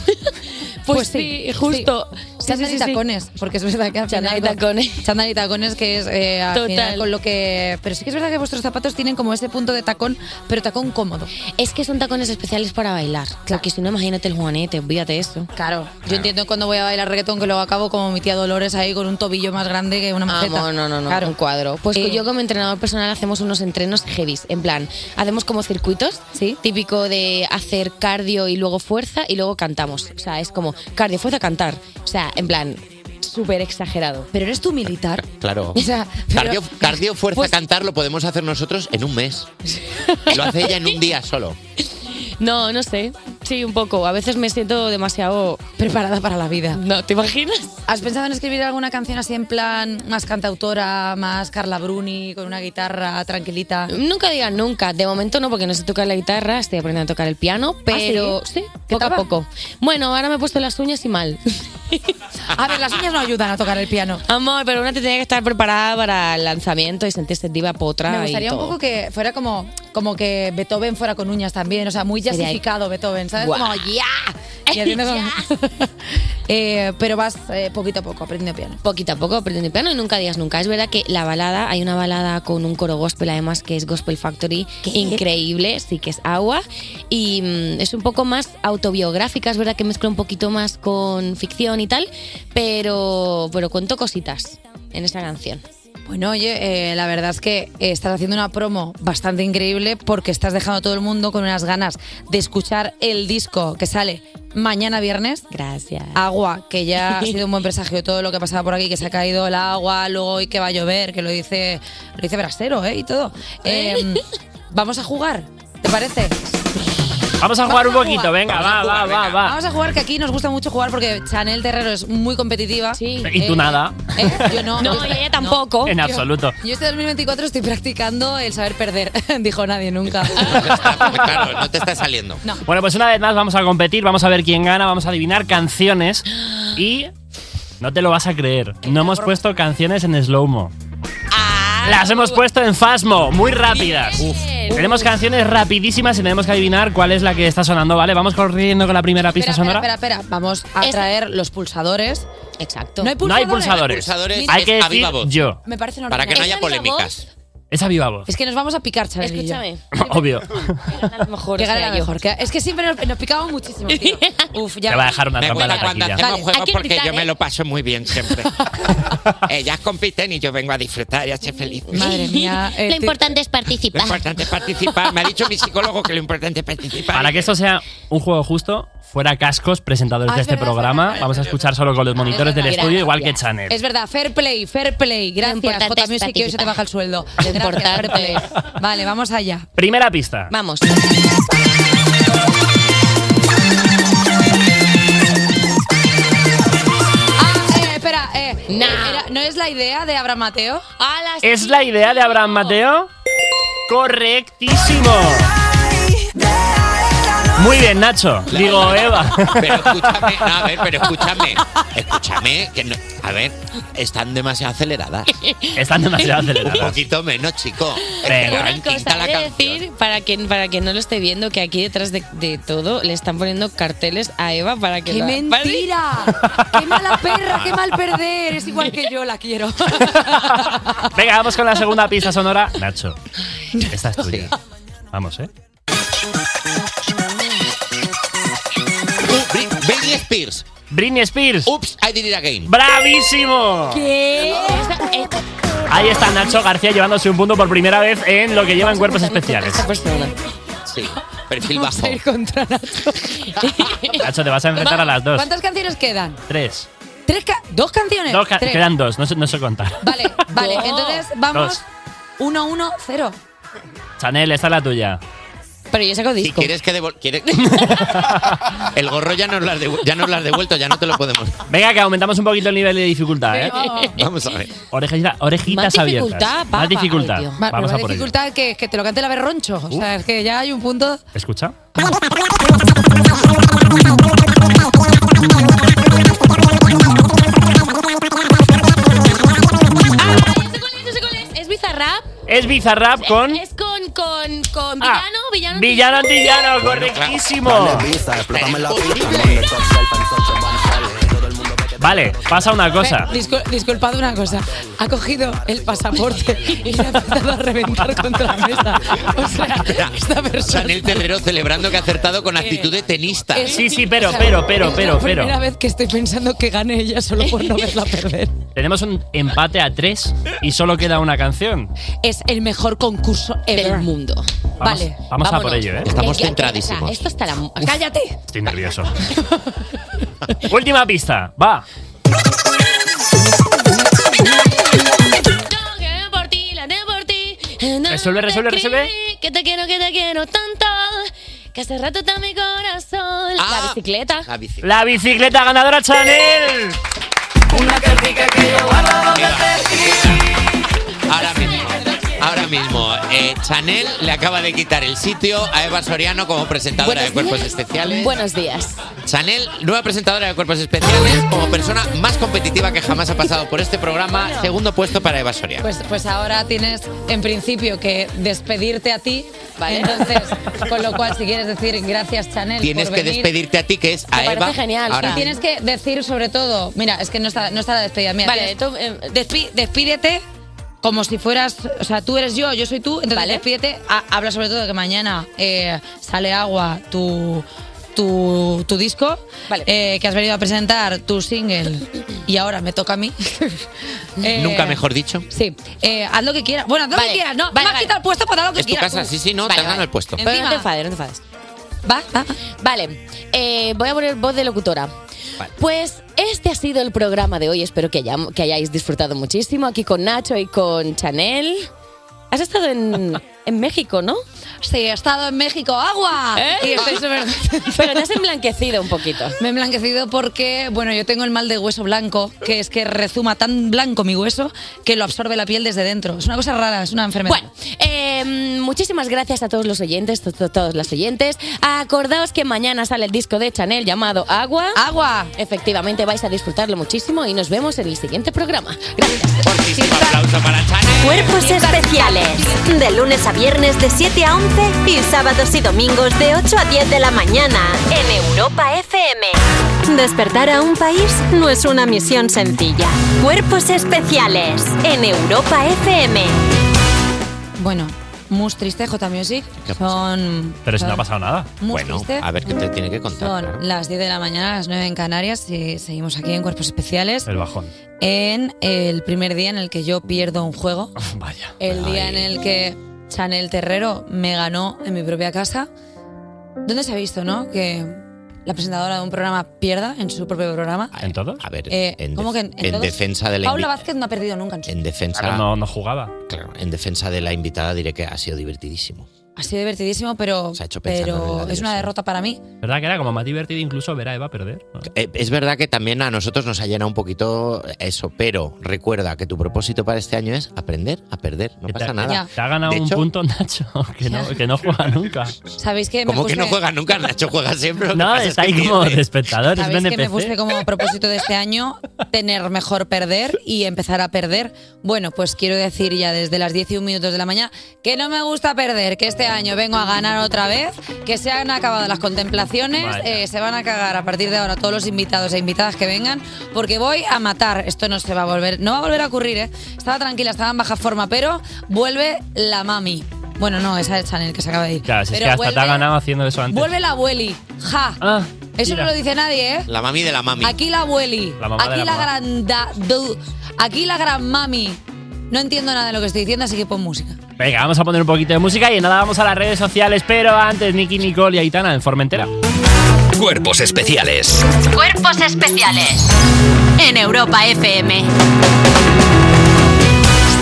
pues, sí, justo. Sí, sí, Chándal sí, y sí. tacones, porque es verdad que al Chándal y final con- chándal y tacones que es eh, al Total. final con lo que... Pero sí que es verdad que vuestros zapatos tienen como ese punto de tacón, pero tacón cómodo. Es que son tacones especiales para bailar. Porque si no, imagínate el juanete, olvídate eso. Claro. Yo entiendo cuando voy a bailar reggaetón que luego acabo como mi tía Dolores ahí con un tobillo más grande que una maceta. Amo, Ah, no, no, no, Claro. un cuadro. Pues Eh, yo como entrenador personal hacemos unos entrenos heavies, en plan, hacemos como circuitos, ¿Sí? típico de hacer cardio y luego fuerza y luego cantamos. O sea, es como cardio, fuerza, cantar. O sea, en plan, súper exagerado. Pero eres tú militar. Claro. O sea, pero- cardio, cardio, fuerza, pues cantar lo podemos hacer nosotros en un mes. Lo hace ella en un día solo. No, no sé. Sí, un poco. A veces me siento demasiado preparada para la vida. No, ¿te imaginas? ¿Has pensado en escribir alguna canción así en plan más cantautora, más Carla Bruni, con una guitarra tranquilita? Nunca digan nunca. De momento no, porque no sé tocar la guitarra, estoy aprendiendo a tocar el piano, pero Ah, sí? sí, ¿Qué poco a tal va? poco. Bueno, ahora me he puesto las uñas y mal. A ver, las uñas no ayudan a tocar el piano. Amor, pero una te tenía que estar preparada para el lanzamiento y sentirse diva potra. Me gustaría y un todo. poco que fuera como, como que Beethoven fuera con uñas también, o sea, muy Sería- jazzificado Beethoven, ¿sabes? Guau. Como, ¡ya! Y haciendo como- Eh, pero vas eh, poquito a poco aprendiendo piano. Poquito a poco aprendiendo piano y nunca digas nunca. Es verdad que la balada, hay una balada con un coro gospel además que es Gospel Factory, increíble, sí que es agua y mm, es un poco más autobiográfica, es verdad que mezcla un poquito más con ficción y tal, pero, pero cuento cositas en esa canción. Bueno, oye, eh, la verdad es que eh, estás haciendo una promo bastante increíble porque estás dejando a todo el mundo con unas ganas de escuchar el disco que sale mañana viernes. Gracias. Agua, que ya ha sido un buen presagio todo lo que ha pasado por aquí, que se ha caído el agua, luego hoy que va a llover, que lo dice, lo dice Brasero, ¿eh? Y todo. Eh, vamos a jugar, ¿te parece? Vamos a jugar un Vamos a poquito, jugar. venga, va, va, va, va. Vamos a jugar, que aquí nos gusta mucho jugar porque Chanel Terrero es muy competitiva. Sí. Y tú nada. Yo no. No, yo- y ella no. tampoco. En Yo- absoluto. Yo este 2024 estoy practicando el saber perder. Dijo nadie nunca. Pues Claro, no te está saliendo. Bueno, pues una vez más vamos a competir, vamos a ver quién gana, vamos a adivinar canciones y no te lo vas a creer. No hemos puesto canciones en slow-mo. Ah, Las hemos puesto en Fasmo, muy rápidas. Tenemos canciones rapidísimas y tenemos que adivinar cuál es la que está sonando, ¿vale? Vamos corriendo con la primera pista espera, espera, sonora. espera. Vamos a traer los pulsadores. Exacto. No hay No hay pulsadores. pulsadores. Hay que decir yo. Me parece normal. Para que no haya ¿Es a viva polémicas. voz? Esa viva voz, Es que nos vamos a picar, Chanel. Escúchame. obvio. mejor. Que gane sea la yo. mejor. que- es que siempre nos, nos picamos muchísimo. tío. Uf, ya. Te va a dejar una Me trampa en gusta la cuando taquilla. hacemos Vale, hay juegos que porque gritar, yo ¿eh? me lo paso muy bien siempre. Ellas compiten y yo vengo a disfrutar y a ser feliz. Madre mía. eh. Lo importante es Lo participar. importante es participar. Me ha dicho mi psicólogo que lo importante es participar. Para que esto sea un juego justo, fuera cascos, presentadores Ah, de es este verdad, programa. Vamos a escuchar solo con los monitores del verdad. estudio, igual que Gracias. Chanel. Es verdad, fair play, fair play. Gracias, J Music, que hoy se te baja el sueldo. Gracias, fair play. Vale, vamos allá. Ah, Primera pista. Vamos. Eh, espera, eh, era- ¿no es la idea de Abraham Mateo? ¿Es la idea de Abraham Mateo? Correctísimo. Muy bien, Nacho. Digo, Eva. Pero escúchame, no, a ver, pero escúchame. Escúchame, que no, a ver, están demasiado aceleradas. Están demasiado aceleradas. Un poquito menos, chico. Venga. Ahora Una quinta cosa la he de canción. decir, para quien, para quien no lo esté viendo, que aquí detrás de, de todo le están poniendo carteles a Eva para que ¡Qué lo- mentira! ¡Qué mala perra! ¡Qué mal perder! Es igual que yo la quiero. Venga, vamos con la segunda pista sonora. Nacho, esta es tuya. Vamos, ¿eh? Bri- Britney Spears. Britney Spears. Ups, I did it again. ¡Bravísimo! ¿Qué? Ahí está Nacho García llevándose un punto por primera vez en lo que llevan cuerpos especiales. Sí, perfil bajo. Nacho, te vas a enfrentar a las dos. ¿Cuántas canciones quedan? Tres. ¿Tres ca- ¿Dos canciones? Dos, ca- Tres. quedan dos, no sé, no sé contar. Vale, entonces vamos Dos. 1-1-0. Chanel, esta es la tuya. Pero yo saco Si quieres que devol- quiere- El gorro ya nos, lo has devu- ya nos lo has devuelto, ya no te lo podemos. Venga, que aumentamos un poquito el nivel de dificultad, ¿eh? Vamos a ver. Orejita- orejitas Más abiertas. dificultad, Más papa. dificultad. Ay, Dios. Vale, Vamos pero a la por ello. dificultad que, que te lo cante la berroncho. O sea, es que ya hay un punto. Escucha. ¿Es Bizarrap? Es Bizarrap con Es con, con, con Villano, Villano. Ah, Villano Antillano, correctísimo. Vale, pasa una cosa. Eh, discul- disculpad una cosa. Ha cogido el pasaporte y lo ha empezado a reventar contra la mesa. O sea, esta persona. Chanel Terrero celebrando que ha acertado con actitud de tenista. es- o sea, es la primera vez que estoy pensando que gane ella solo por no verla perder. Tenemos un empate a tres y solo queda una canción. Es el mejor concurso ever. del mundo. Vale. Vamos a Vámonos. por ello, ¿eh? Estamos Que- que- centradísimos. o sea, esto está la mu- ¡Cállate! Estoy nervioso. Última pista, va. Ven por ti, la de por ti. Resuelve, resuelve, resuelve. Que te quiero, que te quiero tanto. Que hace rato está mi corazón. Ah. la bicicleta. La bicicleta. La bicicleta ganadora Chanel. Ahora mismo. Ahora mismo, eh, Chanel le acaba de quitar el sitio a Eva Soriano como presentadora de Cuerpos Especiales. Buenos días. Chanel, nueva presentadora de Cuerpos Especiales, como persona más competitiva que jamás ha pasado por este programa. Segundo puesto para Eva Soriano. Pues, pues ahora tienes, en principio, que despedirte a ti. Vale. Entonces, con lo cual, si quieres decir gracias, Chanel. Tienes por que venir. despedirte a ti, que es a Me Eva. parece genial. Ahora. Y tienes que decir sobre todo, mira, es que no está, no está la despedida. Mira, Vale, tienes- eh. em, despi- despídete como si fueras, o sea, tú eres yo, yo soy tú, entonces despídete, ha- habla sobre todo de que mañana eh, sale agua tu, tu, tu disco, eh, que has venido a presentar tu single y ahora me toca a mí. Eh, Nunca mejor dicho. Sí, eh, haz lo que quieras. Bueno, haz lo que quieras, no, me has quitado el puesto para dar lo que Es tu quieras. casa, tú. sí, sí, no, te has ganado el puesto. Pero no te enfades, no te enfades. Va, Vale, eh, voy a poner voz de locutora. Pues este ha sido el programa de hoy. Espero que, hayam- que hayáis disfrutado muchísimo aquí con Nacho y con Chanel. Has estado en, en México, ¿no? Sí, he estado en México. ¡Agua! ¿Eh? Y estoy súper Pero te has emblanquecido un poquito. Me he emblanquecido porque, bueno, yo tengo el mal de hueso blanco, que es que rezuma tan blanco mi hueso que lo absorbe la piel desde dentro. Es una cosa rara, es una enfermedad. Bueno, eh, muchísimas gracias a todos los oyentes, to- to- todas las oyentes. Acordaos que mañana sale el disco de Chanel llamado Agua. Agua. Efectivamente, vais a disfrutarlo muchísimo y nos vemos en el siguiente programa. Un aplauso para Chanel. Cuerpos especiales. De lunes a viernes de 7 a 11 y sábados y domingos de 8 a 10 de la mañana en Europa FM. Despertar a un país no es una misión sencilla. Cuerpos especiales en Europa FM. Bueno, Mus Triste, J Music, son... Pero si no son- ha pasado nada. Muy Bueno, triste. a ver qué te tiene que contar. Son claro. las 10 de la mañana, las 9 en Canarias y seguimos aquí en Cuerpos Especiales. El bajón. En el primer día en el que yo pierdo un juego. Oh, Vaya. El día en el que Chanel Terrero me ganó en mi propia casa. ¿Dónde se ha visto, no? Que la presentadora de un programa pierda en su propio programa. ¿En todos? A ver, Eh, en, ¿cómo que def- en- en en todos? defensa de la Paula invi- Vázquez no ha perdido nunca en su En defensa. Claro, no- jugaba. Claro, en defensa de la invitada diré que ha sido divertidísimo. Ha sido divertidísimo, pero, hecho pensar, la pero verdad, es yo una sé. derrota para mí. ¿Verdad que era como más divertido incluso ver a Eva perder? Eh, es verdad que también a nosotros nos ha llenado un poquito eso, pero recuerda que tu propósito para este año es aprender a perder. No pasa nada. Te ha ganado De un hecho- punto, Nacho, que no, que no juega nunca. ¿Sabéis que Eh, me Como que puse- no juega nunca, Nacho juega siempre. lo que No, pasa es está que ahí como pierde. de espectador, es un Sabéis que me NPC. puse como propósito de este año tener mejor perder y empezar a perder. Bueno, pues quiero decir ya desde las 10 y un minutos de la mañana que no me gusta perder, que este año vengo a ganar otra vez, que se han acabado las contemplaciones, Vaya. eh, se van a cagar a partir de ahora todos los invitados e invitadas que vengan, porque voy a matar. Esto no se va a volver, no va a volver a ocurrir, ¿eh? Estaba tranquila, estaba en baja forma, pero vuelve la mami. Bueno, no, esa es Chanel que se acaba de ir. Claro, si es Pero que hasta te ha vuelve- ganado haciendo eso antes. Ah, Vuelve la abueli. Ja. Eso mira. no lo dice nadie, ¿eh? La mami de la mami. Aquí la abueli. La mamá de aquí la la, mamá. gran da- du- aquí la gran mami. No entiendo nada de lo que estoy diciendo, así que pon música. Venga, vamos a poner un poquito de música y nada, vamos a las redes sociales, pero antes Nicky, Nicole y Aitana en Formentera. Cuerpos especiales. Cuerpos especiales en Europa FM.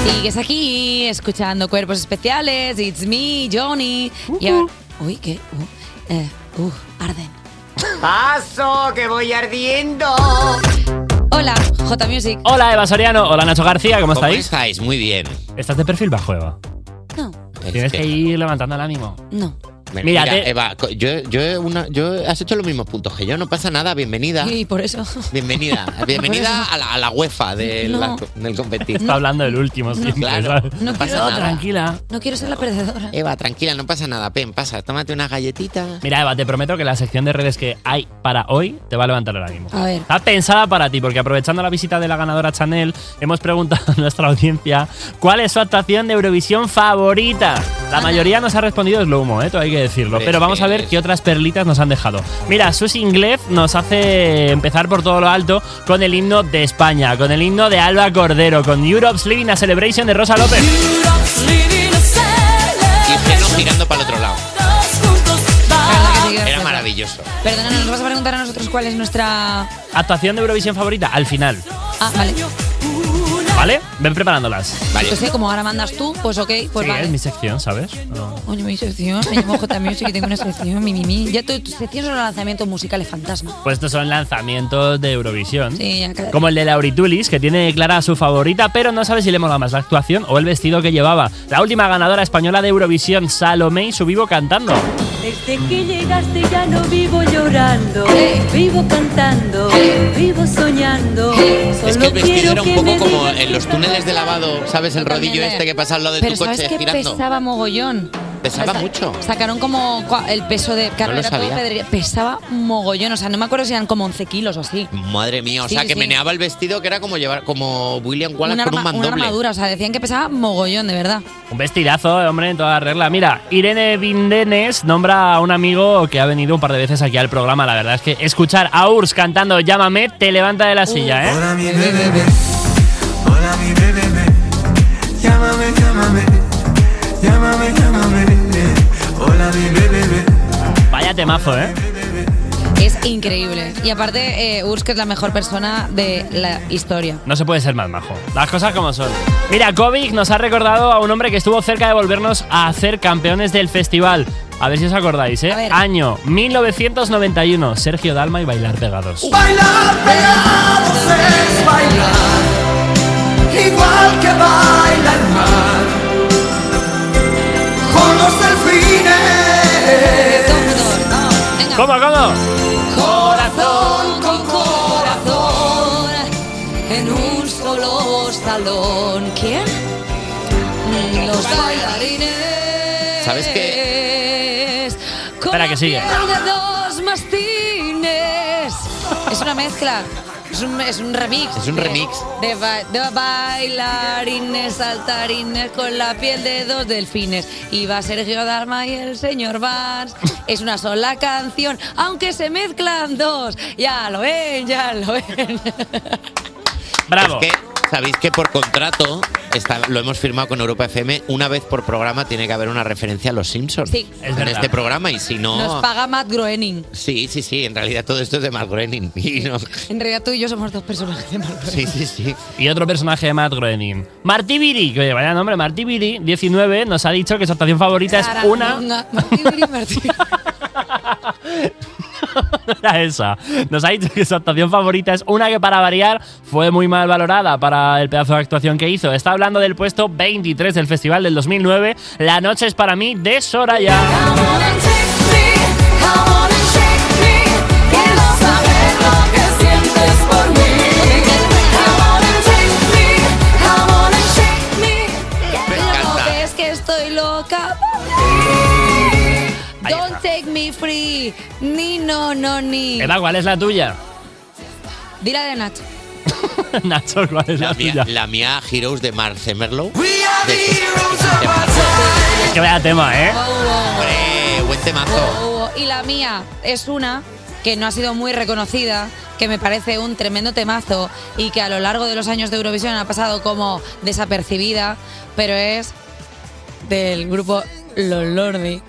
Sigues aquí escuchando cuerpos especiales. It's me, Johnny. Uh-huh. Y ahora- Uy, qué. Uh, eh, uh, arden. ¡Paso, que voy ardiendo! Hola, J Music. Hola Eva Soriano, hola Nacho García, ¿cómo ¿Cómo estáis? estáis? Muy bien. ¿Estás de perfil bajo, Eva? No. Tienes que ir levantando el ánimo. No. Mira, Mira, mira, te- Eva, co- yo, yo, una- yo- has hecho los mismos puntos que yo, no pasa nada, bienvenida. Y por eso. Bienvenida, bienvenida a la, a la UEFA de la- del competir. Está hablando del último siempre, Claro, ¿sabes? no quiero pasa otra. nada. Tranquila. No quiero ser la perdedora. Eva, tranquila, no pasa nada. Pen, pasa, tómate unas galletitas. Mira, Eva, te prometo que la sección de redes que hay para hoy te va a levantar el ánimo. A ver. Está pensada para ti, porque aprovechando la visita de la ganadora Chanel, hemos preguntado a nuestra audiencia cuál es su actuación de Eurovisión favorita. La mayoría nos ha respondido es lo humo, ¿eh? todo hay que decirlo. Pero vamos a ver qué otras perlitas nos han dejado. Mira, Susi Inglés nos hace empezar por todo lo alto con el himno de España, con el himno de Alba Cordero, con Europe's Living a Celebration de Rosa López. Y Geno girando para el otro lado. Era maravilloso. Perdona, ¿nos vas a preguntar a nosotros cuál es nuestra. Actuación de Eurovisión favorita, al final. Ah, vale. ¿Vale? Ven preparándolas. Yo sé, como ahora mandas tú, pues ok, pues Sí, es vale. mi sección, ¿sabes? No. Oye, mi sección, me llamo J Music y tengo una sección, mi, mi, mi. Ya tu, tu sección son los lanzamientos musicales fantasma. Pues estos son lanzamientos de Eurovisión. Sí, ya cada- Como el de Lauritulis, que tiene clara a su favorita, pero no sabe si le mola más la actuación o el vestido que llevaba. La última ganadora española de Eurovisión, Salomé, y su vivo cantando. Desde que llegaste ya no vivo llorando, vivo cantando, vivo soñando. Solo Es que el vestido Pues quiero era un que poco me como digas en los túneles de lavado, ¿sabes? El rodillo este que pasa al lado de Pero tu coche ¿sabes que girando. pesaba mogollón? Pesaba Sa- mucho. Sacaron como cua- el peso de... Claro, lo era todo sabía. pedrería. Pesaba mogollón, o sea, no me acuerdo si eran como 11 kilos o así. Madre mía, o Sí, sea sí, que sí. meneaba el vestido que era como llevar como William Wallace Una, con un arma- una mandoble. armadura, o sea, decían que pesaba mogollón, de verdad. Un vestidazo, eh, hombre, en toda regla. Mira, Irene Vindenes nombra a un amigo que ha venido un par de veces aquí al programa. La verdad es que escuchar a Urs cantando Llámame te levanta de la silla, ¿eh? Hola mi bebé, bebé. hola mi bebé, bebé. llámame, llámame, llámame, llámame, eh. hola mi bebé, bebé. Vaya temazo, ¿eh? Es increíble. Y aparte, eh, Urs, que es la mejor persona de la historia. No se puede ser más majo. Las cosas como son. Mira, Kovic nos ha recordado a un hombre que estuvo cerca de volvernos a hacer campeones del festival. A ver si os acordáis, ¿eh? Año 1991. Sergio Dalma y Bailar Pegados. Bailar pegados es bailar, igual que baila el mar, con los delfines. ¿Cómo, cómo? Corazón con corazón en un solo salón. ¿Quién? Los bailarines. ¿Sabes qué? Espera, que sigue. dos mastines. Es una mezcla. Es un, es un remix. Es un de- remix. De, ba- de bailarines, saltarines con la piel de dos delfines. Y va Sergio Dalma y el señor Vance. Es una sola canción, aunque se mezclan dos. Ya lo ven, ya lo ven. Bravo. Es que sabéis que por contrato está- lo hemos firmado con Europa FM. Una vez por programa tiene que haber una referencia a los Simpsons Sí. Es en verdad. este programa y si Nos no. paga Matt Groening. Sí, sí, sí. En realidad todo esto es de Mark Groening. y no- En realidad tú y yo somos dos personajes de Matt Groening. Sí, sí, sí. Y otro personaje de Matt Groening. Martí Biri, que oye, vaya nombre, Martí Biri, 19, nos ha dicho que su actuación favorita es una. No era esa. Nos ha dicho que su actuación favorita es una que, para variar, fue muy mal valorada para el pedazo de actuación que hizo. Está hablando del puesto 23 del festival del 2009, La Noche es para mí, de Soraya. No ves que estoy loca. Don't take me free. Ni no, no, ni. Eva, ¿cuál es la tuya? Dila de Nacho. Nacho, ¿cuál es la, mía, la mía Heroes de Marce Merlow. Es que vaya tema, ¿eh? Hombre, buen temazo. Oh, Y la mía es una que no ha sido muy reconocida, que me parece un tremendo temazo y que a lo largo de los años de Eurovisión ha pasado como desapercibida, pero es del grupo Los Lordi.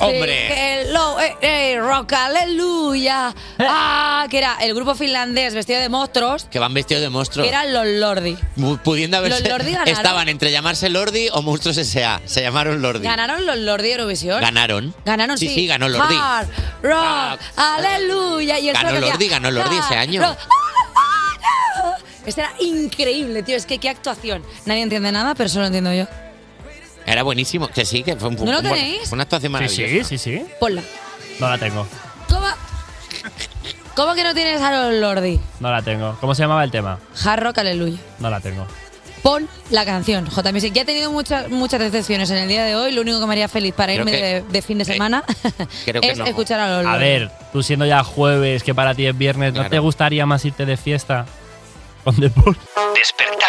Hombre. Sí, hello, eh, eh, rock, aleluya. Ah, que era el grupo finlandés vestido de monstruos, Que van vestidos de monstruos. que eran Los Lordi. Mu- Pudiendo haberse. Los Lordi ganaron. Estaban entre llamarse Lordi o Monstruos S.A. Se llamaron Lordi. ¿Ganaron Los Lordi Eurovisión? Ganaron. Ganaron, sí. Ah. sí. Sí, ganó Lordi. Ah. Hard, rock, aleluya. Y el Ganó solo que hacía, Lordi, ganó Lordi ese rock, año. rock, Este era increíble, tío. Es que qué actuación. Nadie entiende nada, pero solo entiendo yo. Era buenísimo. Que sí, que fue un ¿No lo un- tenéis? Fue una actuación Sí, maravillosa. sí, sí, sí. Ponla. No la tengo, ¿Cómo, cómo que no tienes a los Lordi? no la tengo. ¿Cómo se llamaba el tema? Hard rock, aleluya. No la tengo. Pon la canción, J Music. Ya he tenido muchas, muchas decepciones en el día de hoy. Lo único que me haría feliz para Creo irme que- de, de fin de semana eh, creo que es no. escuchar a los A Lordi. ver, tú siendo ya jueves, que para ti es viernes, ¿no te gustaría más irte de fiesta? Con deporte. Despertar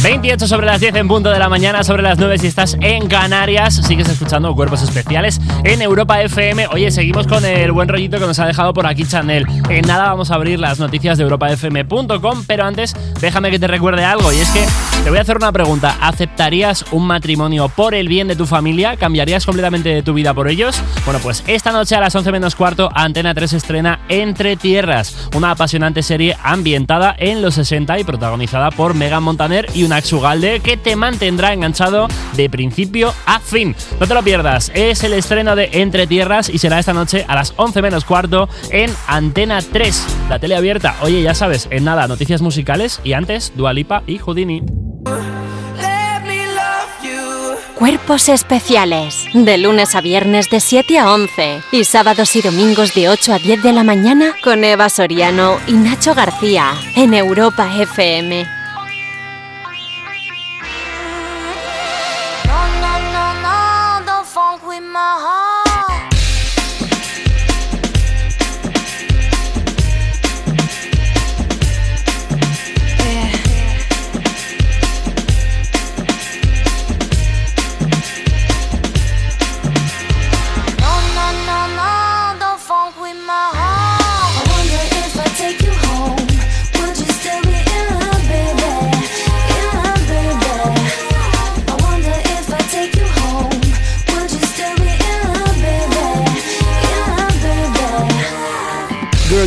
28 sobre las 10 en punto de la mañana, sobre las 9 si estás en Canarias. Sigues escuchando Cuerpos Especiales en Europa FM. Oye, seguimos con el buen rollito que nos ha dejado por aquí Chanel. En nada vamos a abrir las noticias de europafm.com, pero antes déjame que te recuerde algo y es que te voy a hacer una pregunta. ¿Aceptarías un matrimonio por el bien de tu familia? ¿Cambiarías completamente de tu vida por ellos? Bueno, pues esta noche a las 11 menos cuarto, Antena 3 estrena Entre Tierras, una apasionante serie ambientada en los 60 y protagonizada por Megan Montaner y Unax Ugalde que te mantendrá enganchado de principio a fin. No te lo pierdas, es el estreno de Entre Tierras y será esta noche a las 11 menos cuarto en Antena 3, la tele abierta. Oye, ya sabes, en nada, noticias musicales y antes Dualipa y Houdini. Cuerpos especiales. De lunes a viernes de 7 a 11. Y sábados y domingos de 8 a 10 de la mañana con Eva Soriano y Nacho García. En Europa FM. No, no, no, no, don't funk with my heart. No, no, no, no, don't funk with my heart. I wonder if I take you home, would you still be in love, baby? In love, baby. I wonder if I take you home, would you still be in love, baby? In love, baby. Girl,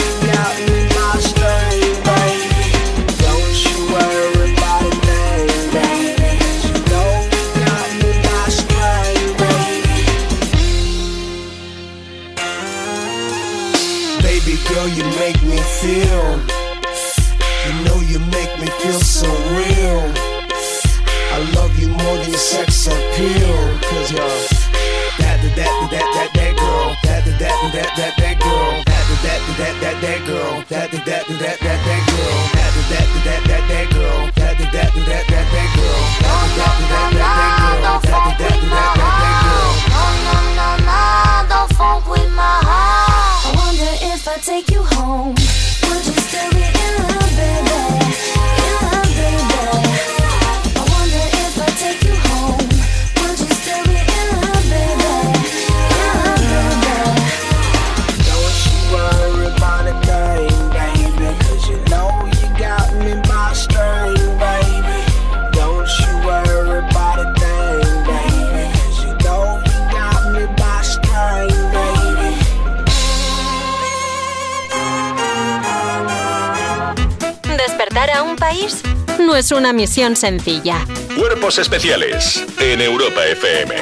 you got me my strain, baby. Don't you worry about a thing, baby. You know you got me my strain, baby. Baby girl, you make me feel. You know you make me feel so real. I love you more than your sex appeal. Cause you're that, that, that, that, that, that girl. That, that, that, that, that, that girl. That, that, that, that, that, that girl. That, that, that, that, that, that girl. That, that, that, that, that, that girl. That, that, that, that, that, that girl. That, that, that, that, that girl. Don't fuck with my heart. No, no, no, no, don't fuck with my heart. I wonder if I take you home, would you still be in love, baby? In love, baby. I wonder if I take you home, would you still be in love, baby? In love, baby. Don't you worry about a thing, baby. Cause you know you got me by string, baby. Don't you worry about a thing, baby. Cause you know you got me by string, baby. Despertar a un país no es una misión sencilla. Cuerpos especiales en Europa FM.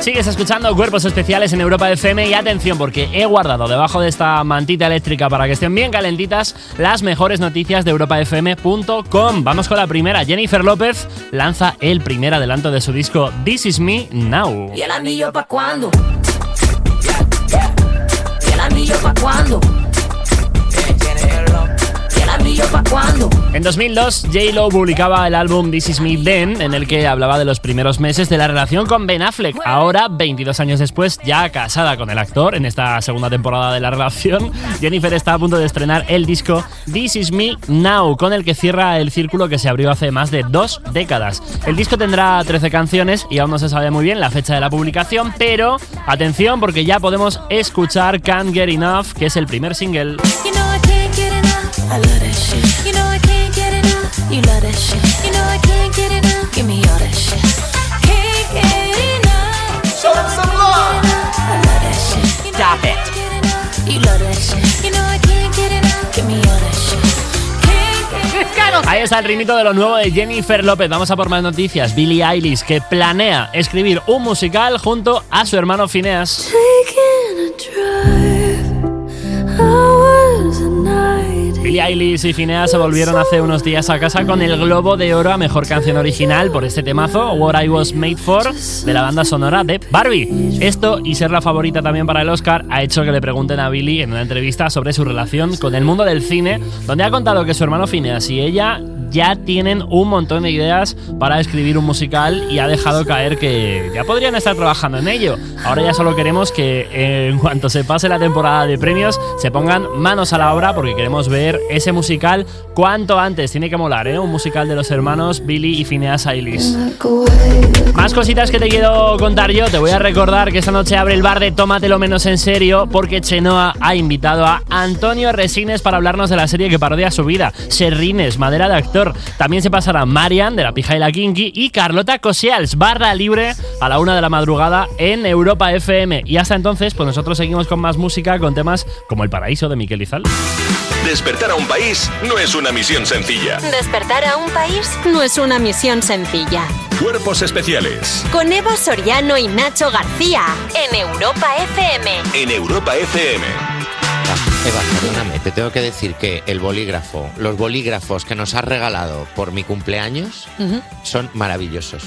Sigues escuchando Cuerpos Especiales en Europa FM y atención porque he guardado debajo de esta mantita eléctrica para que estén bien calentitas las mejores noticias de europafm.com. Vamos con la primera. Jennifer López lanza el primer adelanto de su disco This Is Me Now. ¿Y el anillo pa' cuándo? ¿Y el anillo brillo pa' cuándo? ¿Y el brillo pa' cuándo? En 2002, J-Lo publicaba el álbum This Is Me Then, en el que hablaba de los primeros meses de la relación con Ben Affleck. Ahora, 22 años después, ya casada con el actor, en esta segunda temporada de la relación, Jennifer está a punto de estrenar el disco This Is Me Now, con el que cierra el círculo que se abrió hace más de dos décadas. El disco tendrá 13 canciones y aún no se sabe muy bien la fecha de la publicación, pero atención porque ya podemos escuchar Can't Get Enough, que es el primer single. You know I can't get enough. I love that shit. You know I can't get enough. You love that shit. You know I can't get enough. Give me all that shit. Can't get enough. Show them some love. I love that shit. Stop it. You love that shit. You know I can't get enough. Give me all that shit. Ahí está el ritmito de lo nuevo de Jennifer López. Vamos a por más noticias. Billie Eilish, que planea escribir un musical junto a su hermano Phineas. Billie Eilish y Phineas se volvieron hace unos días a casa con el Globo de Oro a Mejor Canción Original por este temazo, What I Was Made For, de la banda sonora de Barbie. Esto, y ser la favorita también para el Oscar, ha hecho que le pregunten a Billie en una entrevista sobre su relación con el mundo del cine, donde ha contado que su hermano Phineas y ella ya tienen un montón de ideas para escribir un musical y ha dejado caer que ya podrían estar trabajando en ello. Ahora ya solo queremos que eh, en cuanto se pase la temporada de premios se pongan manos a la obra porque queremos ver ese musical cuanto antes. Tiene que molar, ¿eh? Un musical de los hermanos Billy y Phineas Eilish. Más cositas que te quiero contar yo. Te voy a recordar que esta noche abre el bar de Tómatelo Menos en Serio porque Chenoa ha invitado a Antonio Resines para hablarnos de la serie que parodia su vida, Serrines, madera de actor. También se pasará Marian de La Pija y la Kinky y Carlota Cosials, barra libre a la una de la madrugada en Europa FM. Y hasta entonces, pues nosotros seguimos con más música, con temas como El Paraíso de Miquel Izal. Despertar a un país no es una misión sencilla. Despertar a un país no es una misión sencilla. Cuerpos especiales Con Eva Soriano y Nacho García en Europa FM. en Europa FM. Eva, perdóname, te tengo que decir que el bolígrafo, los bolígrafos que nos has regalado por mi cumpleaños Mm. son maravillosos.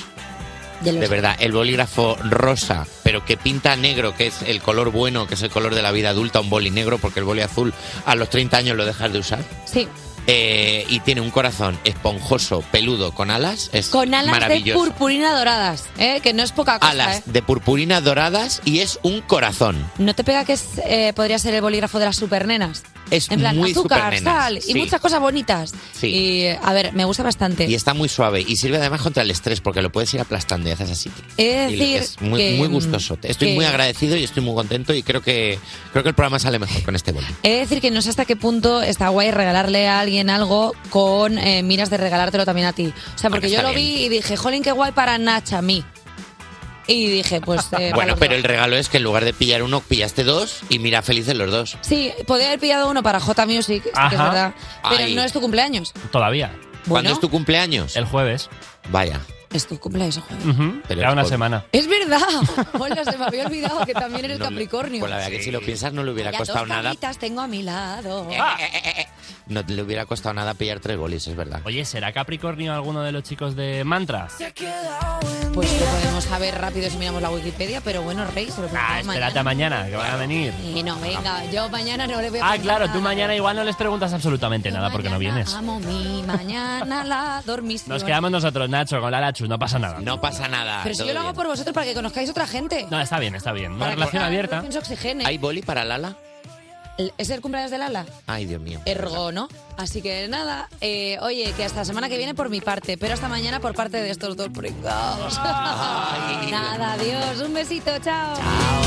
Ya lo De sé. verdad, el bolígrafo rosa, pero que pinta negro, que es el color bueno, que es el color de la vida adulta, un boli negro, porque el boli azul a los 30 años lo dejas de usar. Sí. Eh, y tiene un corazón esponjoso, peludo, con alas. Es Con alas de maravilloso. purpurina doradas, ¿eh? que no es poca cosa. alas ¿eh? de purpurina doradas y es un corazón. ¿No te pega que es, eh, podría ser el bolígrafo de las supernenas? Es en plan, muy azúcar, supernenas, sal sí. y muchas cosas bonitas. Sí. Y, a ver, me gusta bastante. Y está muy suave y sirve además contra el estrés porque lo puedes ir aplastando y haces así. He de Y decir es muy, que, mm, muy gustoso. Estoy que- muy agradecido y estoy muy contento y creo que creo que el programa sale mejor con este boli. He de decir que no sé hasta qué punto está guay regalarle a alguien algo con eh, miras de regalártelo también a ti. O sea, porque Bueno, yo Ah, está lo vi y dije, jolín, qué guay para Nacha, a mí. Y dije, pues... eh, para bueno, los pero dos. el regalo es que en lugar de pillar uno, pillaste dos y mira felices los dos. Sí, podría haber pillado uno para J Music, sí que es Ajá. verdad. Pero Ay. no es tu cumpleaños. Todavía. ¿Cuándo es tu cumpleaños? El jueves. Vaya. Es tu cumpleaños, el jueves. Ya una semana. Es verdad. Hola, se me había olvidado que también eres Capricornio. Pues la verdad que si lo piensas no le hubiera Ya dos costado nada. cabritas tengo a mi lado. Eh, No le hubiera costado nada pillar tres bolis, es verdad. Oye, ¿será Capricornio alguno de los chicos de Mantra? Pues lo podemos saber rápido si miramos la Wikipedia, pero bueno, Rey, Ah, se lo preguntamos Espérate a mañana, que van a venir. mañana. Eh, no, venga, yo mañana no le voy a Ah, preguntar claro, nada. tú mañana igual no les preguntas absolutamente nada porque no vienes. Amo mi mañana la dormís. Nos quedamos nosotros, Nacho, con la Lachu, no pasa nada. No pasa nada. Pero si yo lo hago por vosotros para que conozcáis otra gente. No, está bien, está bien. Una Para que relación la abierta. relación se oxigene. ¿Hay boli para Lala? Es el cumpleaños de Lala. Ay, Dios mío. Ergo, ¿no? Así que nada, eh, oye, que hasta la semana que viene por mi parte, pero hasta mañana por parte de estos dos pringados. nada, adiós, un besito, chao.